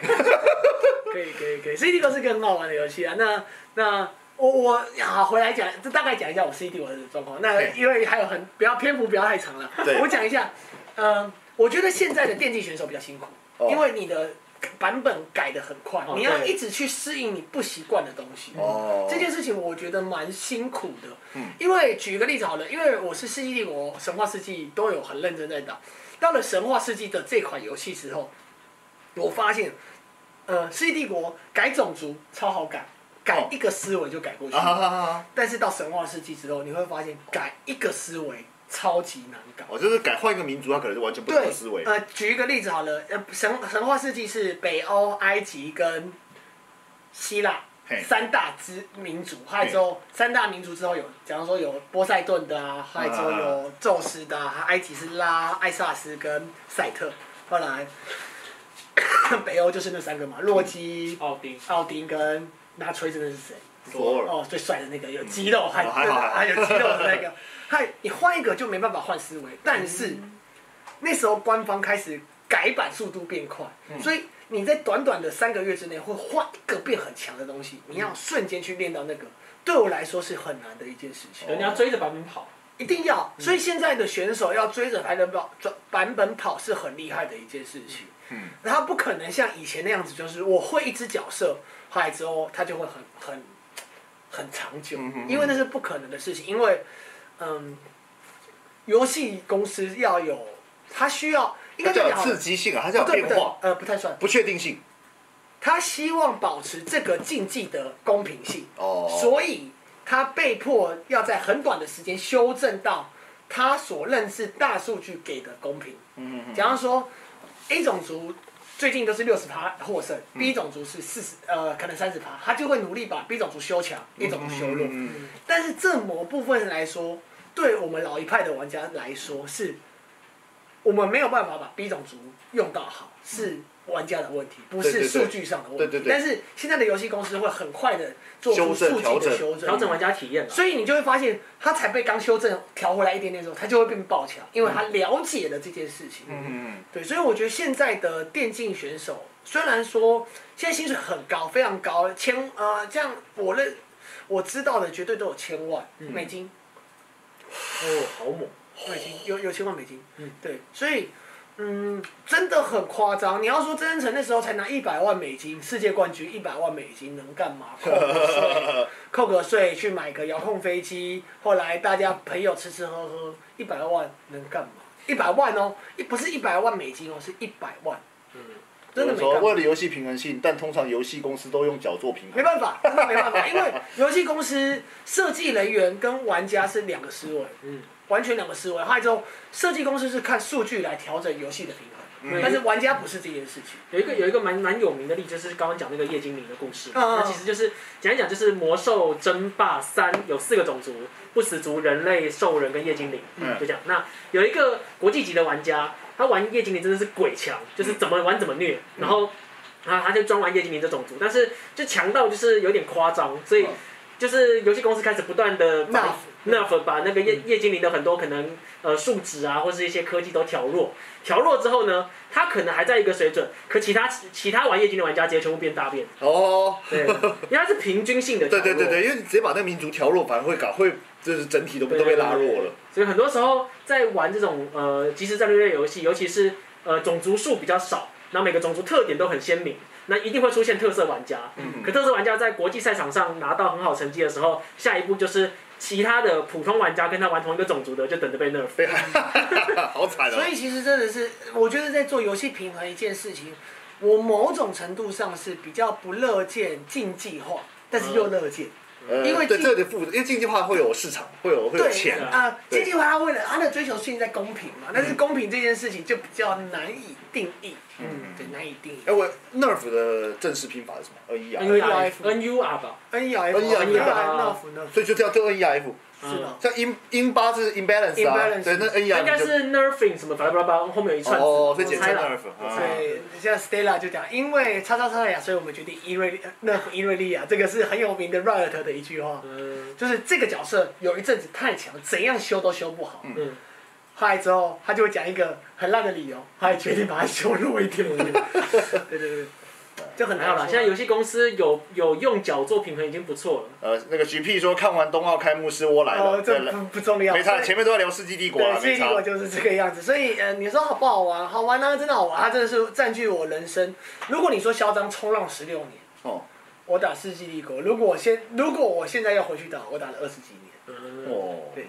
Speaker 3: 可以可以可以，C D 哥是个很好玩的游戏啊。那那我我啊回来讲，这大概讲一下我 C D 我的状况。那
Speaker 1: 嘿
Speaker 3: 因为还有很不要篇幅不要太长了
Speaker 1: 对，
Speaker 3: 呃我讲一下。嗯、我觉得现在的电竞选手比较辛苦，
Speaker 1: 哦
Speaker 3: 因为你的版本改的很快
Speaker 2: 哦，
Speaker 3: 你要
Speaker 2: 对
Speaker 3: 一直去适应你不习惯的东西。
Speaker 1: 哦
Speaker 3: 这件事情我觉得蛮辛苦的。
Speaker 1: 嗯
Speaker 3: 因为举个例子好了，因为我是《世纪帝国》《神话世纪》都有很认真在打，到了《神话世纪》的这款游戏之后，我发现，呃，《世纪帝国》改种族超好改，改
Speaker 1: 哦
Speaker 3: 一个思维就改过去。
Speaker 1: 啊哈哈哈！
Speaker 3: 但是到神话世纪之后，你会发现改一个思维超级难搞。
Speaker 1: 哦，就是改换一个民族，他可能是完全不同
Speaker 3: 对
Speaker 1: 的思维，。
Speaker 3: 呃，举一个例子好了，呃，神神话世纪是北欧、埃及跟希腊
Speaker 1: 嘿
Speaker 3: 三大之民族，还有之后三大民族之后有，假如说有波塞顿的啊，还有之后有宙斯的啊，埃及是拉、艾萨斯跟赛特，后来 北欧就是那三个嘛，洛基、
Speaker 2: 奥丁，
Speaker 3: 奥丁跟拿锤子的是谁？
Speaker 1: 索尔，
Speaker 3: 哦，最帅的那个有肌肉，还
Speaker 1: 哦还好还好
Speaker 3: 还有肌肉 的那个，还你换一个就没办法换思维。但是
Speaker 1: 嗯
Speaker 3: 那时候官方开始改版速度变快，
Speaker 1: 嗯
Speaker 3: 所以你在短短的三个月之内会换一个变很强的东西，你
Speaker 1: 嗯
Speaker 3: 要瞬间去练到那个，对我来说是很难的一件事情。
Speaker 2: 人家追着版本跑。
Speaker 3: 一定要，
Speaker 1: 嗯
Speaker 3: 所以现在的选手要追着版本跑，版本跑是很厉害的一件事情。
Speaker 1: 嗯，
Speaker 3: 他不可能像以前那样子，就是我会一只角色，后来之后他就会很很很长久
Speaker 1: 嗯哼，
Speaker 3: 因为那是不可能的事情。因为，嗯，游戏公司要有，它需要应
Speaker 1: 它
Speaker 3: 该
Speaker 1: 叫
Speaker 3: 讲
Speaker 1: 有
Speaker 3: 好
Speaker 1: 刺
Speaker 3: 了，
Speaker 1: 激性啊，它叫有
Speaker 3: 对
Speaker 1: 变
Speaker 3: 不对
Speaker 1: 化、？
Speaker 3: 呃，不太算。
Speaker 1: 不确定性。
Speaker 3: 他希望保持这个竞技的公平性。
Speaker 1: 哦，
Speaker 3: 所以他被迫要在很短的时间修正到他所认识大数据给的公平。
Speaker 1: 嗯嗯嗯
Speaker 3: 假如说 A 种族最近都是六十趴获胜，B
Speaker 1: 嗯
Speaker 3: 种族是四十呃可能三十趴，他就会努力把 B 种族修强，A 种族修弱。
Speaker 1: 嗯嗯嗯
Speaker 3: 但是这某部分来说，对我们老一派的玩家来说是，我们没有办法把 B 种族用到好，是玩家的问题，不
Speaker 1: 对
Speaker 3: 是
Speaker 1: 对对
Speaker 3: 数据上的问题。
Speaker 1: 对对对
Speaker 3: 但是现在的游戏公司会很快的做出
Speaker 1: 修正
Speaker 3: 数据
Speaker 1: 调整
Speaker 3: 的修正，
Speaker 2: 调整玩家体验了。啊
Speaker 3: 所以你就会发现，他才被刚修正调回来一点点之后，他就会变爆强，因为他了解了这件事情。
Speaker 1: 嗯嗯
Speaker 3: 对，所以我觉得现在的电竞选手，虽然说现在薪水很高，非常高，千呃，这样我认我知道的绝对都有千万美金，
Speaker 2: 哦，好猛！
Speaker 3: 美金有有千万美金。
Speaker 2: 嗯，
Speaker 3: 对，所以嗯，真的很夸张。你要说曾诚那时候才拿一百万美金，世界冠军一百万美金能干嘛？扣个税，扣个税去买个遥控飞机，后来大家朋友吃吃喝喝，一百万能干嘛？一百万哦，一不是一百万美金哦，是一百万。
Speaker 1: 嗯
Speaker 3: 真
Speaker 1: 有
Speaker 3: 的没
Speaker 1: 时候
Speaker 3: 干嘛
Speaker 1: 为了游戏平衡性，但通常游戏公司都用脚做平衡
Speaker 3: 没。办法，真的没办法，因为游戏公司设计人员跟玩家是两个思维，
Speaker 2: 嗯，
Speaker 3: 完全两个思维。还有之后，设计公司是看数据来调整游戏的平
Speaker 2: 嗯
Speaker 3: 衡，但是玩家不是这件事情。
Speaker 2: 有一个有一个蛮蛮有名的例子，就是刚刚讲那个叶精灵的故事。
Speaker 1: 啊
Speaker 3: 嗯嗯嗯
Speaker 2: 那其实就是简单讲，就是魔兽争霸三有四个种族：不死族、人类、兽人跟叶精灵。
Speaker 1: 嗯
Speaker 2: 就这样。那有一个国际级的玩家，他玩叶精灵真的是鬼强，就是怎么玩怎么虐，
Speaker 1: 嗯
Speaker 2: 然后。然后他就专玩叶精灵这种族，但是就强到就是有点夸张，所以
Speaker 1: 嗯
Speaker 2: 就是游戏公司开始不断的把
Speaker 3: Nerf
Speaker 2: nerf 把那个
Speaker 1: 嗯
Speaker 2: 叶叶精灵的很多可能呃数值啊，或是一些科技都调弱，调弱之后呢，他可能还在一个水准，可其他其他玩液晶的玩家直接全部变大变，
Speaker 1: 哦，
Speaker 2: 对，因为它是平均性的调
Speaker 1: 对
Speaker 2: 弱，
Speaker 1: 对对对，因为你直接把那个民族调弱，反而会搞会就是整体都
Speaker 2: 对
Speaker 1: 都被拉弱了。。
Speaker 2: 所以很多时候在玩这种呃即时战略类游戏，尤其是呃种族数比较少，然后每个种族特点都很鲜明，那一定会出现特色玩家。
Speaker 1: 嗯
Speaker 2: 可特色玩家在国际赛场上拿到很好成绩的时候，下一步就是其他的普通玩家跟他玩同一个种族的，就等着被 nerf。
Speaker 1: 被害，好惨
Speaker 3: 所
Speaker 1: 哦。
Speaker 3: 以其实真的是，我觉得在做游戏平衡一件事情，我某种程度上是比较不乐见竞技化，但是又乐见。
Speaker 1: 呃
Speaker 3: 因为
Speaker 1: 对
Speaker 3: 竞
Speaker 1: 这有点复杂，因为竞技化会有市场，会有会有
Speaker 3: 对
Speaker 1: 钱
Speaker 2: 啊
Speaker 3: 啊，
Speaker 1: 对嗯
Speaker 3: 竞技化它为了它的追求性在公平嘛，但是公平这件事情就比较难以定义。嗯，对，难以定义
Speaker 1: 哎，。我 Nerf 的正式拼法是什么？N E
Speaker 2: N
Speaker 1: R，
Speaker 2: U R N U R 吧，
Speaker 3: N E F
Speaker 1: NERF
Speaker 3: F 那服那
Speaker 1: 所以就叫这 N E R F。
Speaker 3: 是的。
Speaker 1: 像 in in 八是 imbalance 啊，
Speaker 3: Imbalance
Speaker 1: 对，那 N E R
Speaker 2: 应该是 nerfing 什么巴拉巴拉巴拉，后面有一串字，
Speaker 1: 哦，
Speaker 2: 我
Speaker 1: 所以简
Speaker 2: 猜
Speaker 1: 称
Speaker 2: 了。
Speaker 1: Nerf
Speaker 2: 我
Speaker 1: 啊
Speaker 2: 猜。
Speaker 3: 对，像 Stella 就讲，因为叉叉叉叉呀，所以我们决定呃伊瑞利那伊瑞利啊亚，这个是很有名的 Riot 的一句话，
Speaker 2: 嗯
Speaker 3: 就是这个角色有一阵子太强，怎样修都修不好。
Speaker 2: 嗯，
Speaker 3: 后来之后，他就会讲一个很烂的理由，后来决定把它修弱一点。对对对，就很
Speaker 2: 还好
Speaker 3: 难
Speaker 2: 啦，
Speaker 3: 说。
Speaker 2: 现在游戏公司有有用脚做平衡已经不错了。
Speaker 1: 呃，那个 GP 说看完冬奥开幕式，我来
Speaker 3: 哦
Speaker 1: 了，，对
Speaker 3: 这
Speaker 1: 了，
Speaker 3: 不不重要。
Speaker 1: 没
Speaker 3: 所
Speaker 1: 差，
Speaker 3: 以
Speaker 1: 前面都在聊《世纪帝国》
Speaker 3: 对，
Speaker 1: 啊，
Speaker 3: 所以
Speaker 1: 没
Speaker 3: 结
Speaker 1: 差
Speaker 3: 果。就是这个样子。所以，呃，你说好不好玩？好玩啊，真的好玩，它真的是占据我人生。如果你说嚣张冲浪十六年，
Speaker 1: 哦，
Speaker 3: 我打世纪帝国，如果我现如果我现在要回去打，我打了二十几年。
Speaker 2: 嗯，
Speaker 1: 哦，
Speaker 3: 对，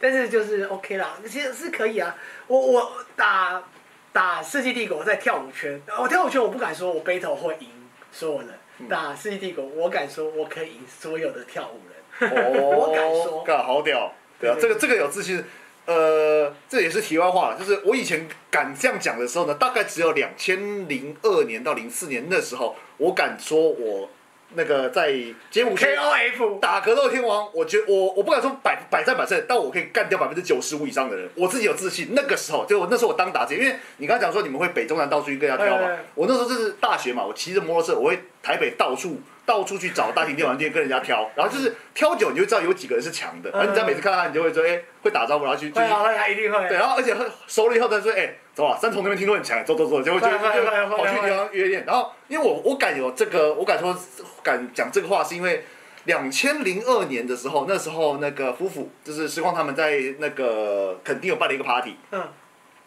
Speaker 3: 但是就是 OK 啦，其实是可以啊。我我打打世纪帝国在跳舞圈，我跳舞圈我不敢说我 battle 会赢所有
Speaker 1: 嗯
Speaker 3: 人，打世纪帝国我敢说我可以赢所有的跳舞人。
Speaker 1: 哦，
Speaker 3: 我敢说
Speaker 1: 干好屌，对啊，
Speaker 3: 对
Speaker 1: 这个这个有自信。呃，这也是题外话了，就是我以前敢这样讲的时候呢，大概只有两千零二年到零四年那时候，我敢说我那个在街舞圈
Speaker 3: K O 哦 F，
Speaker 1: 打格斗天王，我觉我我不敢说百百战百胜，但我可以干掉百分之九十五以上的人，我自己有自信。那个时候，就我那时候我当打劫，因为你刚才讲说你们会北中南到处去跟人家挑嘛
Speaker 3: 哎哎哎，
Speaker 1: 我那时候就是大学嘛，我骑着摩托车，我会台北到处到处去找大型电玩店跟人家挑，然后就是挑久你就知道有几个人是强的，然后你只要每次看到他，你就会说哎、会打招呼，然后去就
Speaker 3: 嗯 会
Speaker 1: 是
Speaker 3: 啊会啊，一定会。
Speaker 1: 对，然后而且他熟了以后，他说：“哎、走啊，三重那边听说很强，走走走。”结果就
Speaker 3: 快
Speaker 1: 就
Speaker 3: 快快快
Speaker 1: 跑去
Speaker 3: 快
Speaker 1: 地方约练。然后因为我我敢有这个，我敢说敢讲这个话，是因为两千零二年的时候，那时候那个夫妇就是时光他们在那个垦丁有办了一个 party，
Speaker 3: 嗯，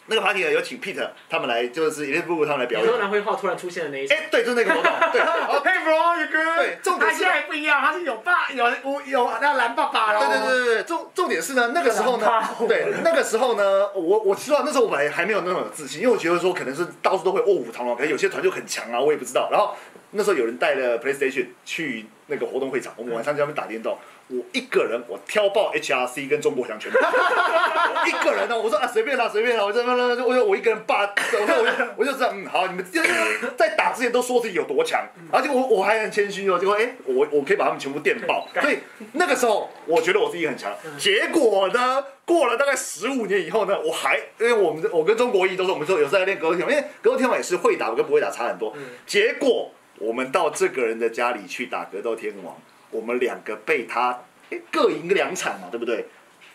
Speaker 1: 那个 party 呢有请 Peter 他们来，就是一 l 布他们来表
Speaker 2: 有
Speaker 1: 演
Speaker 2: 时候。蓝绘画突然出现的那一
Speaker 1: 哎、
Speaker 2: 种，
Speaker 1: 对，就是那个活动，对，然后
Speaker 3: 佩服哦，宇哥。
Speaker 1: 对重点
Speaker 3: 他
Speaker 1: 是
Speaker 3: 现在不一样，他是有爸有有有那蓝爸爸了。
Speaker 1: 对对对对对，重重点是呢，那个时候呢
Speaker 3: 很怕，我
Speaker 1: 对那个时候呢，我我知道那时候我本来还没有那种自信，因为我觉得说可能是到处都会卧虎藏龙，可能有些团就很强啊，我也不知道。然后那时候有人带了 PlayStation 去那个活动会场，我们晚上在那边打电动，我一个人我挑爆 HRC 跟中国强拳，我 一个人呢，我说啊随便啦随便啦，我就我就我就我一个人霸，我说我就我就知道嗯好，你们就是在打之前都说自己有多强，而且我我还很谦虚哦，结果哎、我我可以把他们全部电爆，所以那个时候我觉得我自己很强，结果呢过了大概十五年以后呢，我还因为我们我跟中国一都是我们说有时候在练格斗天王，因为格斗天王也是会打跟不会打差很多，结果我们到这个人的家里去打格斗天王，我们两个被他、哎各赢两场嘛，对不对？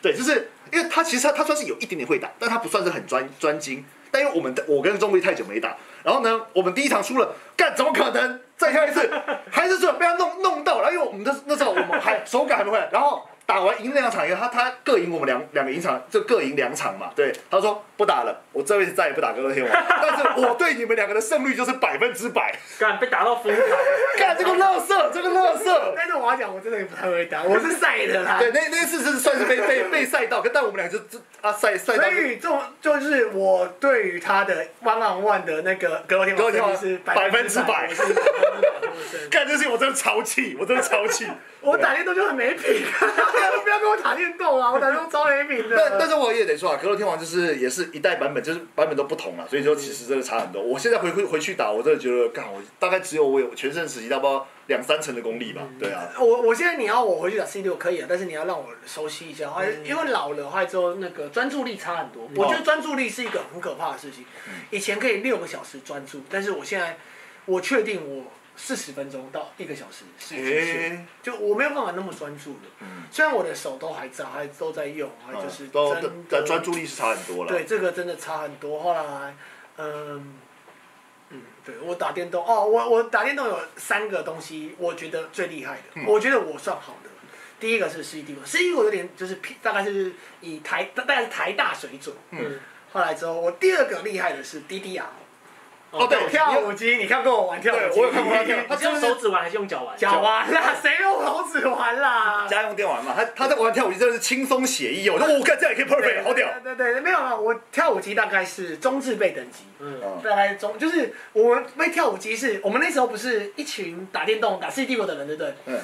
Speaker 1: 对，就是因为他其实他他算是有一点点会打，但他不算是很专专精。但因为我们的我跟中国太久没打，然后呢，我们第一场输了，干怎么可能？再跳一次，还是输了，被他弄弄到。然后因为我们那那时候我们还手感还没回来，然后打完赢那两场以后，他他各赢我们两两个赢场，就各赢两场嘛。对，他说不打了，我这辈子再也不打格斗天王。 但是我对你们两个的胜率就是百分之百。
Speaker 2: 干被打到疯了。
Speaker 1: 干这个乐色，这个乐色。
Speaker 3: 但是我要讲，我真的不太会 打，我是晒的啦。
Speaker 1: 对，那那次是算是被被被赛到，可但我们俩就就啊赛赛到
Speaker 3: 所。以这种就是我对于他的 one on one 的那个格斗天
Speaker 1: 格斗
Speaker 3: 王
Speaker 1: 天王
Speaker 3: 是
Speaker 1: 百分之百
Speaker 3: 我是
Speaker 1: 干这事情我真的超气，我真的超气。
Speaker 3: 我打电动就很没品，啊 不要跟我打电动啊！我打电动超没品的。
Speaker 1: 但但是我也得说啊，格斗天王就是也是一代版本，就是版本都不同了，所以说其实真的差很多。我现在回回回去打，我真的觉得，干我大概只有我有全盛时期，大概两三成的功力吧。对啊，
Speaker 3: 我我现在你要我回去打 C 六可以啊，但是你要让我熟悉一下，还
Speaker 1: 嗯
Speaker 3: 因为老了，还之后那个专注力差很多。我觉得专注力是一个很可怕的事情。
Speaker 1: 嗯
Speaker 3: 以前可以六个小时专注，但是我现在我确定我四十分钟到一个小时是极限
Speaker 1: 诶，
Speaker 3: 就我没有办法那么专注了。虽然我的手都还在，还都在用，还
Speaker 1: 嗯
Speaker 3: 就是
Speaker 1: 都
Speaker 3: 真
Speaker 1: 但
Speaker 3: 的
Speaker 1: 专注力是差很多了。
Speaker 3: 对，这个真的差很多。后来，嗯，嗯，对我打电动哦，我我打电动有三个东西，我觉得最厉害的，
Speaker 1: 嗯
Speaker 3: 我觉得我算好的。第一个是《C D 国》，《C D 国》有点就是偏大概是以台大概是台大水准。
Speaker 2: 嗯，
Speaker 3: 后来之后，我第二个厉害的是 DDR
Speaker 1: 哦对
Speaker 3: 跳舞机，你看过我玩跳舞
Speaker 1: 对
Speaker 3: 机？
Speaker 1: 我有看过他跳
Speaker 2: 你是用手指玩还是用脚玩？
Speaker 3: 脚玩啦，谁用手指玩啦？
Speaker 1: 家用电玩嘛，他他在玩跳舞机真的是轻松写意哦，我说我看这样也可以 perfect，好屌。
Speaker 3: 对对对，没有啦，我跳舞机大概是中置备等级。
Speaker 2: 嗯，
Speaker 1: 嗯
Speaker 3: 大概中就是我们被跳舞机是，我们那时候不是一群打电动打《世纪帝国》的人，对不对？
Speaker 1: 嗯，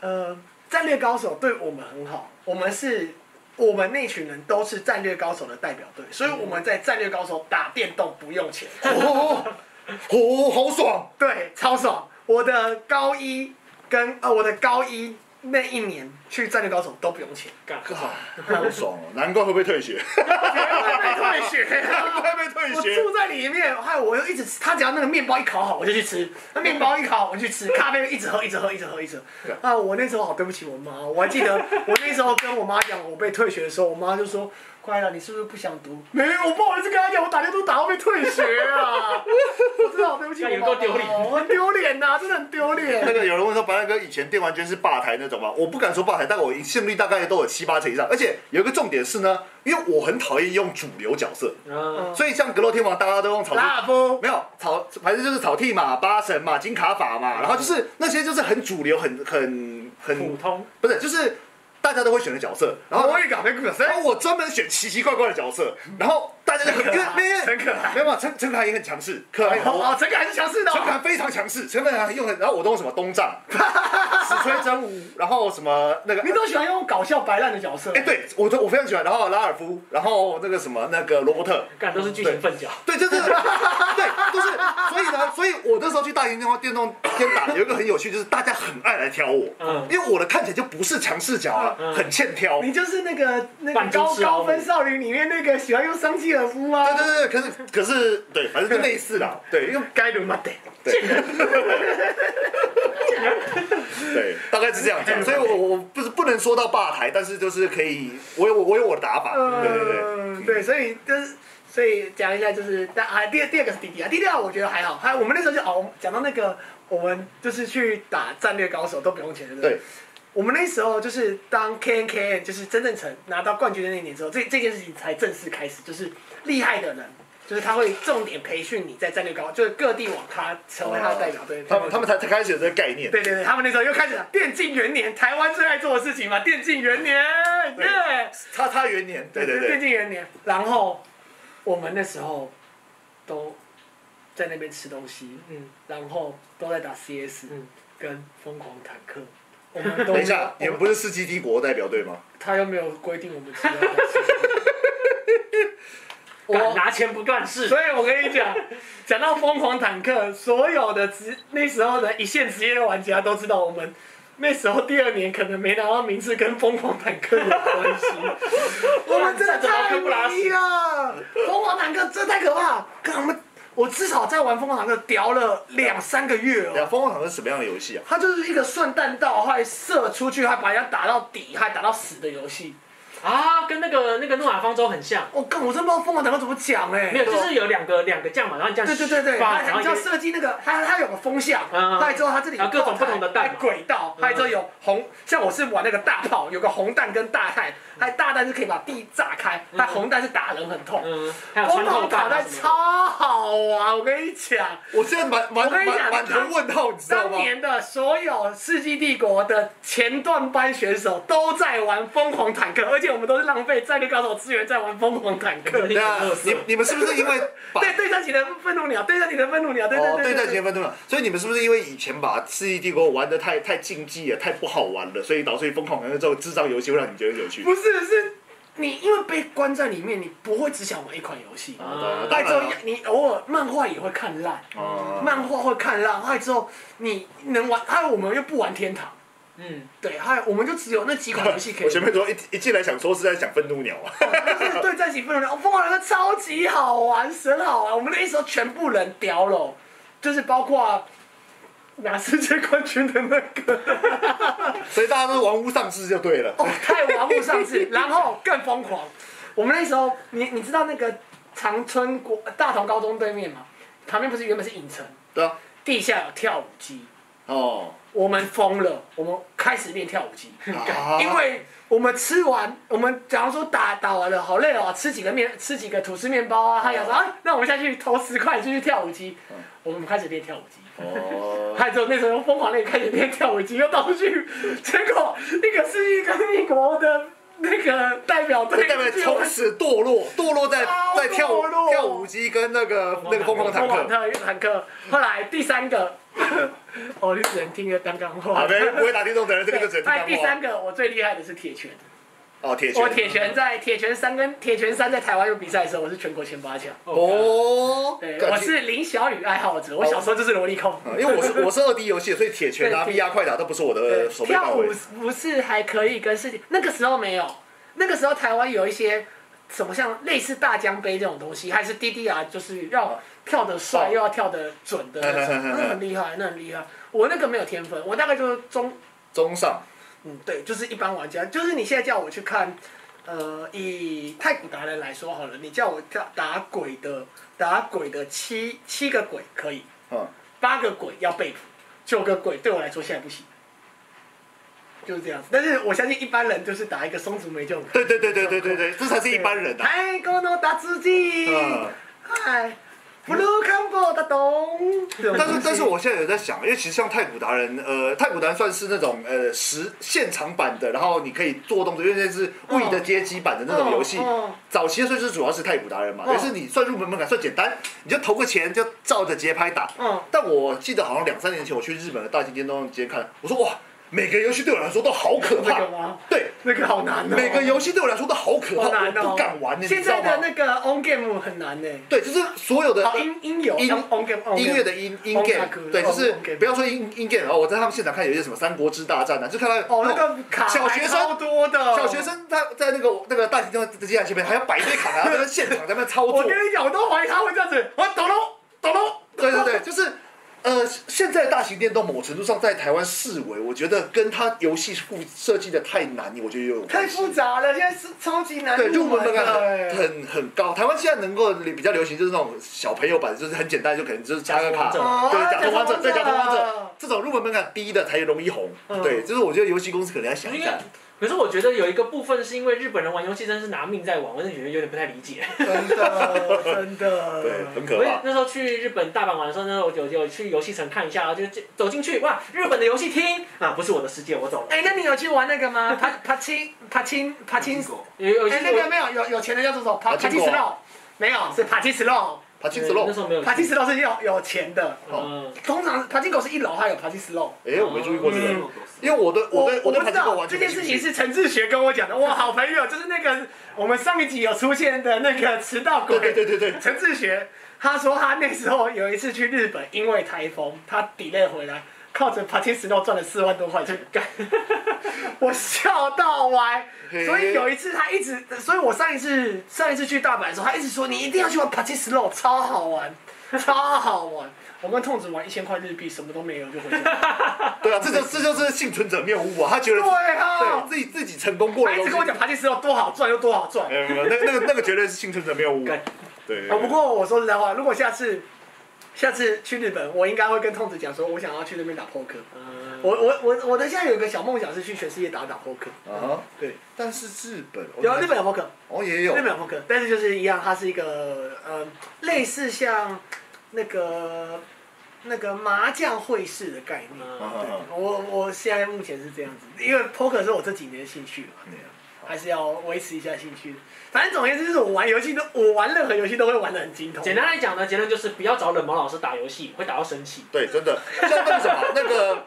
Speaker 3: 呃，战略高手对我们很好，我们是，我们那群人都是战略高手的代表队，所以我们在战略高手打电动不用钱，
Speaker 1: 哦哦，好爽。
Speaker 3: 对，超爽。我的高一跟呃我的高一那一年去战略高手都不用钱，
Speaker 2: 干，
Speaker 1: 啊，好爽哦！难怪会被退学，
Speaker 3: 绝对被退学啊
Speaker 1: 难怪被退
Speaker 3: 我
Speaker 1: 学
Speaker 3: 住。在里面，害我又一直吃，他只要那个面包一烤好，我就去吃；那面包一烤，我就去吃，咖啡一直喝，一直喝，一直喝，一直喝
Speaker 1: 对。
Speaker 3: 啊，我那时候好对不起我妈，我还记得我那时候跟我妈讲我被退学的时候，我妈就说：“快乐，你是不是不想读？没有，我不好意思跟他讲，我打电话都打到被退学啊！我知道，对不起，
Speaker 2: 那
Speaker 3: 我
Speaker 2: 有够
Speaker 3: 妈妈
Speaker 2: 丢脸
Speaker 3: 我很丢脸呐，真的很丢
Speaker 1: 那
Speaker 3: 脸。
Speaker 1: 个有人问说，白大哥以前电玩圈是吧台那种吗？我不敢说吧台，但我胜率大概都有七八成以上。而且有一个重点是呢，因为我很讨厌用主流角色，
Speaker 2: 嗯，
Speaker 1: 所以像格斗天王大家都用草地
Speaker 3: 拉夫，
Speaker 1: 没有草，反正就是草剃嘛、八神嘛、金卡法嘛，然后就是那些就是很主流、很很
Speaker 2: 普
Speaker 1: 很
Speaker 2: 通，
Speaker 1: 不是，就是大家都会选的角色。然后
Speaker 3: 我也搞那个谁
Speaker 1: 然，后我专门选奇奇怪怪的角色，然后大家就很因为因为
Speaker 3: 啊陈可汗
Speaker 1: 没有嘛，陈陈可汗也很强势，可 爱
Speaker 3: 哦，这个还是强势的
Speaker 1: 陈可
Speaker 3: 哦。
Speaker 1: 汗非常强势，陈可汗用的，然后我都用什么东 丈、史崔真武，然后什么那个
Speaker 3: 你。都喜欢用搞笑白烂的角色
Speaker 1: 哎，，对我都我非常喜欢，然后拉尔夫，然后那个什么那个罗伯特，
Speaker 2: 干都是剧情粪脚。
Speaker 1: 对， 就是，对，就是，所以呢，所以我那时候去大型电话电动天打，有一个很有趣，就是大家很爱来挑我，
Speaker 2: 嗯
Speaker 1: 因为我的看起来就不是强视角啊，
Speaker 2: 嗯
Speaker 1: 很欠挑。
Speaker 3: 你
Speaker 1: 对
Speaker 3: 就是那个那
Speaker 2: 半
Speaker 3: 个
Speaker 2: 只
Speaker 3: 高
Speaker 1: 啊
Speaker 2: 吃老
Speaker 3: 高
Speaker 2: 虎
Speaker 3: 分少女里面那个喜欢用桑吉尔夫啊吗？
Speaker 1: 对对，可是可是对，反正就类似啦，对，因为
Speaker 3: 该鲁马得。
Speaker 1: 对，大概是这样讲，所以我我不是不能说到霸台，但是就是可以，我有我有我的打法，对对对。
Speaker 3: 嗯，对，所以就是，所以讲一下就是，但啊，第二第二个是弟弟啊，弟弟啊，我觉得还好，还我们那时候就哦，讲到那个，我们就是去打战略高手都不用钱，对不对？
Speaker 1: 对，
Speaker 3: 我们那时候就是当 K N K N 就是真正成拿到冠军的那年之后，这这件事情才正式开始，就是厉害的人，就是他会重点培训你在战略高，就是各地网咖成为他的代表，对，
Speaker 1: 他们他们才才开始有这个概念。
Speaker 3: 对对对，他们那时候又开始了电竞元年，台湾最爱做的事情嘛，电竞元年，
Speaker 1: 对
Speaker 3: 耶、
Speaker 2: 嗯
Speaker 1: 叉叉元年，对对
Speaker 3: 电
Speaker 1: 对，
Speaker 3: 竞元年。然后我们那时候都在那边吃东西，
Speaker 2: 嗯，
Speaker 3: 然后都在打 CS，、
Speaker 2: 嗯
Speaker 3: 跟疯狂坦 克。我们都
Speaker 1: 等一下，
Speaker 3: 我
Speaker 1: 你们不是世纪帝国代表队吗？
Speaker 3: 他又没有规定我们吃要干 什么
Speaker 2: 敢
Speaker 3: 我
Speaker 2: 拿钱不干事。
Speaker 3: 所以，我跟你讲，讲到疯狂坦克，所有的职那时候的一线职业玩家都知道我们。那时候第二年可能没拿到名次，跟疯狂坦克有关系。 我们真的太无敌了！疯狂坦克真的太可怕了，跟我们我至少在玩疯狂坦克屌了两三个月
Speaker 1: 对啊，
Speaker 3: 哦。
Speaker 1: 疯狂场是什么样的游戏啊？
Speaker 3: 它就是一个顺弹道，还射出去，还把人家打到底，还打到死的游戏。
Speaker 2: 啊，跟那个那个诺亚方舟很像，
Speaker 3: 我、干，我真不知道疯狂坦克怎么讲哎、
Speaker 2: 没有，就是有两个两个酱嘛，然后你这样
Speaker 3: 对对 对对，
Speaker 2: 发
Speaker 3: 它
Speaker 2: 然后
Speaker 3: 它
Speaker 2: 一
Speaker 3: 要
Speaker 2: 个
Speaker 3: 设计那个，它它有个风向，
Speaker 2: 嗯
Speaker 3: 还有之后它这里
Speaker 2: 啊各种不同的弹嗯
Speaker 3: 还有轨道，还有之后有红，像我是玩那个大炮，有个红弹跟大弹，还大弹是可以把地炸开，
Speaker 2: 嗯
Speaker 3: 它红弹是打人很痛。
Speaker 2: 嗯，还有
Speaker 3: 疯
Speaker 2: 穿
Speaker 3: 狂
Speaker 2: 透
Speaker 3: 打
Speaker 2: 弹啊
Speaker 3: 弹
Speaker 2: 什
Speaker 3: 超
Speaker 2: 么的。
Speaker 3: 好啊玩，我跟你讲，
Speaker 1: 我现在满
Speaker 3: 我
Speaker 1: 满
Speaker 3: 跟你
Speaker 1: 满
Speaker 3: 讲
Speaker 1: 满头问号，你知道
Speaker 3: 当
Speaker 1: 吗？
Speaker 3: 年的所有《世纪帝国》的前段班选手都在玩《疯狂坦克》，而且我们都是浪费战力高手资源在玩《疯狂坦克》。
Speaker 1: 对啊
Speaker 2: 很垃，圾
Speaker 1: 你你们是不是因为把
Speaker 3: 对对战起的愤怒鸟，对战起的愤怒鸟，对对
Speaker 1: 哦
Speaker 3: 对
Speaker 1: 对战前分对了，所以你们是不是因为以前把《世纪帝国》玩的太太竞技了，太不好玩了，所以导致于疯狂的这种智障游戏会让你觉得有趣？
Speaker 3: 不是，是你因为被关在里面，你不会只想玩一款游戏。
Speaker 1: 啊当然
Speaker 3: 爱之后
Speaker 1: 当然，
Speaker 3: 你偶尔漫画也会看烂，
Speaker 1: 哦
Speaker 3: 漫画会看烂。爱之后，你能玩，还有我们又不玩天堂，
Speaker 2: 嗯，
Speaker 3: 对，还有我们就只有那几款游戏可以
Speaker 1: 我前面说一一进来想说是在讲愤怒鸟啊，
Speaker 3: 玩。就是对战起不能聊，哦疯狂人超级好玩，神好玩。我们那时候全部人屌了，就是包括拿世界冠军的那个。
Speaker 1: 所以大家都玩无上志就对了。
Speaker 3: 哦，太玩物丧志，然后更疯狂。我们那时候，你你知道那个长春国大同高中对面嘛？旁边不是原本是影城，
Speaker 1: 对啊，
Speaker 3: 地下有跳舞机，
Speaker 1: 哦，
Speaker 3: 我们疯了，我们开始练跳舞机，
Speaker 1: 啊
Speaker 3: 因为我们吃完，我们假如说打打完了，好累哦，吃几个面，吃几个吐司面包啊，还有说啊，那我们下去投十块就去跳舞机，我们开始练跳舞机。
Speaker 1: 哦，
Speaker 3: 还有之后那时候疯狂的开始练跳舞机，又到处去，结果那个世界跟帝国的那个代表队，
Speaker 1: 代表从此堕落，堕落在
Speaker 3: 超
Speaker 1: 在跳舞
Speaker 3: 堕落
Speaker 1: 跳舞机跟那个那个疯狂坦
Speaker 3: 疯 狂
Speaker 1: 克，
Speaker 3: 坦克坦克，后来第三个， 哦，你只能听个刚刚话
Speaker 1: 啊，。没不会打电动的人这个就只能
Speaker 3: 哎，第
Speaker 1: 听他
Speaker 3: 三
Speaker 1: 话。
Speaker 3: 个我最厉害的是铁拳，
Speaker 1: 哦，铁拳，
Speaker 3: 我铁拳在铁拳三跟铁拳三在台湾有比赛的时候，我是全国前八强。
Speaker 1: 哦，
Speaker 3: 对，
Speaker 1: 感
Speaker 3: 我
Speaker 1: 觉
Speaker 3: 是林小雨爱好者，我小时候就是萝莉控。
Speaker 1: 嗯 因为我是我是二 D 游戏，所以铁拳啊、
Speaker 3: 对
Speaker 1: VR 快打都不是我的手背
Speaker 3: 跳
Speaker 1: 范
Speaker 3: 舞
Speaker 1: 围。
Speaker 3: 不是还可以跟世界，那个时候没有，那个时候台湾有一些什么像类似大江杯这种东西，还是 DDR，就是要跳得帅
Speaker 1: 哦
Speaker 3: 又要跳得准的那种，
Speaker 1: 嗯嗯嗯嗯
Speaker 3: 那很厉害，那很厉害。我那个没有天分，我大概就是中，
Speaker 1: 中上，
Speaker 3: 嗯，对，就是一般玩家。就是你现在叫我去看呃，以太古达人来说好了，你叫我打打鬼的打鬼的七七个鬼可以，
Speaker 1: 嗯，
Speaker 3: 八个鬼要被捕，九个鬼对我来说现在不行，就是这样子。但是我相信一般人就是打一个松竹梅就
Speaker 1: 对对对对对对对，这才是一般人啊。
Speaker 3: 太高能打自己，
Speaker 1: 嗯
Speaker 3: 嗨，blue combo 的懂。
Speaker 1: 但是，但是我现在有在想，因为其实像太古达人，呃，太古达人算是那种呃实现场版的，然后你可以做动作，因为那是
Speaker 3: 哦
Speaker 1: Wii 的街机版的那种游戏。
Speaker 3: 哦哦
Speaker 1: 早期的最是主要是太古达人嘛，
Speaker 3: 哦
Speaker 1: 但是你算入门门槛算简单，你就投个钱就照着节拍打。
Speaker 3: 嗯
Speaker 1: 但我记得好像两三年前我去日本的大型电动街看，我说哇，每个游戏对我来说都好可
Speaker 3: 那
Speaker 1: 怕
Speaker 3: 个。吗？
Speaker 1: 对，
Speaker 3: 那个好难哦，
Speaker 1: 每个游戏对我来说都好可
Speaker 3: 好
Speaker 1: 怕，
Speaker 3: 难哦，
Speaker 1: 我不敢玩，你
Speaker 3: 现
Speaker 1: 知
Speaker 3: 在
Speaker 1: 道
Speaker 3: 的
Speaker 1: 吗？
Speaker 3: 那个 on game 很难呢。
Speaker 1: 对，就是所有的
Speaker 3: 好音音游
Speaker 1: 音
Speaker 3: on game on
Speaker 1: 音乐的音音
Speaker 3: Ongaku，
Speaker 1: game，对，就是
Speaker 3: 哦，Ongaku
Speaker 1: 不要说音音 game，然后我在他们现场看有一些什么《三国志大战》啊，就看到
Speaker 3: 哦，那
Speaker 1: 种
Speaker 3: 个卡
Speaker 1: 小学
Speaker 3: 还超
Speaker 1: 生。
Speaker 3: 多的，
Speaker 1: 小学。生他在那个那个大型电动机台前面还要摆一堆卡牌，然后在那现场在那操
Speaker 3: 我
Speaker 1: 作啊
Speaker 3: 跟。你讲，我都怀疑他会这样子，我懂喽，懂喽。
Speaker 1: 对对 对，就是呃，现在大型电动某程度上在台湾视为，我觉得跟它游戏设设计的太难，我觉得也有
Speaker 3: 太
Speaker 1: 关系。
Speaker 3: 复杂了，现在是超级 难
Speaker 1: 对，入门门
Speaker 3: 门
Speaker 1: 槛
Speaker 3: 的
Speaker 1: 很。很很高。台湾现在能够比较流行就是那种小朋友版，就是很简单，就可能就是插个卡，
Speaker 2: 假通
Speaker 1: 对，
Speaker 3: 王者哦
Speaker 1: 假通王者，对，
Speaker 3: 假
Speaker 1: 假
Speaker 3: 通
Speaker 1: 通
Speaker 3: 王
Speaker 1: 王
Speaker 3: 者
Speaker 1: 者，这种入门门槛低的才容易红。
Speaker 3: 嗯
Speaker 1: 对，就是我觉得游戏公司可能要想一
Speaker 2: 因为
Speaker 1: 下。
Speaker 2: 可是我觉得有一个部分是因为日本人玩游戏真的是拿命在玩，我真的觉得有点不太理解。
Speaker 3: 真的，真的。
Speaker 1: 对，很可
Speaker 2: 我也
Speaker 1: 怕。
Speaker 2: 那时候去日本大阪玩的时候，那时候有有去游戏城看一下，然后就就走进去，哇，日本的游戏厅啊，不是我的世界，我走了。
Speaker 3: 哎，那你有去玩那个吗？帕帕青帕青帕青，
Speaker 2: 有有
Speaker 3: 哎，那个没有，有有钱的叫做什么？帕帕青 slow，没有，是帕青 slow。
Speaker 1: 爬进
Speaker 2: 呃
Speaker 1: 子龙
Speaker 2: 那，时候没有去。
Speaker 3: 帕青 slow 是有有钱的，
Speaker 2: 嗯，
Speaker 3: 通常帕青狗是一楼，还有帕青 slow。
Speaker 1: 哎，我没注意过这个
Speaker 2: 嗯，
Speaker 1: 因为我对
Speaker 3: 我
Speaker 1: 对我对
Speaker 3: 不
Speaker 1: 爬
Speaker 3: 知
Speaker 1: 进
Speaker 3: 道
Speaker 1: 龙完
Speaker 3: 这
Speaker 1: 全
Speaker 3: 件
Speaker 1: 没
Speaker 3: 事
Speaker 1: 兴
Speaker 3: 情
Speaker 1: 趣。
Speaker 3: 是陈志学跟我讲的。我好朋友就是那个我们上一集有出现的那个迟到鬼，
Speaker 1: 对对对对对，
Speaker 3: 陈志学，他说他那时候有一次去日本，因为台风，他 delay 回来，靠着 p a t i s n o 赚了四万多块钱， 干，我笑到歪。所以有一次他一直，所以我上一次上一次去大阪的时候，他一直说你一定要去玩 p a t i s n o 超好玩，超好玩。我跟痛子玩一千块日币，什么都没有就回家。
Speaker 1: 对啊，这就这就是幸存者谬误啊，他觉得
Speaker 3: 对啊
Speaker 1: 对，自己自己成功过
Speaker 3: 他
Speaker 1: 的
Speaker 3: 一
Speaker 1: 东西
Speaker 3: 直跟我。讲 p a t i s n o 多好赚又多好赚。
Speaker 1: 没有没有，那个那个那个绝对是幸存者谬 误。对
Speaker 2: 干，
Speaker 1: 对
Speaker 3: 啊，不过我说实在话，如果下次下次去日本，我应该会跟痛子讲说，我想要去那边打 poker。
Speaker 2: 嗯
Speaker 3: 我我我我的现在有一个小梦想是去全世界打打
Speaker 1: 啊
Speaker 3: poker，
Speaker 1: 哈，
Speaker 3: 对，
Speaker 1: 但是日本
Speaker 3: 有啊日本有 poker，
Speaker 1: 哦也有
Speaker 3: 日本有 poker，但是就是一样，它是一个呃类似像那个那个麻将会室的概念。
Speaker 1: 啊
Speaker 2: 嗯
Speaker 1: 哈哈
Speaker 3: 我我现在目前是这样子，因为 poker 是我这几年的兴趣嘛，对啊，还是要维持一下兴趣。反正总而言之，就是我玩游戏都，我玩任何游戏都会玩的很精通。
Speaker 2: 简单来讲呢，结论就是不要找冷毛老师打游戏，会打到生气。
Speaker 1: 对，真的，像那个什么，那个《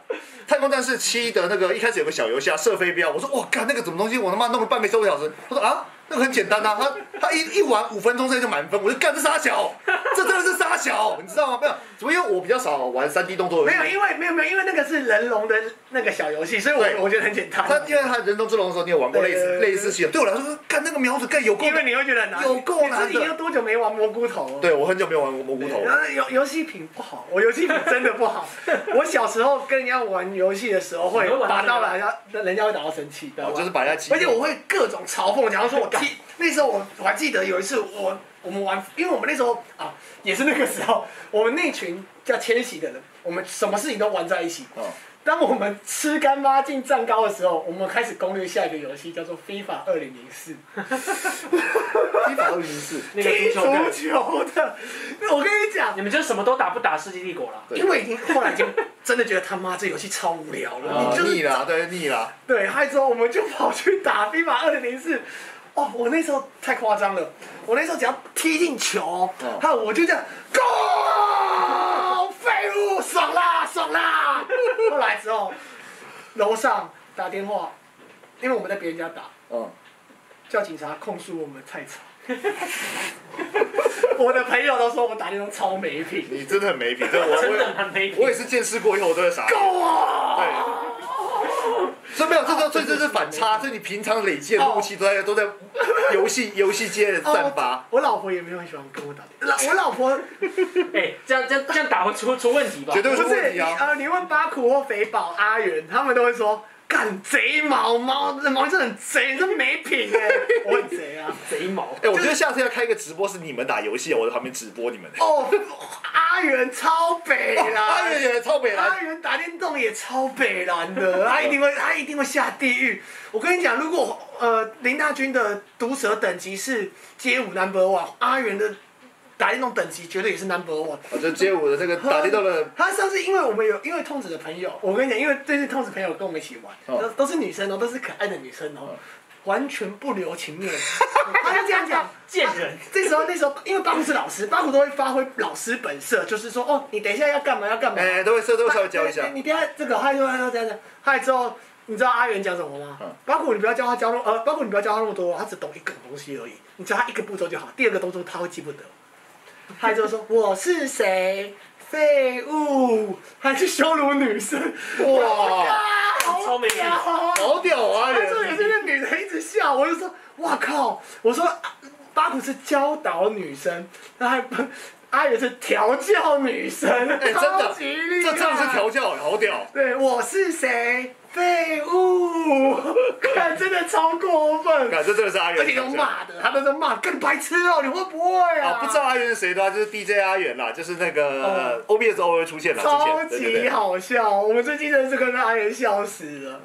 Speaker 1: 太空战士七》的那个一开始有个小游戏啊，射飞镖，我说哇，干那个什么东西，我他妈弄了半个多小时。他说啊，那个很简单呐、啊，他他一一玩五分钟之内就满分，我就干这傻小，这真的是傻小，你知道吗？没有，只不过因为我比较少玩三 D 动作游
Speaker 3: 没
Speaker 1: 戏，
Speaker 3: 有，因为没有没有，因为那个是人龙的那个小游戏，所以
Speaker 1: 对
Speaker 3: 我我觉得很简单。
Speaker 1: 他因为他人中之龙的时候，你有玩过类似
Speaker 3: 对对对
Speaker 1: 类似系统，对我来说，干那个瞄准干有够
Speaker 3: 因。为你会觉得很难，
Speaker 1: 有够难的
Speaker 3: 你自己又多久没玩蘑菇头了？
Speaker 1: 对我很久没有玩过蘑菇头
Speaker 3: 对。，然后游游戏品不好，我游戏品真的不好。我小时候跟人家玩游戏的时候，会
Speaker 2: 你会玩
Speaker 3: 打
Speaker 2: 到
Speaker 3: 到人家，人家会打到生气，对吧
Speaker 1: 我哦就是把人家击
Speaker 3: 而且我会各种嘲讽，假如说我踢，那时候我我还记得有一次我我们玩，因为我们那时候啊也是那个时候，我们那群叫千禧的人，我们什么事情都玩在一起。
Speaker 1: 哦
Speaker 3: 当我们吃干抹净蛋糕的时候，我们开始攻略下一个游戏，叫做《FIFA 二零零四》。
Speaker 1: 一百二十四，
Speaker 2: 那个
Speaker 3: 踢
Speaker 2: 足
Speaker 3: 足
Speaker 2: 球队，
Speaker 3: 球的， 我跟你讲
Speaker 2: 你，们就什么都打，不打世纪帝国了。
Speaker 1: 对
Speaker 3: 因为已经后来已经真的觉得他妈这游戏超无聊了，
Speaker 1: 啊
Speaker 3: 你就
Speaker 1: 腻
Speaker 3: 是
Speaker 1: 啦，对腻啦，
Speaker 3: 对，还之后我们就跑去打 FIFA 二零零四。哦，我那时候太夸张了，我那时候只要踢进球
Speaker 1: 哦，
Speaker 3: 还有我就这样，Go，废物，爽啦，爽啦！后来之后，楼上打电话，因为我们在别人家打，
Speaker 1: 嗯，
Speaker 3: 叫警察控诉我们太吵。 我的朋友都说我打电动超没品，
Speaker 1: 你真的很没品，这我
Speaker 2: 真的
Speaker 1: 我
Speaker 2: 蛮没
Speaker 1: 我
Speaker 2: 品
Speaker 1: 也。是见识过以后我都会傻眼。
Speaker 3: 够啊！
Speaker 1: 所以没有，这这这这是反差，所以你平常累积的怒气都在都在游戏游戏界的散发。
Speaker 3: 哦我老婆也没有很喜欢跟我打电话，我老 婆
Speaker 2: 哎，这样这样这样打会出出问题吧
Speaker 1: 绝？对
Speaker 3: 不
Speaker 1: 会
Speaker 3: 是
Speaker 1: 问
Speaker 3: 你
Speaker 1: 题啊！
Speaker 3: 呃，你问巴苦或肥宝、阿元，他们都会说干贼毛毛，这毛真的很贼，这没品哎、 我很贼啊。
Speaker 2: 贼毛。
Speaker 1: 哎、我觉得下次要开一个直播，是你们打游戏，我在旁边直播你们。
Speaker 3: 哦，阿元超北啦，
Speaker 1: 哦阿元也超北
Speaker 3: 阿
Speaker 1: 蓝，
Speaker 3: 元打电动也超北蓝 的，他一定会，他一定会下地狱。我跟你讲，如果呃林大军的毒蛇等级是街舞 number one，阿元的打电动等级绝对也是 number one。
Speaker 1: 我就街舞的这个打电动的，
Speaker 3: 他上次因为我们有因为痛子的朋友，我跟你讲，因为最近痛子朋友跟我们一起玩，
Speaker 1: 哦
Speaker 3: 都都是女生哦，都是可爱的女生哦，完全不留情 面，他就这样讲。
Speaker 2: 贱人，
Speaker 3: 这时候那时候，因为八虎是老师，八虎都会发挥老师本色，就是说哦，你等一下要干嘛要干嘛。
Speaker 1: 哎、都会都会稍微教一
Speaker 3: 对
Speaker 1: 下
Speaker 3: 对。你等一下这个，嗨就嗨就这样讲，嗨之后，你知道阿元讲什么吗
Speaker 1: 嗯？
Speaker 3: 八虎你不要教他教那么呃，八虎你不要教他那么多，他只懂一个东西而已，你教他一个步骤就好，第二个动作他会记不得。嗨之后说我是谁？废物，还去羞辱女生，
Speaker 1: 哇，
Speaker 3: 哇
Speaker 2: 超没品
Speaker 1: 好屌啊！
Speaker 3: 他说也是那女的一直笑，我就说哇靠，我说啊巴古是教导女生，那还不阿元是调教女生，
Speaker 1: 哎、真
Speaker 3: 超
Speaker 1: 的，
Speaker 3: 级厉害，
Speaker 1: 这真的是调教，好屌。
Speaker 3: 对，我是谁？废物， 看真的超过分，
Speaker 1: 感这真的是阿元
Speaker 3: 而
Speaker 1: 的
Speaker 3: 且
Speaker 1: 调
Speaker 3: 都
Speaker 1: 教。
Speaker 3: 骂的，他都在骂，更白痴哦、你会不会
Speaker 1: 啊，
Speaker 3: 啊？
Speaker 1: 不知道阿元是谁的话，就是 DJ 阿元啦，就是那个 OBS 偶尔出现了，之
Speaker 3: 哦超
Speaker 1: 前对对
Speaker 3: 级
Speaker 1: 对。
Speaker 3: 好笑，我们最近真的是跟阿元笑死了。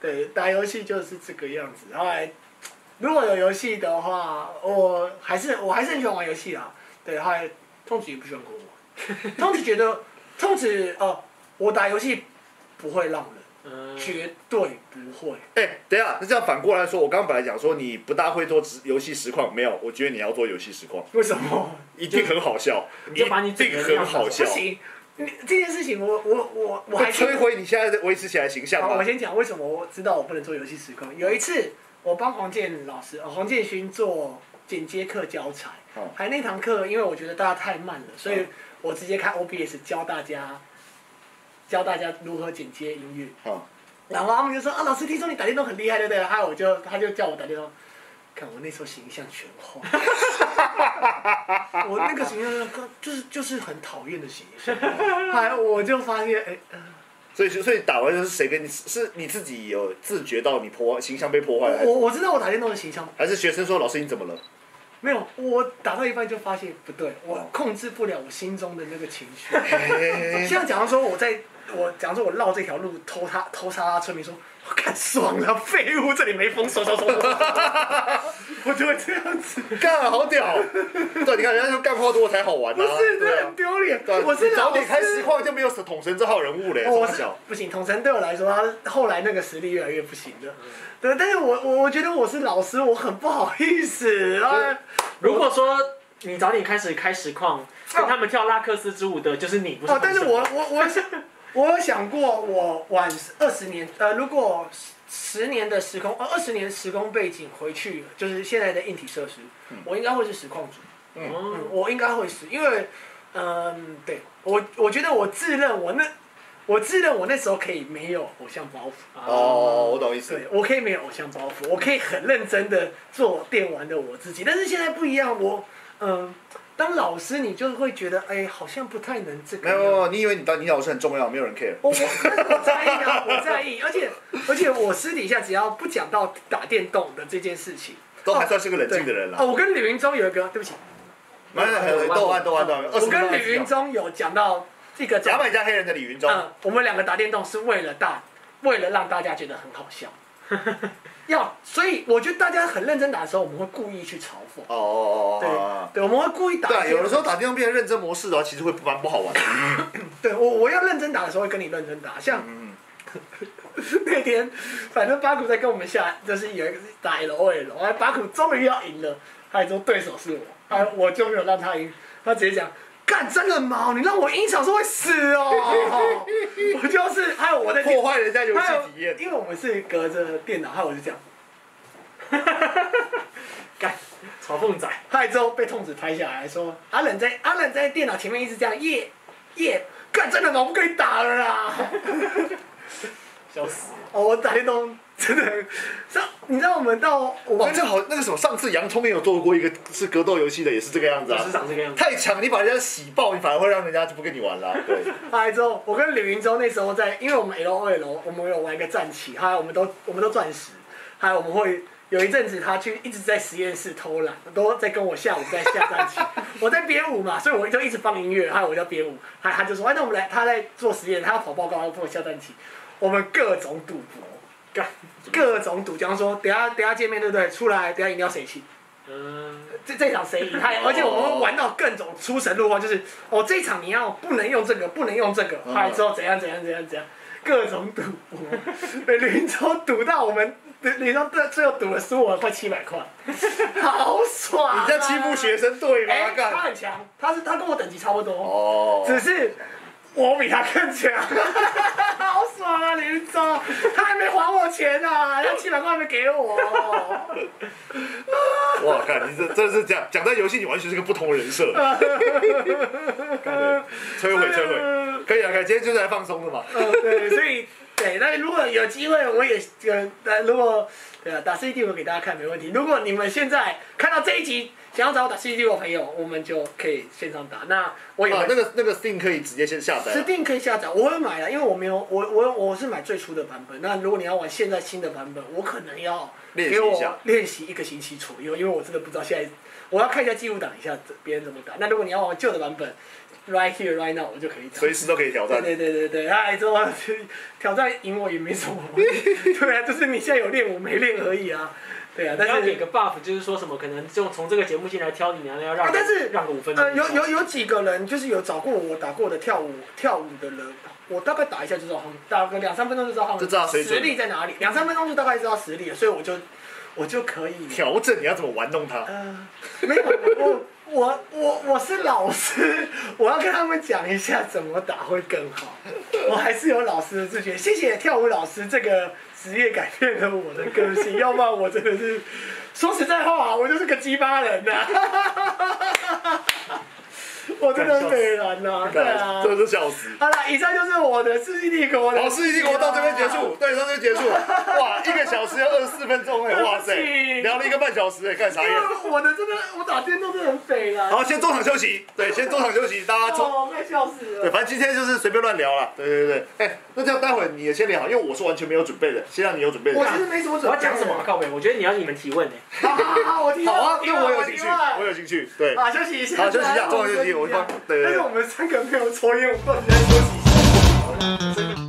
Speaker 3: 对，打游戏就是这个样子。后来，如果有游戏的话，我还是我还是很喜欢玩游戏啦。对，后来痛子也不喜欢跟我玩，痛子觉得痛子哦、我打游戏不会让人，
Speaker 2: 嗯，
Speaker 3: 绝对不会。
Speaker 1: 哎、等一下，那这样反过来说，我刚刚本来讲说你不大会做直游戏实况，没有，我觉得你要做游戏实况，
Speaker 3: 为什么？
Speaker 1: 一定很好笑，
Speaker 2: 就把你
Speaker 1: 一
Speaker 2: 整个
Speaker 1: 定很好
Speaker 3: 不
Speaker 1: 笑，
Speaker 3: 行，你这件事情我我我我
Speaker 1: 会
Speaker 3: 还是
Speaker 1: 摧毁你现在的维持起来的形象
Speaker 3: 好，
Speaker 1: 吗
Speaker 3: 我？先讲为什么我知道我不能做游戏实况。有一次，我帮黄建老师、呃黄建勋做剪接课教材
Speaker 1: 哦，
Speaker 3: 还那堂课，因为我觉得大家太慢了，所以
Speaker 1: 嗯
Speaker 3: 我直接开 OBS 教大家，教大家如何剪接音乐。
Speaker 1: 好，
Speaker 3: 然后他们就说啊，老师听说你打电动很厉害，对不对？还有我就他就叫我打电动，看我那时候形象全坏， 我那个形象就是就是很讨厌的形象。后来我就发现，哎、呃
Speaker 1: 所以所以打完就是谁跟你是你自己有自觉到你破坏形象被破坏了，还
Speaker 3: 我
Speaker 1: 是
Speaker 3: 我知道我打电动的形象
Speaker 1: 还是学生说老师你怎么了？
Speaker 3: 没有，我打到一半就发现不对，我
Speaker 1: 哦
Speaker 3: 控制不了我心中的那个情绪。
Speaker 1: 哎
Speaker 3: 像假如说我在，我假如说我绕这条路偷他偷杀他村民说，我看爽了，废物，这里没封锁，收收收，收我就会这样子。
Speaker 1: 干好屌！对，你看人家说干话多才好玩
Speaker 3: 不
Speaker 1: 呐、啊，
Speaker 3: 是，
Speaker 1: 对
Speaker 3: 这
Speaker 1: 啊
Speaker 3: 很。丢脸。
Speaker 1: 对啊
Speaker 3: 我是
Speaker 1: 你早点
Speaker 3: 老师
Speaker 1: 开实况就没有统神这号人物嘞，
Speaker 3: 哦 我
Speaker 1: 从
Speaker 3: 是
Speaker 1: 小。
Speaker 3: 不行，统神对我来说，他后来那个实力越来越不行了。对，但是我我我觉得我是老师，我很不好意思啊。
Speaker 2: 如果说你早点开始开实况，跟他们跳拉克斯之舞的就是你，不是
Speaker 3: 哦
Speaker 2: 同，事？
Speaker 3: 但是我我我想，我有想过，我晚二十年，呃，如果十十年的时空，呃，二十年时空背景回去，就是现在的硬体设施，我应该会是实况组，
Speaker 2: 哦，
Speaker 3: 我应该会是，因为，嗯、对我，我觉得我自认我那，我自认我那时候可以没有偶像包袱，
Speaker 1: 哦，我懂意思
Speaker 3: 啊对。我可以没有偶像包袱，我可以很认真的做电玩的我自己，但是现在不一样，我，嗯、当老师，你就会觉得，哎，好像不太能这个
Speaker 1: 没
Speaker 3: 样
Speaker 1: 有啊没
Speaker 3: 子。
Speaker 1: 有，你以为你当你老师很重要，没有人 care。
Speaker 3: 我我我在意啊，我在意，而且而且我私底下只要不讲到打电动的这件事情，
Speaker 1: 都还算是个冷静的人
Speaker 3: 哦，
Speaker 1: 啦。
Speaker 3: 我跟吕云中有一个，对不起，
Speaker 1: 没有没有没有，都玩都玩都玩。二十啊
Speaker 3: 我跟吕云中有讲到这个
Speaker 1: 假，买加黑人的李云中，
Speaker 3: 嗯，我们两个打电动是为了大，为了让大家觉得很好 笑，要，所以我觉得大家很认真打的时候，我们会故意去嘲讽，
Speaker 1: 哦哦哦
Speaker 3: 对
Speaker 1: 哦。
Speaker 3: 对，我们会故意打
Speaker 1: 对
Speaker 3: 一
Speaker 1: 啊，
Speaker 3: 些，
Speaker 1: 有的时候打电动变成认真模式的话，其实会不蛮不好玩 的。
Speaker 3: 对我我要认真打的时候会跟你认真打，像。
Speaker 1: 嗯
Speaker 3: 那天，反正巴古在跟我们下，就是有一个打 L O L，哎，巴古终于要赢了，他还说对手是我，哎，我就没有让他赢，他直接讲，干真的毛，你让我赢场是会死哦， 我就是，还有我在电
Speaker 1: 破坏人家游戏
Speaker 3: 还有
Speaker 1: 体验。
Speaker 3: 因为我们是隔着电脑，还有我就这样，
Speaker 2: 干嘲讽仔，
Speaker 3: 嗨之后被痛子拍下来说，阿冷在阿冷在电脑前面一直这样耶耶，干真的毛不跟你打了啦。
Speaker 2: 笑死！
Speaker 3: 哦，我打电动真的，上你知道我们到我
Speaker 1: 哇，
Speaker 3: 跟
Speaker 1: 这好那个什么，上次洋葱也有做过一个是格斗游戏的，也是这个样子
Speaker 2: 就是
Speaker 1: 啊。
Speaker 2: 长这个样子。
Speaker 1: 太强，你把人家洗爆，你反而会让人家就不跟你玩了。对，
Speaker 3: 来之后，我跟李云洲那时候在，因为我们 L O L，我们有玩一个战棋，还有我们都我们都钻石，还有我们会有一阵子他去一直在实验室偷懒，都在跟我下午在下战棋， 我在编舞嘛，所以我就一直放音乐，还有我在编舞，还他就说，哎，那我们来，他在做实验，他要跑报告，要跟我下战棋，我们各种赌博，干各种赌，比方说，等下等下见面对不对？出来，等下饮料谁请？
Speaker 2: 嗯，
Speaker 3: 这这场谁赢？他也而且我们玩到各种出神入化，就是哦这一场你要不能用这个，不能用这个，
Speaker 1: 嗯
Speaker 3: 还之后怎样怎样怎样怎样，各种赌博，对林州赌到我们林林州最最后赌了输我快七 百块， 好爽、啊！
Speaker 1: 你在欺负学生对
Speaker 3: 哎
Speaker 1: 吗？
Speaker 3: 他
Speaker 1: 干
Speaker 3: 很强，他是他跟我等级差不多，
Speaker 1: 哦，
Speaker 3: 只是我比他 更强，好爽啊！林州，他还没还我钱啊，他七百块还没给 我。
Speaker 1: 哇，看你这真的是讲讲在游戏，你完全是个不同人 设。干对摧毁摧毁，
Speaker 3: 呃
Speaker 1: 可以啊，可以，今天就是来放松的嘛。
Speaker 3: 呃，对，所以对，那如果有机会，我也呃，那如果对啊，打 CD 我给大家看没问题。如果你们现在看到这一集，想要找我打 CD 的朋友，我们就可以线上打。那我也
Speaker 1: 啊
Speaker 3: 会，
Speaker 1: 那个那个 Steam 可以直接先下载
Speaker 3: 指
Speaker 1: 啊。
Speaker 3: 定可以下载，我会买的，因为我没有我我我是买最初的版本。那如果你要玩现在新的版本，我可能要
Speaker 1: 练习
Speaker 3: 给
Speaker 1: 一
Speaker 3: 我
Speaker 1: 下
Speaker 3: 练习一个星期左右，因为我真的不知道现在我要看一下记录档一下别人怎么打。那如果你要玩旧的版本，right here right now 我就可以打。
Speaker 1: 随时都可以挑战。
Speaker 3: 对对对对对，哎，这玩意挑战赢我也没什么， 对啊，就是你现在有练我没练而已啊，对啊，
Speaker 2: 你要
Speaker 3: 但
Speaker 2: 给
Speaker 3: 是。
Speaker 2: 个 buff，就是说什么可能就从这个节目进来挑你，然后要让
Speaker 3: 啊
Speaker 2: 个，
Speaker 3: 但是
Speaker 2: 让个五分钟
Speaker 3: 呃，。有有有几个人就是有找过我打过的跳舞跳舞的人，我大概打一下就知道他们，打个两三分钟就知道他们
Speaker 1: 就知道水准
Speaker 3: 实力在哪里，两三分钟就大概知道实力了，所以我就我就可以
Speaker 1: 调整你要怎么玩弄它？
Speaker 3: 呃，没有，我我我我是老师，我要跟他们讲一下怎么打会更好。我还是有老师的自觉，谢谢跳舞老师这个职业改变了我的个性，要不然我真的是说实在话、我就是个鸡巴人呐、啊我真的很美然呐、对啊
Speaker 1: 干。真的是笑死。
Speaker 3: 好了，以上就是我的世纪帝国的。
Speaker 1: 老师已经给我到这边结束，对，到这边结束。哇，一个小时要二十四分钟哎，哇塞
Speaker 3: 对不起，
Speaker 1: 聊了一个半小时哎，干啥
Speaker 3: 因
Speaker 1: 呀？
Speaker 3: 为我的真的，我打电动真的很肥啦。
Speaker 1: 好，先中场休息，对，先中场休息，大家冲。
Speaker 3: 哦，快笑死了。
Speaker 1: 对，反正今天就是随便乱聊了，对对对。哎，那这样待会儿你也先聊好，因为我是完全没有准备的，先让你有准备的
Speaker 3: 我。其实没什么准备。
Speaker 2: 我要讲什么啊？靠北，我觉得你要你们提问呢。
Speaker 3: 好好好，我听
Speaker 1: 好
Speaker 3: 了
Speaker 1: 啊，
Speaker 3: 听
Speaker 1: 因
Speaker 3: 了
Speaker 1: 为我有
Speaker 3: 听
Speaker 1: 兴趣，
Speaker 3: 了
Speaker 1: 我有兴趣，对。
Speaker 3: 啊，休息一下，
Speaker 1: 好休息一下
Speaker 3: 来
Speaker 1: 中场休息我
Speaker 3: 一下
Speaker 1: 放对对对
Speaker 3: 但是我们三个没有抽烟，我们到底在休息一下。